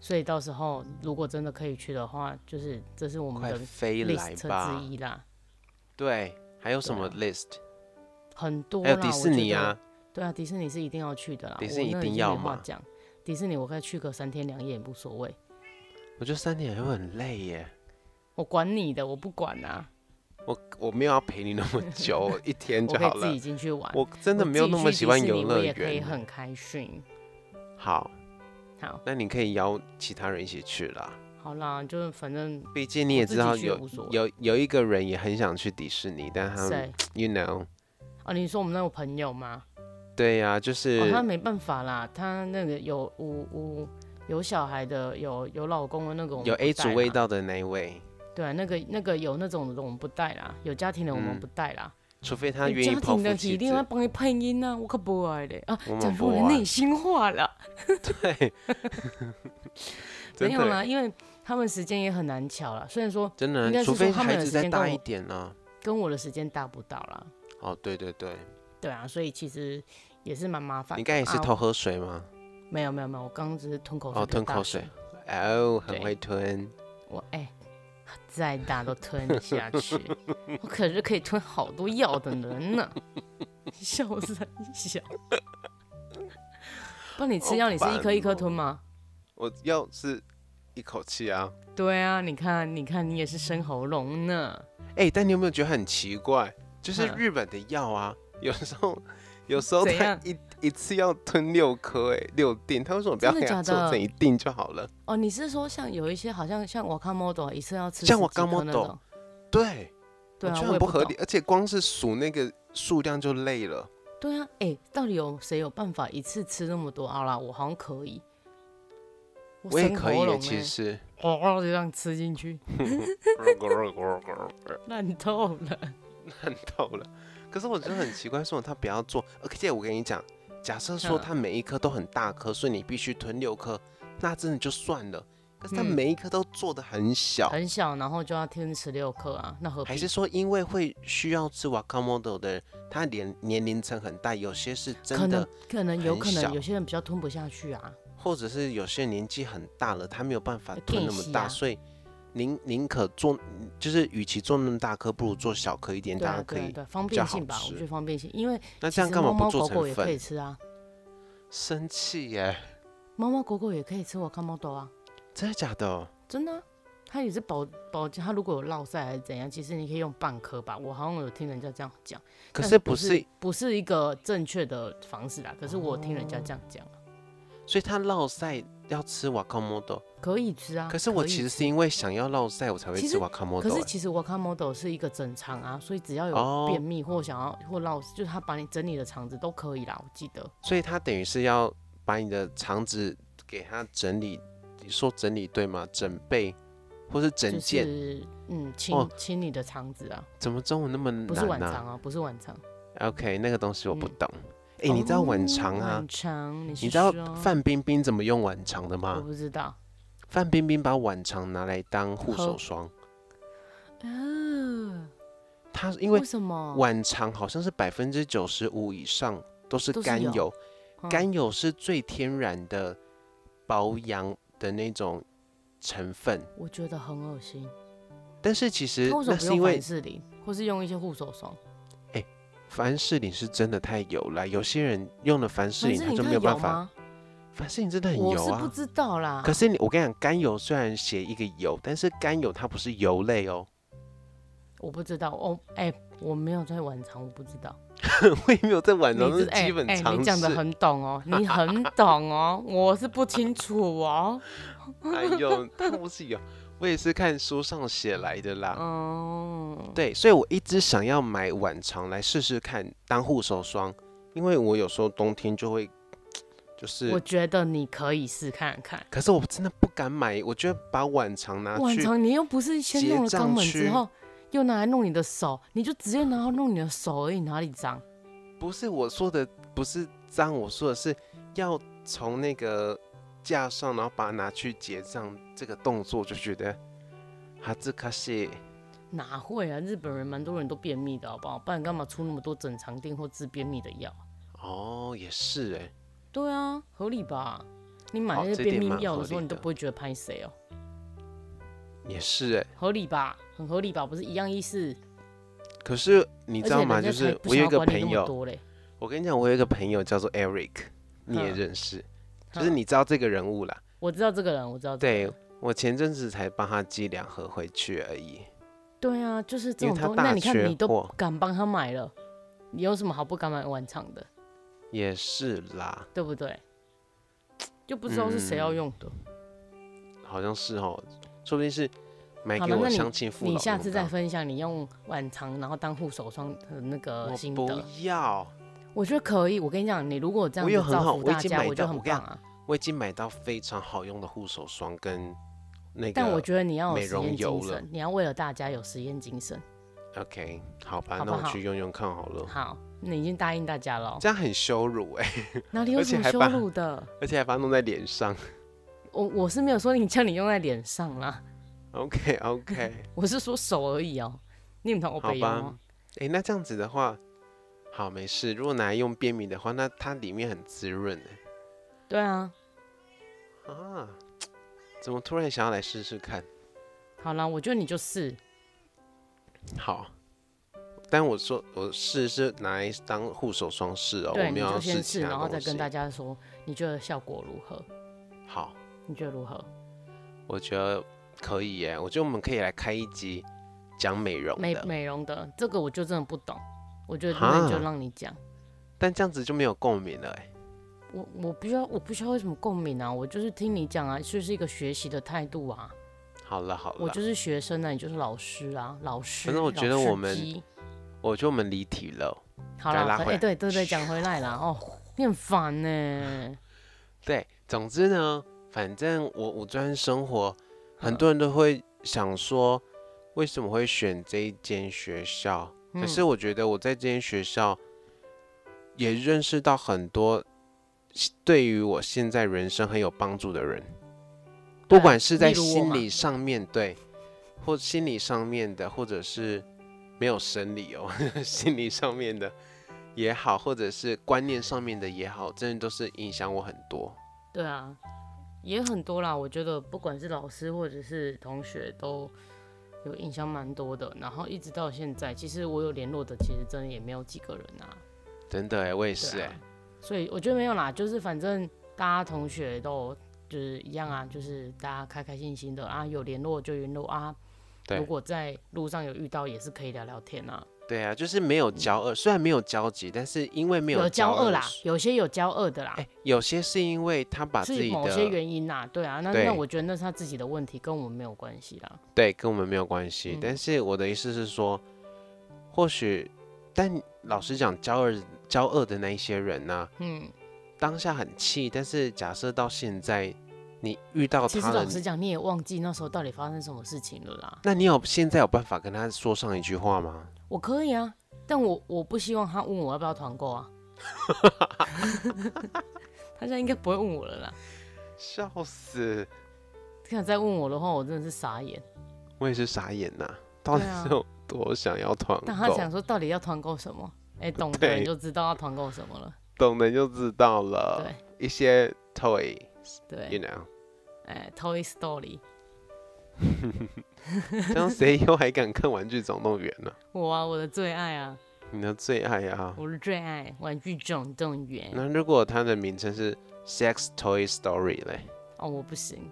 Speaker 2: 所以到时候如果真的可以去的话，就是这是我们
Speaker 1: 快
Speaker 2: 嗯的
Speaker 1: 飞来
Speaker 2: list
Speaker 1: 吧
Speaker 2: 之！一啦，
Speaker 1: 对，还有什
Speaker 2: 对
Speaker 1: 么
Speaker 2: 啊
Speaker 1: list？
Speaker 2: 很多
Speaker 1: 还有
Speaker 2: 啦
Speaker 1: 迪
Speaker 2: 我
Speaker 1: 士
Speaker 2: 觉
Speaker 1: 尼
Speaker 2: 得
Speaker 1: 啊，
Speaker 2: 对啊，迪士尼是一定要去的啦，
Speaker 1: 迪
Speaker 2: 我
Speaker 1: 士尼一
Speaker 2: 那
Speaker 1: 定
Speaker 2: 已经
Speaker 1: 要
Speaker 2: 没话
Speaker 1: 嘛
Speaker 2: 讲。迪士尼我可以去个三天两夜也无所谓，
Speaker 1: 我觉得三点会很累耶。
Speaker 2: 我管你的，我不管啊，
Speaker 1: 我我没有要陪你那
Speaker 2: *laughs*
Speaker 1: 么久，一天
Speaker 2: 我
Speaker 1: 就
Speaker 2: 可
Speaker 1: 好
Speaker 2: 以自
Speaker 1: 了
Speaker 2: 己。进去玩。
Speaker 1: 我真的
Speaker 2: 我
Speaker 1: 没有
Speaker 2: 自己
Speaker 1: 那么
Speaker 2: 去
Speaker 1: 喜
Speaker 2: 迪
Speaker 1: 欢
Speaker 2: 士
Speaker 1: 游
Speaker 2: 尼
Speaker 1: 乐
Speaker 2: 我也可以
Speaker 1: 园。
Speaker 2: 很开心。
Speaker 1: 好，
Speaker 2: 好，
Speaker 1: 那你可以邀其他人一起去啦。
Speaker 2: 好啦，就是反正
Speaker 1: 毕竟你
Speaker 2: 我
Speaker 1: 也
Speaker 2: 自
Speaker 1: 知
Speaker 2: 己
Speaker 1: 道
Speaker 2: 去也
Speaker 1: 有
Speaker 2: 无所谓
Speaker 1: 有有一个人也很想去迪士尼，但他
Speaker 2: 谁
Speaker 1: 们 you know，
Speaker 2: 啊，你说我们那个朋友吗？
Speaker 1: 对呀、就是、
Speaker 2: 哦，他没办法啦，他那个有五五有小孩的，有有老公的那个我们
Speaker 1: 有
Speaker 2: 不
Speaker 1: A
Speaker 2: 带
Speaker 1: 组味
Speaker 2: 啦，
Speaker 1: 道的那一位，
Speaker 2: 对啊，那个那个有那种的我们不带啦，有家庭的我们
Speaker 1: 嗯
Speaker 2: 不带啦。
Speaker 1: 除非他
Speaker 2: 有
Speaker 1: 愿意
Speaker 2: 哎家
Speaker 1: 剖
Speaker 2: 庭
Speaker 1: 腹
Speaker 2: 的
Speaker 1: 妻
Speaker 2: 一定要
Speaker 1: 子，
Speaker 2: 帮你配音啊，我可不爱嘞啊，
Speaker 1: 我
Speaker 2: 讲
Speaker 1: 们
Speaker 2: 出我的
Speaker 1: 不爱
Speaker 2: 内心话了。
Speaker 1: 对，
Speaker 2: 没
Speaker 1: *laughs* 真
Speaker 2: 有
Speaker 1: 的
Speaker 2: 啦，因为他们时间也很难巧啦。虽然说
Speaker 1: 真
Speaker 2: 应
Speaker 1: 的，
Speaker 2: 该
Speaker 1: 除
Speaker 2: 是说
Speaker 1: 非
Speaker 2: 他们
Speaker 1: 孩
Speaker 2: 的
Speaker 1: 子
Speaker 2: 时
Speaker 1: 再
Speaker 2: 间
Speaker 1: 大
Speaker 2: 跟
Speaker 1: 一
Speaker 2: 我
Speaker 1: 点呢、
Speaker 2: 跟我的时间搭不到啦，
Speaker 1: 哦，对对对，
Speaker 2: 对啊，所以其实也是蛮麻烦的。
Speaker 1: 你刚才也是
Speaker 2: 啊
Speaker 1: 偷喝水吗？
Speaker 2: 没有没有没有，我刚刚只是吞口水。
Speaker 1: 哦，吞口水。，哦，很
Speaker 2: 对
Speaker 1: 会吞。
Speaker 2: 我哎、再大都吞下去，我可是可以吞好多药的人呢。 *laughs* 笑死笑。不，你吃药你是一颗一
Speaker 1: 哦
Speaker 2: 颗吞吗？
Speaker 1: 我要是一口气啊，
Speaker 2: 对啊，你看，你看，你也是生喉咙呢。
Speaker 1: 哎、但你有没有觉得很奇怪？就是
Speaker 2: 嗯
Speaker 1: 日本的药啊，有时候有时候
Speaker 2: 怎
Speaker 1: 他
Speaker 2: 样
Speaker 1: 一一次要吞六颗，哎，六锭，他为什么不要
Speaker 2: 真
Speaker 1: 给
Speaker 2: 的
Speaker 1: 他
Speaker 2: 假
Speaker 1: 做
Speaker 2: 的
Speaker 1: 成一锭就好了？
Speaker 2: 哦，你是说像有一些好像像我看 model 一次要吃
Speaker 1: 像
Speaker 2: 10几颗
Speaker 1: Wakamoto
Speaker 2: 那种？
Speaker 1: 对，
Speaker 2: 对
Speaker 1: 我
Speaker 2: 啊，
Speaker 1: 觉得
Speaker 2: 我也
Speaker 1: 很不合
Speaker 2: 懂
Speaker 1: 理，。而且光是数那个数量就累了。
Speaker 2: 对啊，哎、到底有谁有办法一次吃那么多？好啦，我好像可以，我
Speaker 1: 我也
Speaker 2: 生
Speaker 1: 可
Speaker 2: 喉
Speaker 1: 以耶，
Speaker 2: 咙
Speaker 1: 其
Speaker 2: 欸
Speaker 1: 实。
Speaker 2: *laughs* 哦，就这样吃进去，烂透了。
Speaker 1: 看到了。可是我觉得很奇怪，为什么他不要做？而且我跟你讲，假设说
Speaker 2: 嗯
Speaker 1: 他每一颗都很大颗，所以你必须吞六颗，那真的就算了。但是它
Speaker 2: 嗯
Speaker 1: 每一颗都做的很小，
Speaker 2: 很小，然后就要听十六课啊，那何必
Speaker 1: 哦还？是说因为会需要吃 wakamoto 的人，他年年龄层很大，有些是
Speaker 2: 可
Speaker 1: 真
Speaker 2: 能
Speaker 1: 的，
Speaker 2: 可能有
Speaker 1: 很
Speaker 2: 可能
Speaker 1: 小
Speaker 2: 有些人比较吞不下去啊，
Speaker 1: 或者是有些年纪很大了，他没有办法
Speaker 2: 会
Speaker 1: 吞
Speaker 2: 变
Speaker 1: 那么
Speaker 2: 细
Speaker 1: 大，
Speaker 2: 啊
Speaker 1: 所以宁宁可做，就是与其做那么大颗，不如做小颗一点，
Speaker 2: 对
Speaker 1: 嗯当
Speaker 2: 啊
Speaker 1: 然可
Speaker 2: 对啊
Speaker 1: 以。
Speaker 2: 对啊，方
Speaker 1: 比较
Speaker 2: 便性
Speaker 1: 好
Speaker 2: 吧，我
Speaker 1: 吃
Speaker 2: 觉得方便性，因为
Speaker 1: 那
Speaker 2: 其
Speaker 1: 这样
Speaker 2: 实
Speaker 1: 干嘛
Speaker 2: 猫
Speaker 1: 不
Speaker 2: 猫
Speaker 1: 做
Speaker 2: 狗狗
Speaker 1: 成
Speaker 2: 也可以
Speaker 1: 粉？
Speaker 2: 吃啊，
Speaker 1: 生气耶，
Speaker 2: 猫猫狗狗也可以吃我看猫豆啊，
Speaker 1: 真的假的？哦
Speaker 2: 真的啊、它也是保保，它如果有落塞还是怎样，其实你可以用半颗吧。我好像有听人家这样讲，
Speaker 1: 可
Speaker 2: 但
Speaker 1: 是
Speaker 2: 不
Speaker 1: 不是，
Speaker 2: 不是一个正确的方式啦。可是我听人家这样讲啊，
Speaker 1: 所以他绕赛要吃 wakamoto，
Speaker 2: 可以吃啊。
Speaker 1: 可是我
Speaker 2: 以
Speaker 1: 其实
Speaker 2: 吃
Speaker 1: 是因为想要绕赛，我才会
Speaker 2: 其
Speaker 1: 吃
Speaker 2: 实
Speaker 1: wakamoto
Speaker 2: 可是
Speaker 1: 耶
Speaker 2: 其实 Wakamoto 是一个整肠啊，所以只要
Speaker 1: 哦
Speaker 2: 有便秘或想要或落，就是他把你整理的肠子都可以啦。我记得
Speaker 1: 所以它等于是要把你的肠子给它整理，你说整理对吗？整备或是整
Speaker 2: 就
Speaker 1: 件，
Speaker 2: 是嗯清、
Speaker 1: 哦
Speaker 2: 清理的肠子啊，
Speaker 1: 怎么中文那么
Speaker 2: 不是晚
Speaker 1: 难
Speaker 2: 肠
Speaker 1: 啊
Speaker 2: 啊，不是晚肠。
Speaker 1: ？OK，那个东西我不
Speaker 2: 嗯
Speaker 1: 懂。哎、你知道晚肠
Speaker 2: 哦
Speaker 1: 啊？
Speaker 2: 晚肠，你
Speaker 1: 你
Speaker 2: 你
Speaker 1: 知道范冰冰怎么用晚肠的
Speaker 2: 我
Speaker 1: 吗？
Speaker 2: 不知道
Speaker 1: 范冰冰把晚肠拿来当护手
Speaker 2: 喝
Speaker 1: 霜，
Speaker 2: 啊，
Speaker 1: 她因为
Speaker 2: 什么
Speaker 1: 晚肠好像是百分之九十五以上都是
Speaker 2: 都是
Speaker 1: 甘
Speaker 2: 油
Speaker 1: 油，
Speaker 2: 嗯
Speaker 1: 甘油是最天然的保养的那种成分。
Speaker 2: 我觉得很恶心。
Speaker 1: 但是其实
Speaker 2: 他为什
Speaker 1: 呃那是
Speaker 2: 么不
Speaker 1: 因
Speaker 2: 用
Speaker 1: 为
Speaker 2: 凡士林，或是用一些护手霜？
Speaker 1: 凡士林是真的太油了，有些人用了凡士
Speaker 2: 凡
Speaker 1: 林
Speaker 2: 士
Speaker 1: 他
Speaker 2: 林
Speaker 1: 就没
Speaker 2: 可以
Speaker 1: 有办
Speaker 2: 油
Speaker 1: 法。
Speaker 2: 吗？
Speaker 1: 凡士林真的很
Speaker 2: 我
Speaker 1: 油
Speaker 2: 是不
Speaker 1: 啊。
Speaker 2: 知道啦。
Speaker 1: 可是你，我跟你讲，甘油虽然写一个油，但是甘油它不是油类哦。 *laughs*
Speaker 2: 我不知道哦，哎、我没有在晚肠，我不知道。
Speaker 1: 我也没有在晚上
Speaker 2: 你
Speaker 1: 是
Speaker 2: 知哎
Speaker 1: 基本
Speaker 2: 哎
Speaker 1: 常
Speaker 2: 你
Speaker 1: 识。
Speaker 2: 讲的很懂哦，你很懂哦， *laughs* 我是不清楚哦。 *laughs*
Speaker 1: 哎呦，它不是油，我也是看书上写来的啦。
Speaker 2: 嗯，
Speaker 1: 对，所以我一直想要买晚肠来试试看当护手霜，因为我有时候冬天就会，就是
Speaker 2: 我觉得你可以试看看。
Speaker 1: 可是我真的不敢买，我觉得把晚肠拿
Speaker 2: 晚
Speaker 1: 去，
Speaker 2: 肠你又不是先
Speaker 1: 结
Speaker 2: 弄了
Speaker 1: 账
Speaker 2: 肛门
Speaker 1: 区
Speaker 2: 之后，又拿来弄你的手，你就直接拿来弄你的手而已，哪里脏？
Speaker 1: 不是我说的，不是脏，我说的是要从那个架上，然后把它拿去结账，这个动作就觉得哈兹卡西。
Speaker 2: 哪会啊？日本人蛮多人都便秘的，好不好？不然干嘛出那么多整肠定或治便秘的药？
Speaker 1: 哦，也是哎，
Speaker 2: 对啊，合理吧？你买
Speaker 1: 哦
Speaker 2: 那
Speaker 1: 这
Speaker 2: 些
Speaker 1: 点
Speaker 2: 便秘
Speaker 1: 蛮
Speaker 2: 药
Speaker 1: 合
Speaker 2: 的时候，
Speaker 1: 理
Speaker 2: 你都
Speaker 1: 的
Speaker 2: 不会觉得拍谁哦，
Speaker 1: 也是哎。
Speaker 2: 合理吧？很合理吧？不是一样意思？
Speaker 1: 可是你
Speaker 2: 你
Speaker 1: 知道吗？就是我有一个朋友，
Speaker 2: 多嘞，
Speaker 1: 我跟你讲，我有一个朋友叫做 Eric，你也
Speaker 2: 嗯
Speaker 1: 认识，就是
Speaker 2: 嗯
Speaker 1: 你知道这个人物啦。
Speaker 2: 我知道这个人，我知道这个
Speaker 1: 对
Speaker 2: 人。
Speaker 1: 我前阵子才帮他寄两盒回去而已，
Speaker 2: 对啊，就是这
Speaker 1: 因为他
Speaker 2: 种东西。那
Speaker 1: 大
Speaker 2: 你看，
Speaker 1: 缺
Speaker 2: 你都
Speaker 1: 货，
Speaker 2: 敢帮他买了，你有什么好不敢买晚场的？
Speaker 1: 也是啦。
Speaker 2: 对不对？就不知道是谁要用的。
Speaker 1: 嗯好像是哦，说不定是买
Speaker 2: 好
Speaker 1: 给
Speaker 2: 吧
Speaker 1: 我
Speaker 2: 那你
Speaker 1: 乡亲父老
Speaker 2: 你下
Speaker 1: 用啊
Speaker 2: 次再
Speaker 1: 到
Speaker 2: 分享你用晚肠然后当护手霜的那个
Speaker 1: 我
Speaker 2: 心
Speaker 1: 不
Speaker 2: 得，
Speaker 1: 要，
Speaker 2: 我觉得可以。我跟你讲，你如果这样
Speaker 1: 我有
Speaker 2: 子
Speaker 1: 很好
Speaker 2: 造福
Speaker 1: 我已
Speaker 2: 大
Speaker 1: 经
Speaker 2: 家，
Speaker 1: 买
Speaker 2: 我觉得
Speaker 1: 到
Speaker 2: 很
Speaker 1: 我跟你
Speaker 2: 棒啊。
Speaker 1: 我已经买到非常好用的护手霜跟那个。
Speaker 2: 但我觉得你要
Speaker 1: 美
Speaker 2: 有实
Speaker 1: 容
Speaker 2: 验
Speaker 1: 油
Speaker 2: 精
Speaker 1: 了
Speaker 2: 神，你要为了大家有实验精神。
Speaker 1: OK，好吧，
Speaker 2: 好不
Speaker 1: 那我
Speaker 2: 好
Speaker 1: 去用用看好了。
Speaker 2: 好，你已经答应大家了哦，
Speaker 1: 这样很羞辱哎、
Speaker 2: 哪里有
Speaker 1: 而且
Speaker 2: 什么
Speaker 1: 还
Speaker 2: 羞
Speaker 1: 把
Speaker 2: 辱的？
Speaker 1: 而且还把它弄在脸上。
Speaker 2: 我我是没有说你叫你用在脸上啦， *laughs*
Speaker 1: OK OK，哎、
Speaker 2: 我是说手而已哦、你唔同我被用
Speaker 1: 好吧
Speaker 2: 哦、
Speaker 1: 诶那这样子的话，好没事。如果拿来用便秘的话，那它里面很滋润哎、
Speaker 2: 对啊，
Speaker 1: 啊，怎么突然想要来试试看？
Speaker 2: 好啦，我觉得你就是
Speaker 1: 好，但我说我试是拿来当护手霜试哦，我
Speaker 2: 对，
Speaker 1: 没
Speaker 2: 你
Speaker 1: 有
Speaker 2: 就
Speaker 1: 要
Speaker 2: 先
Speaker 1: 其
Speaker 2: 试，
Speaker 1: 他
Speaker 2: 然后再
Speaker 1: 东西
Speaker 2: 跟。大家说你觉得效果如何？
Speaker 1: 好，
Speaker 2: 你觉得如何？
Speaker 1: 我觉得可以耶，我觉得我们可以来开一集讲美容
Speaker 2: 美
Speaker 1: 的，
Speaker 2: 美容的这个我就真的不懂，我觉得那你就
Speaker 1: 哈
Speaker 2: 让你讲。
Speaker 1: 但这样子就没有共鸣了哎。
Speaker 2: 我我不需要，我不需要有什么共鸣啊，我就是听你讲啊，就是一个学习的态度啊。
Speaker 1: 好了好了，
Speaker 2: 我就是学生啊，你就是老师啊，老师。
Speaker 1: 反正我觉得
Speaker 2: 老师
Speaker 1: 我们
Speaker 2: 机
Speaker 1: 我觉得我们离题了。
Speaker 2: 好
Speaker 1: 再
Speaker 2: 啦，
Speaker 1: 拉
Speaker 2: 哎、
Speaker 1: 回来
Speaker 2: 对对对，讲回来啦，哦，你很烦呢、
Speaker 1: 对，总之呢，反正我我专生活，
Speaker 2: 嗯
Speaker 1: 很多人都会想说，为什么会选这一间学校？可是
Speaker 2: 嗯、
Speaker 1: 我觉得我在这间学校也认识到很多对于我现在人生很有帮助的人。不管是在
Speaker 2: 啊例如我
Speaker 1: 心
Speaker 2: 嘛
Speaker 1: 理上面对，或心理上面的，或者是没有生理哦， *laughs* 心理上面的也好，或者是观念上面的也好，真的都是影响我很多。
Speaker 2: 对啊，也很多啦。我觉得不管是老师或者是同学，都有影响蛮多的。然后一直到现在，其实我有联络的，其实真的也没有几个人啊。
Speaker 1: 真的哎，我也
Speaker 2: 对
Speaker 1: 是
Speaker 2: 啊
Speaker 1: 哎，
Speaker 2: 所以我觉得没有啦，就是反正大家同学都就是一样啊，就是大家开开心心的啊，有联络就联络啊。如
Speaker 1: 对
Speaker 2: 果在路上有遇到，也是可以聊聊天啊。
Speaker 1: 对啊，就是没有交恶，虽然没有交集，但是因为没
Speaker 2: 有
Speaker 1: 交
Speaker 2: 交恶
Speaker 1: 恶
Speaker 2: 啦，有些有交恶的啦，
Speaker 1: 哎，有些是因为他把自
Speaker 2: 是
Speaker 1: 己
Speaker 2: 某些
Speaker 1: 的
Speaker 2: 原因啦。对啊，那
Speaker 1: 对
Speaker 2: 那我觉得那是他自己的问题，跟我们没有关系啦。
Speaker 1: 对跟我们没有关系，
Speaker 2: 嗯
Speaker 1: 但是我的意思是说，或许，但老实讲，交恶交恶的那一些人呢、
Speaker 2: 嗯，
Speaker 1: 当下很气，但是假设到现在你遇到
Speaker 2: 其实
Speaker 1: 哦他
Speaker 2: 老
Speaker 1: 了，
Speaker 2: 实讲，你也忘记那时候到底发生什么事情了啦。
Speaker 1: 那你有现在有办法跟他说上一句话吗？
Speaker 2: 我可以啊，但我我不希望他问我要不要团购啊。 *laughs* 他现在应该不会问我了啦。
Speaker 1: 笑死，
Speaker 2: 这样再问我的话，我真的是傻眼。
Speaker 1: 我也是傻眼呐、到底
Speaker 2: 对啊
Speaker 1: 是有多想要团
Speaker 2: 但他
Speaker 1: 购？
Speaker 2: 想说，到底要团购什么？
Speaker 1: *laughs*
Speaker 2: 哎、懂的人
Speaker 1: 对
Speaker 2: 就知道要团购什么了。
Speaker 1: 懂的就知道了
Speaker 2: 对，
Speaker 1: 一些 toy，you
Speaker 2: 对， *laughs*
Speaker 1: know，
Speaker 2: 哎、t o y Story，
Speaker 1: 这样谁以后还敢看《玩具总动员》呢？
Speaker 2: 我啊，我的最爱啊，
Speaker 1: 你的最爱啊！
Speaker 2: 我的最爱《玩具总动员》
Speaker 1: 那如果它的名称是 Sex Toy Story 嘞，
Speaker 2: 哦，我不行，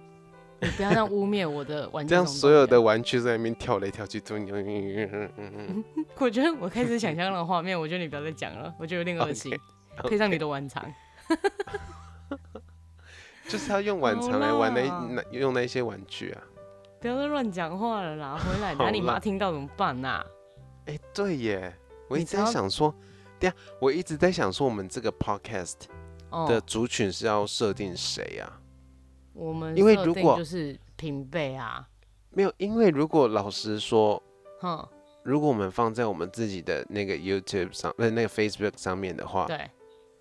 Speaker 2: 你不要让污蔑我的《玩具
Speaker 1: 这样
Speaker 2: 总动
Speaker 1: 所有的
Speaker 2: 员，
Speaker 1: 玩具在那边跳来跳去，嗯咚咚咚咚咚咚咚
Speaker 2: *laughs* 我觉得我开始想象那个画面，我觉得你不要再讲了，我觉得有点恶心。配上你的晚餐，
Speaker 1: 就是要用晚
Speaker 2: 好
Speaker 1: 餐来玩那
Speaker 2: 啦
Speaker 1: 那用那些玩具啊。
Speaker 2: 不要再乱讲话了啦！
Speaker 1: *laughs*
Speaker 2: 回来，啊
Speaker 1: 好
Speaker 2: 那你妈
Speaker 1: 啦
Speaker 2: 听到怎么办呐、
Speaker 1: 哎、对耶，我
Speaker 2: 你
Speaker 1: 一直
Speaker 2: 知
Speaker 1: 在
Speaker 2: 道
Speaker 1: 想说，对呀，我一直在想说，我们这个 podcast 的
Speaker 2: 哦，
Speaker 1: 族群是要设定谁啊？
Speaker 2: 我们
Speaker 1: 因为
Speaker 2: 设
Speaker 1: 如
Speaker 2: 定
Speaker 1: 果
Speaker 2: 就是平辈啊，
Speaker 1: 没有，因为如果老实说，
Speaker 2: 哼，
Speaker 1: 如果我们放在我们自己的那个 YouTube 上，呃，那个 Facebook 上面的话，
Speaker 2: 对，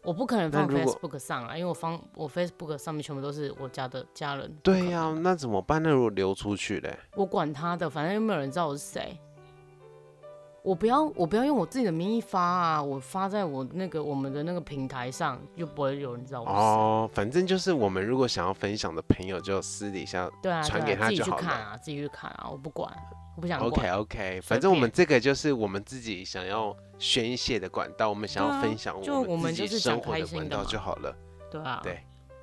Speaker 2: 我不可能
Speaker 1: 那
Speaker 2: 放
Speaker 1: 如果
Speaker 2: Facebook 上啊，因为我放我 Facebook 上面全部都是我家的家人，不
Speaker 1: 对
Speaker 2: 可
Speaker 1: 呀、
Speaker 2: 能
Speaker 1: 那怎么办？那如果流出去嘞？
Speaker 2: 我管他的，反正又没有人知道我是谁。我不要，我不要用我自己的名义发啊！我发在我那个我们的那个平台上，就不会有人知道我是谁。
Speaker 1: 哦，反正就是我们如果想要分享的朋友，就私底下。
Speaker 2: 对啊，
Speaker 1: 传
Speaker 2: 对
Speaker 1: 给
Speaker 2: 啊
Speaker 1: 他
Speaker 2: 自己
Speaker 1: 就
Speaker 2: 去
Speaker 1: 好了
Speaker 2: 看啊，自己去看啊，我不管，我不想管。
Speaker 1: OK OK，
Speaker 2: 随
Speaker 1: 反正我
Speaker 2: 便
Speaker 1: 们这个就是我们自己想要宣泄的管道，我们想
Speaker 2: 对
Speaker 1: 要
Speaker 2: 啊
Speaker 1: 分享
Speaker 2: 就我
Speaker 1: 我
Speaker 2: 们
Speaker 1: 们自
Speaker 2: 就
Speaker 1: 己
Speaker 2: 是讲
Speaker 1: 生活
Speaker 2: 开
Speaker 1: 的
Speaker 2: 心
Speaker 1: 管
Speaker 2: 的
Speaker 1: 道
Speaker 2: 嘛
Speaker 1: 就好了。
Speaker 2: 对啊，
Speaker 1: 对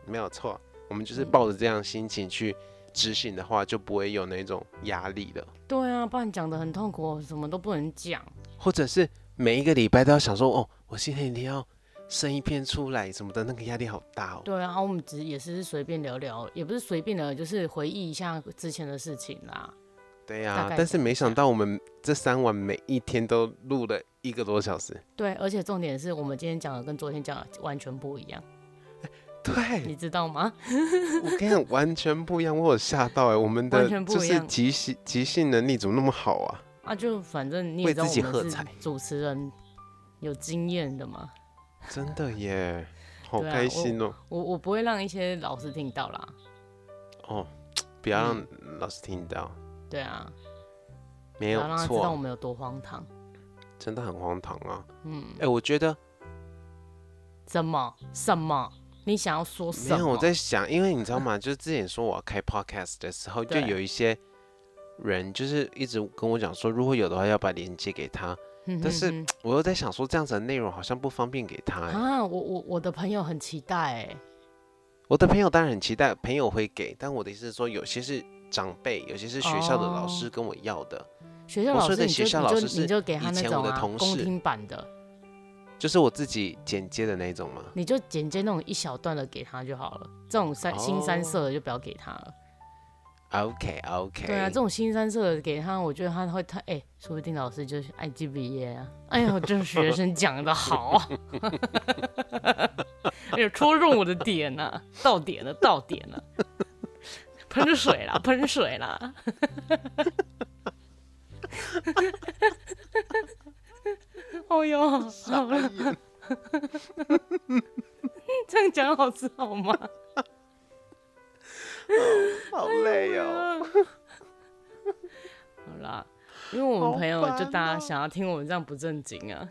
Speaker 1: 没有错，我们就是
Speaker 2: 嗯
Speaker 1: 抱着这样心情去执行的话，就不会有那种压力了。
Speaker 2: 对啊，不然讲的很痛苦，什么都不能讲。
Speaker 1: 或者是每一个礼拜都要想说，哦，我今天一定要生一片出来什么的，那个压力好大哦。
Speaker 2: 对啊，我们只也是随便聊聊，也不是随便聊，就是回忆一下之前的事情啦。
Speaker 1: 对
Speaker 2: 大
Speaker 1: 呀、
Speaker 2: 概
Speaker 1: 但
Speaker 2: 是
Speaker 1: 是没
Speaker 2: 这
Speaker 1: 想
Speaker 2: 样
Speaker 1: 到我们这三晚每一天都录了一个多小时。
Speaker 2: 对，而且重点是我们今天讲的跟昨天讲的完全不一样，
Speaker 1: 对，
Speaker 2: 你知道吗？
Speaker 1: *laughs* 我跟你讲，完全不一样，我有吓到哎，我们的
Speaker 2: 完全不
Speaker 1: 就
Speaker 2: 一
Speaker 1: 是
Speaker 2: 样
Speaker 1: 即兴即兴能力怎么那么好啊？
Speaker 2: *laughs* 啊，就反正你也
Speaker 1: 为
Speaker 2: 知道
Speaker 1: 自己
Speaker 2: 我们
Speaker 1: 喝
Speaker 2: 是
Speaker 1: 彩
Speaker 2: 主持人有经验的嘛，
Speaker 1: 真的耶，好
Speaker 2: 对啊
Speaker 1: 开
Speaker 2: 我
Speaker 1: 心哦！
Speaker 2: 我我不会让一些老师听到啦。
Speaker 1: 哦，不要
Speaker 2: 嗯
Speaker 1: 让老师听到，
Speaker 2: 对啊，
Speaker 1: 没有
Speaker 2: 不要让他知道我
Speaker 1: 错，啊
Speaker 2: 们有多荒唐。
Speaker 1: 真的很荒唐啊！
Speaker 2: 嗯
Speaker 1: 哎、，我觉得
Speaker 2: 什么什么？你想要说什
Speaker 1: 没
Speaker 2: 么？
Speaker 1: 有，我
Speaker 2: *laughs*
Speaker 1: 在想，因为你知道吗？就是之前说我要开 podcast 的时候，就
Speaker 2: 对
Speaker 1: 有一些人就是一直跟我讲说，如果有的话要把链接给他，
Speaker 2: 哼
Speaker 1: 但是
Speaker 2: 哼
Speaker 1: 我又在想说这样子的内容好像不方便给他、
Speaker 2: 哼
Speaker 1: 哎
Speaker 2: 啊，我我我的朋友很期待哎、
Speaker 1: 我的朋友当然很期待，朋友会给，但我的意思是说，有些是长辈，有些是学校的老
Speaker 2: 哦
Speaker 1: 师跟我要的，
Speaker 2: 学校
Speaker 1: 我
Speaker 2: 老
Speaker 1: 说
Speaker 2: 师
Speaker 1: 的
Speaker 2: 你就
Speaker 1: 学校
Speaker 2: 你
Speaker 1: 老
Speaker 2: 就
Speaker 1: 师是
Speaker 2: 你就给他
Speaker 1: 以
Speaker 2: 那
Speaker 1: 前
Speaker 2: 种
Speaker 1: 我的
Speaker 2: 啊
Speaker 1: 同
Speaker 2: 公
Speaker 1: 事
Speaker 2: 听版的，
Speaker 1: 就是我自己剪接的那一种嘛。
Speaker 2: 你就剪接那种一小段的给他就好了。这种三新
Speaker 1: 哦
Speaker 2: 三色的就不要给他了。
Speaker 1: OK OK，
Speaker 2: 对啊，这种新三色的给他，我觉得他会他哎、说不定老师就是爱记毕业啊。哎
Speaker 1: *laughs*
Speaker 2: 呦，这个学生讲的好啊！ *laughs* 哎呦，戳中我的点呐、到点了，到点了，喷水啦，喷水啦！ *laughs* 哦
Speaker 1: *laughs*
Speaker 2: 呦，好
Speaker 1: 哎
Speaker 2: 了，
Speaker 1: *laughs*
Speaker 2: 这样讲好吃好吗？
Speaker 1: 好累
Speaker 2: 哎
Speaker 1: 哦。
Speaker 2: 好啦，因为我们朋友
Speaker 1: 好烦
Speaker 2: 就大家
Speaker 1: 哦
Speaker 2: 想要听我们这样不正经啊，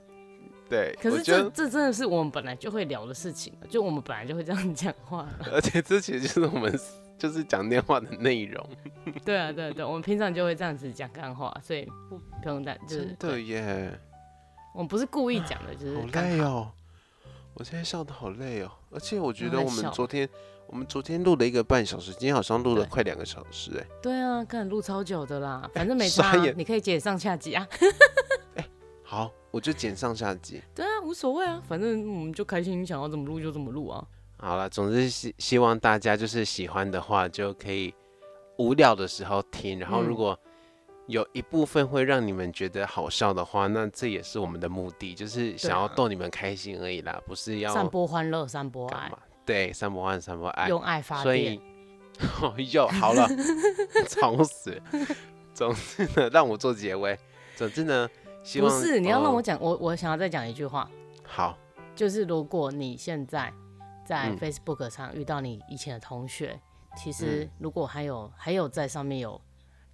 Speaker 1: 对，
Speaker 2: 可
Speaker 1: 我
Speaker 2: 是
Speaker 1: 觉
Speaker 2: 这
Speaker 1: 得，
Speaker 2: 这真的是我们本来就会聊的事情，啊就我们本来就会这样 *laughs* 讲话。
Speaker 1: 而且这其实就是我们就是讲电话的内容。
Speaker 2: 对啊，对啊对啊，我们平常就会这样子讲干话，所以不不用担，就是
Speaker 1: 真的耶，
Speaker 2: 我们不是故意讲的，就是
Speaker 1: 好
Speaker 2: 干
Speaker 1: 累哦。我现在笑的好累哦，而且我觉
Speaker 2: 我
Speaker 1: 得
Speaker 2: 在
Speaker 1: 我
Speaker 2: 笑哦
Speaker 1: 们昨天我们昨天录了一个半小时，今天好像录了
Speaker 2: 对
Speaker 1: 快两个小时哎。
Speaker 2: 对啊，看录超久的啦，
Speaker 1: *laughs*
Speaker 2: 反正没差
Speaker 1: 傻
Speaker 2: 啊、
Speaker 1: 眼
Speaker 2: 你可以剪上下集啊。
Speaker 1: 好，我就剪上下集。
Speaker 2: 对啊，无所谓啊，反正我们就开心，想要怎么录就怎么录啊。
Speaker 1: 好了，总之希希望大家就是喜欢的话，就可以无聊的时候听。然后
Speaker 2: 嗯
Speaker 1: 如果有一部分会让你们觉得好笑的话，那这也是我们的目的，就是想要
Speaker 2: 对啊
Speaker 1: 逗你们开心而已啦，不是要
Speaker 2: 散播欢乐，散播
Speaker 1: 干
Speaker 2: 爱
Speaker 1: 嘛，？对，散播爱，散播爱。
Speaker 2: 用爱发
Speaker 1: 所
Speaker 2: 电
Speaker 1: 以。， *laughs* 又好
Speaker 2: *laughs*
Speaker 1: 了，吵死。总之呢，让我做结尾。总之呢，希
Speaker 2: 不
Speaker 1: 望
Speaker 2: 是，你要让我
Speaker 1: 嗯
Speaker 2: 讲，我我想要再讲一句话，
Speaker 1: 好，
Speaker 2: 就是如果你现在在
Speaker 1: 嗯
Speaker 2: Facebook 上遇到你以前的同学，其实
Speaker 1: 嗯
Speaker 2: 如果还有还有在上面有，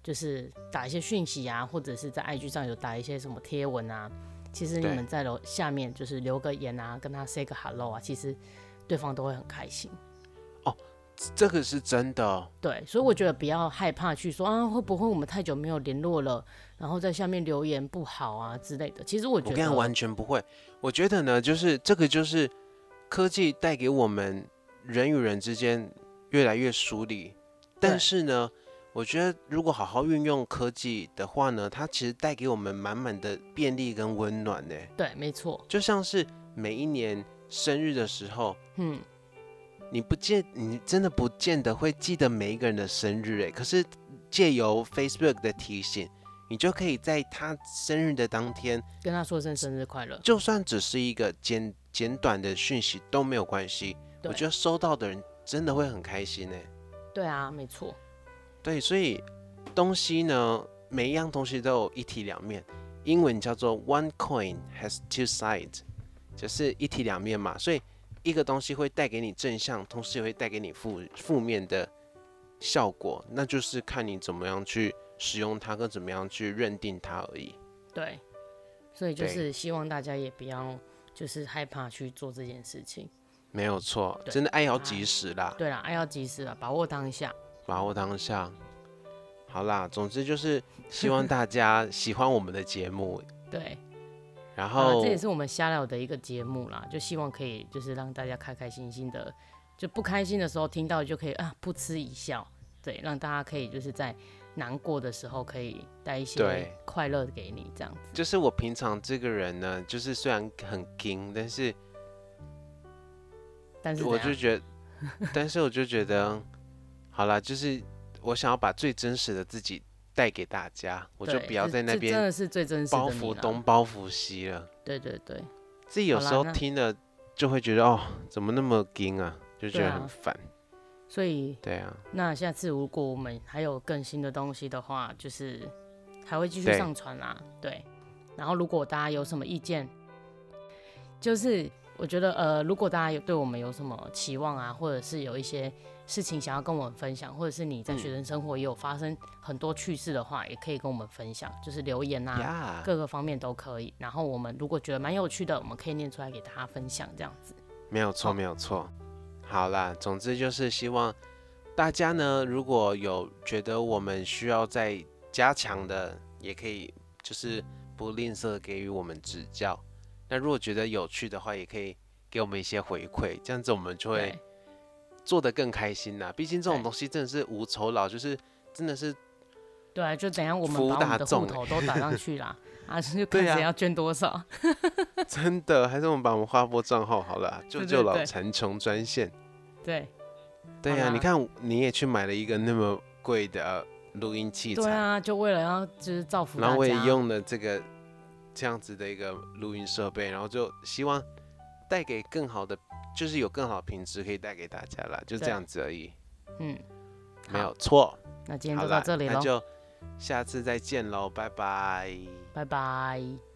Speaker 2: 就是打一些讯息啊，或者是在 IG 上有打一些什么贴文啊，其实你
Speaker 1: 对
Speaker 2: 们在楼下面就是留个言啊，跟他 say 个 hello 啊，其实对方都会很开心。
Speaker 1: 这个是真的哦。
Speaker 2: 对，所以我觉得不要害怕去说啊，会不会我们太久没有联络了，然后在下面留言不好啊之类的。其实我
Speaker 1: 我
Speaker 2: 觉
Speaker 1: 跟你
Speaker 2: 得
Speaker 1: 讲，完全不会。我觉得呢，就是这个就是科技带给我们人与人之间越来越疏离，但
Speaker 2: 对
Speaker 1: 是呢，我觉得如果好好运用科技的话呢，它其实带给我们满满的便利跟温暖呢。
Speaker 2: 对，没错，
Speaker 1: 就像是每一年生日的时候，
Speaker 2: 嗯。
Speaker 1: 你不见你真的不见得会记得每一个人的生日欸诶，可是借由 Facebook 的提醒，你就可以在他生日的当天。
Speaker 2: 跟他说声生日快乐。
Speaker 1: 就算只是一个简简短的讯息都没有关系，
Speaker 2: 对
Speaker 1: 我觉得收到的人真的会很开心呢。欸
Speaker 2: 对啊，没错，
Speaker 1: 对，所以东西呢，每一样东西都有一体两面，英文叫做 one coin has two sides，就是一体两面嘛。所以一个东西会带给你正向，同时也会带给你负负面的效果，那就是看你怎么样去使用它跟怎么样去认定它而已。
Speaker 2: 对，所以就
Speaker 1: 对
Speaker 2: 是希望大家也不要就是害怕去做这件事情。
Speaker 1: 没有错，
Speaker 2: 对
Speaker 1: 真的爱要
Speaker 2: 啊
Speaker 1: 及时啦。
Speaker 2: 对啦，爱要及时啊，把握当下。
Speaker 1: 把握当下。好啦，总之
Speaker 2: *laughs*
Speaker 1: 就是希望大家喜欢我们的节目，
Speaker 2: 对，
Speaker 1: 然
Speaker 2: 啊，
Speaker 1: 后
Speaker 2: 这也是我们瞎聊的一个节目啦，就希望可以就是让大家开开心心的，就不开心的时候听到就可以啊噗嗤一笑，对，让大家可以就是在难过的时候可以带一些
Speaker 1: 对
Speaker 2: 快乐给你这样子。
Speaker 1: 就是我平常这个人呢，就是虽然很硬，但是
Speaker 2: 但是怎
Speaker 1: 我就
Speaker 2: 样
Speaker 1: 觉得，但是我就觉得，好啦，就是我想要把最真实的自己带给大家，我就
Speaker 2: 对
Speaker 1: 不要
Speaker 2: 这
Speaker 1: 在那
Speaker 2: 这真
Speaker 1: 边
Speaker 2: 的是最真实的
Speaker 1: 包
Speaker 2: 你
Speaker 1: 袱
Speaker 2: 啦
Speaker 1: 东包袱西了。
Speaker 2: 对对对，
Speaker 1: 自己有
Speaker 2: 好
Speaker 1: 时
Speaker 2: 啦
Speaker 1: 候
Speaker 2: 那
Speaker 1: 听了就会觉得哦，怎么那么硬啊，就觉
Speaker 2: 对
Speaker 1: 得
Speaker 2: 啊
Speaker 1: 很烦。
Speaker 2: 所以
Speaker 1: 对啊，
Speaker 2: 那下次如果我们还有更新的东西的话，就是还会继续
Speaker 1: 对
Speaker 2: 上传啦。对，然后如果大家有什么意见，就是我觉得呃，如果大家有对我们有什么期望啊，或者是有一些事情想要跟我们分享，或者是你在
Speaker 1: 嗯
Speaker 2: 学生生活也有发生很多趣事的话，也可以跟我们分享，就是留言啊
Speaker 1: 呀、
Speaker 2: 各个方面都可以。然后我们如果觉得蛮有趣的，我们可以念出来给大家分享，这样子。
Speaker 1: 没有错，没有错。好啦，总之就是希望大家呢，如果有觉得我们需要再加强的，也可以就是不吝啬给予我们指教。那如果觉得有趣的话，也可以给我们一些回馈，这样子我们就会
Speaker 2: 对
Speaker 1: 做得更开心啦。毕竟这种
Speaker 2: 对
Speaker 1: 东西真的是无酬劳，就是真的是 *laughs*
Speaker 2: 对啊，就等一下我们
Speaker 1: 服务
Speaker 2: 把我们
Speaker 1: 大
Speaker 2: 的户
Speaker 1: 众
Speaker 2: 头都打上
Speaker 1: *laughs*
Speaker 2: 去啦，啊，就看
Speaker 1: 对啊
Speaker 2: 谁要捐多少。
Speaker 1: 真的，还是我们把我们花博账号好了，救
Speaker 2: 对
Speaker 1: 救
Speaker 2: 对
Speaker 1: 老
Speaker 2: 对
Speaker 1: 残穷专线。
Speaker 2: 对
Speaker 1: 对
Speaker 2: 好
Speaker 1: 呀、
Speaker 2: 啦
Speaker 1: 你看你也去买了一个那么贵的录音器材，
Speaker 2: 对啊，就为了要就是造福
Speaker 1: 然
Speaker 2: 大
Speaker 1: 后我也
Speaker 2: 家
Speaker 1: 用了这个这样子的一个录音设备，然后就希望带给更好的，就是有更好的品质可以带给大家啦，就这
Speaker 2: 对
Speaker 1: 样子而已，
Speaker 2: 嗯，
Speaker 1: 没
Speaker 2: 好
Speaker 1: 有，错。
Speaker 2: 那今天
Speaker 1: 好
Speaker 2: 就到
Speaker 1: 啦，
Speaker 2: 这里
Speaker 1: 那
Speaker 2: 喽，
Speaker 1: 就下次再见喽，拜拜。
Speaker 2: 拜拜。